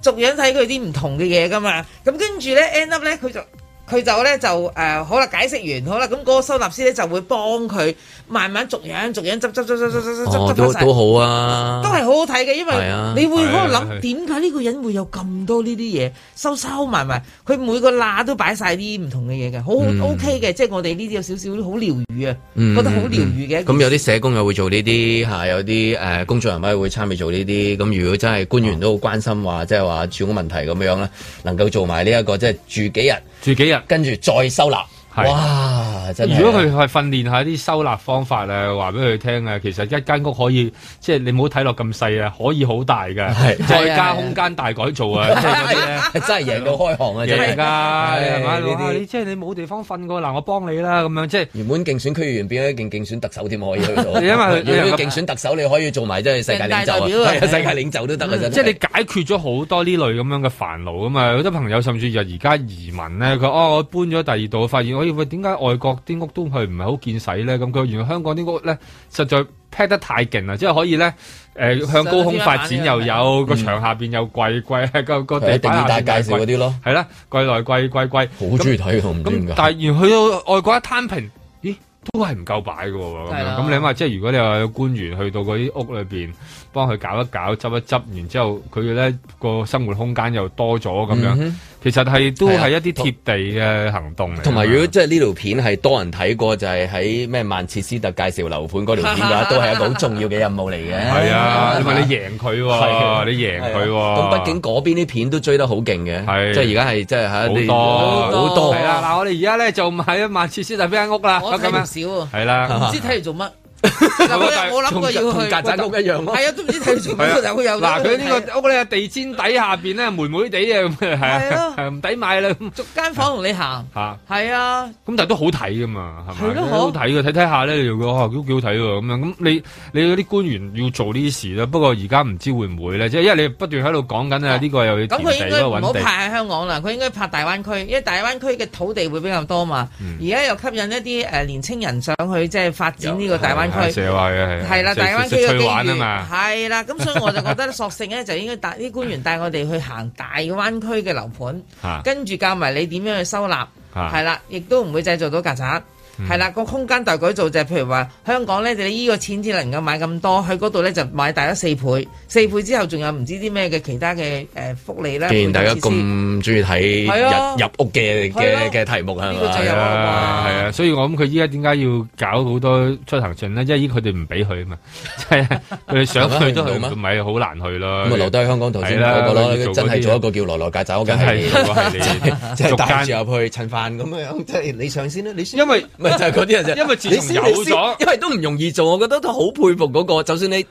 [SPEAKER 4] 逐樣睇佢啲唔同嘅嘢噶嘛。咁跟住咧，end up 咧，佢就佢就咧就誒、呃好啦，解釋完好啦，咁、嗰個收納師咧就會幫佢慢慢逐樣逐樣執執執執執執執
[SPEAKER 2] 哦，
[SPEAKER 4] 執
[SPEAKER 2] 都
[SPEAKER 4] 執晒
[SPEAKER 2] 都好啊，
[SPEAKER 4] 都係好好睇嘅，因為
[SPEAKER 2] 係啊
[SPEAKER 4] 你會喺度
[SPEAKER 2] 係啊係啊
[SPEAKER 4] 諗點解呢個人會有咁多呢啲嘢收收埋埋，佢每個罅都擺晒啲唔同嘅嘢嘅，好
[SPEAKER 2] 嗯
[SPEAKER 4] OK 嘅，即係我哋呢啲有少少好療愈啊，
[SPEAKER 2] 嗯
[SPEAKER 4] 覺得好療愈嘅一件事。
[SPEAKER 2] 咁有啲社工又會做呢啲嚇，有啲誒工作人員會參與做呢啲。咁如果真係官員都好關心話，即係話住屋問題咁樣咧，能夠做埋呢一個即係住幾日，
[SPEAKER 3] 住幾日，
[SPEAKER 2] 跟住再收納。
[SPEAKER 3] 係
[SPEAKER 2] 哇！真係啊
[SPEAKER 3] 如果佢係訓練下啲收納方法啊，話俾佢聽啊，其實一間屋可以即係你唔好睇落咁細啊，可以好大嘅，再
[SPEAKER 2] 係啊
[SPEAKER 3] 加空間大改造啊，即係嗰啲咧。
[SPEAKER 2] 真係贏到開行啊！真
[SPEAKER 3] 贏㗎，係啊咪？
[SPEAKER 2] 呢
[SPEAKER 3] 哇！
[SPEAKER 2] 啲
[SPEAKER 3] 你即係你冇地方瞓過，嗱，我幫你啦，咁樣即係
[SPEAKER 2] 原本競選區議員變咗競競選特首添，可以去到。
[SPEAKER 3] 因為佢
[SPEAKER 2] 原本競選特首你可以做埋即係世界領袖啊，
[SPEAKER 3] 人大代
[SPEAKER 2] 係
[SPEAKER 3] 表
[SPEAKER 2] 啊，
[SPEAKER 3] 啊
[SPEAKER 2] 世界領袖都得啊，真係。
[SPEAKER 3] 即係你解決咗好多呢類咁樣嘅煩惱啊嘛！有啲朋友甚至就而家移民咧，佢哦我搬咗第二度，發現我喂點解外國啲屋都佢唔係好見使咧？咁佢原來香港啲屋咧實在 p 得太勁啊啦，即係可以咧。誒、向高空發展又
[SPEAKER 2] 啊
[SPEAKER 3] 有個牆下邊又貴貴，個
[SPEAKER 2] 嗯
[SPEAKER 3] 個地板下邊
[SPEAKER 2] 係定義大介紹嗰啲咯，
[SPEAKER 3] 係啦，貴來貴貴貴，
[SPEAKER 2] 好中意睇我唔知點解
[SPEAKER 3] 咁但係原來去到外國一攤平，咦都係唔夠擺嘅喎咁
[SPEAKER 2] 係
[SPEAKER 3] 樣。
[SPEAKER 2] 啦
[SPEAKER 3] 咁你諗下，即係如果你話有官員去到嗰啲屋裏邊幫佢搞一搞、執一執，然之後佢咧個生活空間又多咗咁樣，
[SPEAKER 2] 嗯哼
[SPEAKER 3] 其實係都
[SPEAKER 2] 係啊
[SPEAKER 3] 係一啲貼地嘅行動嚟。
[SPEAKER 2] 同埋如果即係呢啊條片係多人睇過，就係喺咩曼徹斯特介紹樓盤嗰條片 嘅話，都係一個好重要嘅任務嚟嘅。
[SPEAKER 3] 係啊，因為你贏佢喎，
[SPEAKER 2] 係
[SPEAKER 3] 你贏佢喎。
[SPEAKER 2] 咁畢竟嗰邊啲片都追得好勁嘅，即係而家係即係
[SPEAKER 3] 好
[SPEAKER 2] 喺
[SPEAKER 3] 多
[SPEAKER 2] 好多
[SPEAKER 3] 係啦，嗱，我哋而家咧就買一萬設施特邊間屋啦，
[SPEAKER 4] 我
[SPEAKER 3] 咁
[SPEAKER 4] 睇唔
[SPEAKER 3] 樣
[SPEAKER 4] 少啊，
[SPEAKER 3] 係啦
[SPEAKER 4] 唔，知睇嚟做乜。嗱，我又冇諗過要去
[SPEAKER 2] 同曱甴屋一樣咯
[SPEAKER 4] 係啊，都唔知睇嚟做乜，但係佢啊有
[SPEAKER 3] 嗱，佢呢個屋咧地氈底下邊咧霉霉地嘅咁啊，係啊，唔抵買啦咁
[SPEAKER 4] 逐間房同你行，
[SPEAKER 3] 嚇。
[SPEAKER 4] 係啊，
[SPEAKER 3] 咁但係都好睇噶嘛，係咪？
[SPEAKER 4] 係咯
[SPEAKER 3] 好睇嘅，睇睇下咧，你就覺得啊都幾好睇喎咁樣。咁你你嗰啲官員要做呢啲事啦，不過而家唔知會唔會咧，即係因為你不斷喺度講緊啊，呢個又要
[SPEAKER 4] 咁
[SPEAKER 3] 填
[SPEAKER 4] 佢應
[SPEAKER 3] 地，
[SPEAKER 4] 該唔
[SPEAKER 3] 嗰個
[SPEAKER 4] 好
[SPEAKER 3] 揾地。
[SPEAKER 4] 拍喺香港啦，佢應該拍大灣區，因為大灣區嘅土地會比較多嘛。而家又吸引一啲誒年青人上去即係發展呢個大灣區。
[SPEAKER 3] 成日話嘅係啊
[SPEAKER 4] 係啦，
[SPEAKER 3] 食
[SPEAKER 4] 大灣區
[SPEAKER 3] 食
[SPEAKER 4] 嘅
[SPEAKER 3] 趣玩
[SPEAKER 4] 機
[SPEAKER 3] 啊
[SPEAKER 4] 遇
[SPEAKER 3] 嘛。
[SPEAKER 4] 係啦，咁所以我就覺得索性咧就應該帶啲官員帶我哋去行大灣區嘅樓盤
[SPEAKER 12] 啊，
[SPEAKER 4] 跟住教埋你點樣去收納，
[SPEAKER 12] 啊
[SPEAKER 4] 係啦，亦都唔會製造到曱甴。
[SPEAKER 3] 嗯
[SPEAKER 4] 係啦，個空間大改造就係譬如話香港咧，就你依個錢只能夠買咁多，去嗰度咧就買大咗四倍，四倍之後仲有唔知啲咩嘅其他嘅誒福利咧。
[SPEAKER 2] 既然大家
[SPEAKER 4] 配套設施
[SPEAKER 2] 咁中意睇
[SPEAKER 4] 係啊
[SPEAKER 2] 入入屋嘅嘅嘅題目係啊
[SPEAKER 4] 呢個最有
[SPEAKER 2] 咪
[SPEAKER 4] 效？
[SPEAKER 3] 啊，係啊，所以我諗佢依家點解要搞好多出行證咧？因為佢哋唔俾去啊嘛， 即係佢哋想去都去唔係好難去啦。
[SPEAKER 2] 咁啊，留低喺香港頭先
[SPEAKER 3] 係啦佢
[SPEAKER 2] 嗰個咯，
[SPEAKER 3] 做嗰啲
[SPEAKER 2] 真係做一個叫來來曱甴嘅
[SPEAKER 3] 真
[SPEAKER 2] 系
[SPEAKER 3] 係
[SPEAKER 2] 列，
[SPEAKER 3] 做個系列
[SPEAKER 2] 即 係即係
[SPEAKER 3] 逐
[SPEAKER 2] 帶
[SPEAKER 3] 間
[SPEAKER 2] 住入去襯飯咁樣，即係你上先啦，你先。
[SPEAKER 3] 因為
[SPEAKER 2] 唔係就係嗰啲人啫，
[SPEAKER 3] 因為自
[SPEAKER 2] 你
[SPEAKER 3] 從
[SPEAKER 2] 先
[SPEAKER 3] 有咗
[SPEAKER 2] 你先因為都唔容易做，我覺得都好佩服嗰個，就算你。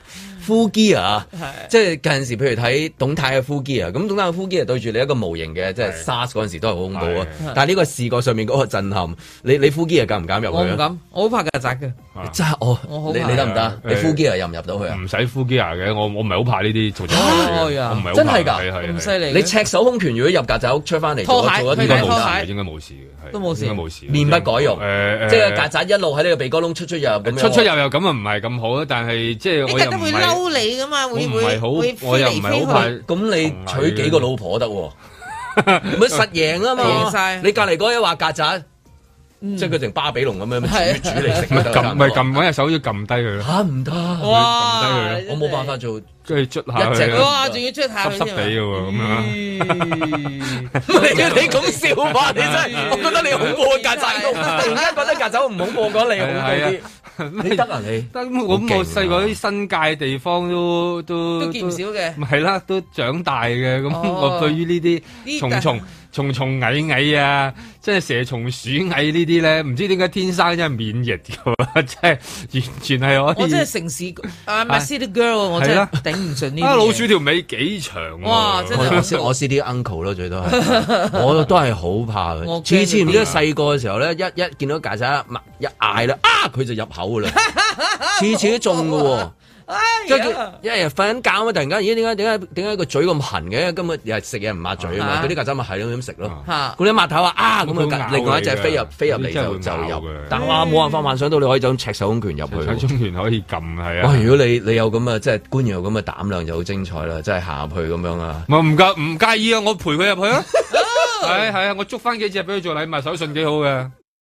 [SPEAKER 2] 呼機啊，即係近陣時，譬如睇董太嘅呼機啊，咁董太嘅呼機啊對住你一個模型嘅，即係 SARS 嗰陣時都係好恐怖啊
[SPEAKER 4] 係。
[SPEAKER 2] 但係呢個視覺上面嗰個震撼，你你呼機啊敢唔敢入去
[SPEAKER 4] 我
[SPEAKER 2] 啊
[SPEAKER 4] 唔敢，我好怕曱甴嘅。
[SPEAKER 2] 真係我
[SPEAKER 4] 我好
[SPEAKER 2] 你
[SPEAKER 4] 怕
[SPEAKER 2] 你得唔得？你
[SPEAKER 3] 誒
[SPEAKER 2] 呼機啊入唔入到去啊？
[SPEAKER 3] 唔使呼機啊嘅，我我唔係好怕呢啲做做
[SPEAKER 2] 哎
[SPEAKER 3] 嘢
[SPEAKER 2] 呀
[SPEAKER 3] 我唔係好怕
[SPEAKER 2] 真係㗎
[SPEAKER 3] 係係係
[SPEAKER 4] 咁犀利嘅
[SPEAKER 2] 你赤手空拳如果入曱甴屋出翻嚟，
[SPEAKER 4] 拖
[SPEAKER 2] 做
[SPEAKER 4] 鞋
[SPEAKER 2] 一做一
[SPEAKER 4] 佢
[SPEAKER 2] 啲
[SPEAKER 4] 戴
[SPEAKER 2] 都
[SPEAKER 4] 拖
[SPEAKER 2] 冇
[SPEAKER 4] 鞋
[SPEAKER 2] 事
[SPEAKER 3] 應該冇事嘅，係
[SPEAKER 4] 都冇事
[SPEAKER 3] 應該冇事，
[SPEAKER 2] 面不改容，
[SPEAKER 3] 誒誒
[SPEAKER 2] 即係曱甴一路喺呢個鼻哥窿出出入入咁樣喎。
[SPEAKER 3] 出出入入咁啊，唔係咁好啊，但係即係
[SPEAKER 4] 你
[SPEAKER 3] 我
[SPEAKER 4] 覺
[SPEAKER 3] 又
[SPEAKER 4] 得
[SPEAKER 3] 唔
[SPEAKER 4] 會
[SPEAKER 3] 係。
[SPEAKER 4] 嬲你噶嘛？會
[SPEAKER 3] 唔
[SPEAKER 4] 會
[SPEAKER 3] 係好
[SPEAKER 4] 會
[SPEAKER 3] 我又唔係好怕
[SPEAKER 2] 咁你娶幾個老婆得 喎？咪實贏
[SPEAKER 4] 贏
[SPEAKER 2] 啊嘛
[SPEAKER 4] 晒！
[SPEAKER 2] 你隔離嗰一話曱甴，即係佢成巴比龍咁樣
[SPEAKER 4] 係啊
[SPEAKER 2] 煮煮嚟食咪得
[SPEAKER 3] 撳咪撳嗰隻手要撳低佢
[SPEAKER 2] 嚇唔得！
[SPEAKER 4] 哇
[SPEAKER 3] 撳低佢
[SPEAKER 2] 我冇辦法 做，
[SPEAKER 3] 即係捽下
[SPEAKER 2] 一隻
[SPEAKER 3] 佢啊。
[SPEAKER 4] 哇，仲要出下
[SPEAKER 3] 濕
[SPEAKER 4] 佢
[SPEAKER 3] 濕
[SPEAKER 4] 添
[SPEAKER 3] 地
[SPEAKER 4] 啊！
[SPEAKER 3] 嘅喎，咁 樣。
[SPEAKER 2] 你你咁笑法，你真係，我覺得你好過曱甴，我突然間覺得曱甴唔恐怖過你，恐怖啲。你得啊你？
[SPEAKER 3] 得 咁我咁我
[SPEAKER 2] 好勁啊
[SPEAKER 3] 細個啲新界地方都都
[SPEAKER 4] 都見唔少嘅
[SPEAKER 3] 唔係啦，都長大嘅。咁
[SPEAKER 4] 哦
[SPEAKER 3] 我對於呢
[SPEAKER 4] 呢
[SPEAKER 3] 啲蟲蟲蟲蟲蟻蟻啊，即係蛇蟲鼠蟻呢啲咧，唔知點解天生真係免疫㗎喎， 即係完全係可以。
[SPEAKER 4] 我真係城市啊 m y city girl，我
[SPEAKER 3] 係
[SPEAKER 4] 真
[SPEAKER 3] 啦
[SPEAKER 4] 係頂唔順呢啲嘢。
[SPEAKER 3] 啊，老鼠條尾幾長喎
[SPEAKER 4] 哇真係
[SPEAKER 2] 我識我識啲 uncle 咯，最多 係，我都係好怕
[SPEAKER 4] 我驚
[SPEAKER 2] 嘅。次次唔知細個嘅時候咧，一一見到曱甴一嗌啦，啊佢就入口噶啦，次次都中嘅喎。
[SPEAKER 3] 哎
[SPEAKER 4] 哎
[SPEAKER 2] 即係佢一日瞓緊覺啊！突然間，咦？點解點解點解個嘴咁痕嘅？根本又係食嘢唔抹嘴啊嘛！
[SPEAKER 4] 啊
[SPEAKER 2] 嗰啲曱甴咪係咁食咯。
[SPEAKER 4] 嚇
[SPEAKER 2] 嗰啲抹頭啊啊咁
[SPEAKER 3] 咁佢
[SPEAKER 2] 啊！
[SPEAKER 3] 咬
[SPEAKER 2] 另外一隻
[SPEAKER 3] 你㗎
[SPEAKER 2] 飛入飛入嚟
[SPEAKER 3] 真係
[SPEAKER 2] 就
[SPEAKER 3] 會
[SPEAKER 2] 就
[SPEAKER 3] 咬
[SPEAKER 2] 入
[SPEAKER 3] 嘅。嗯
[SPEAKER 2] 但我冇辦法幻想到你可以就咁赤手空拳入去喎。
[SPEAKER 3] 喺中原可以撳係
[SPEAKER 2] 哇！
[SPEAKER 3] 啊。
[SPEAKER 2] 如果你你有咁嘅即係官員有咁嘅膽量就好精彩啦，真係行入去咁樣啊！
[SPEAKER 3] 唔唔介唔介意啊！我陪佢入去啊！
[SPEAKER 4] 哦
[SPEAKER 3] 係係啊，我捉翻幾隻俾佢做禮物手信幾好嘅。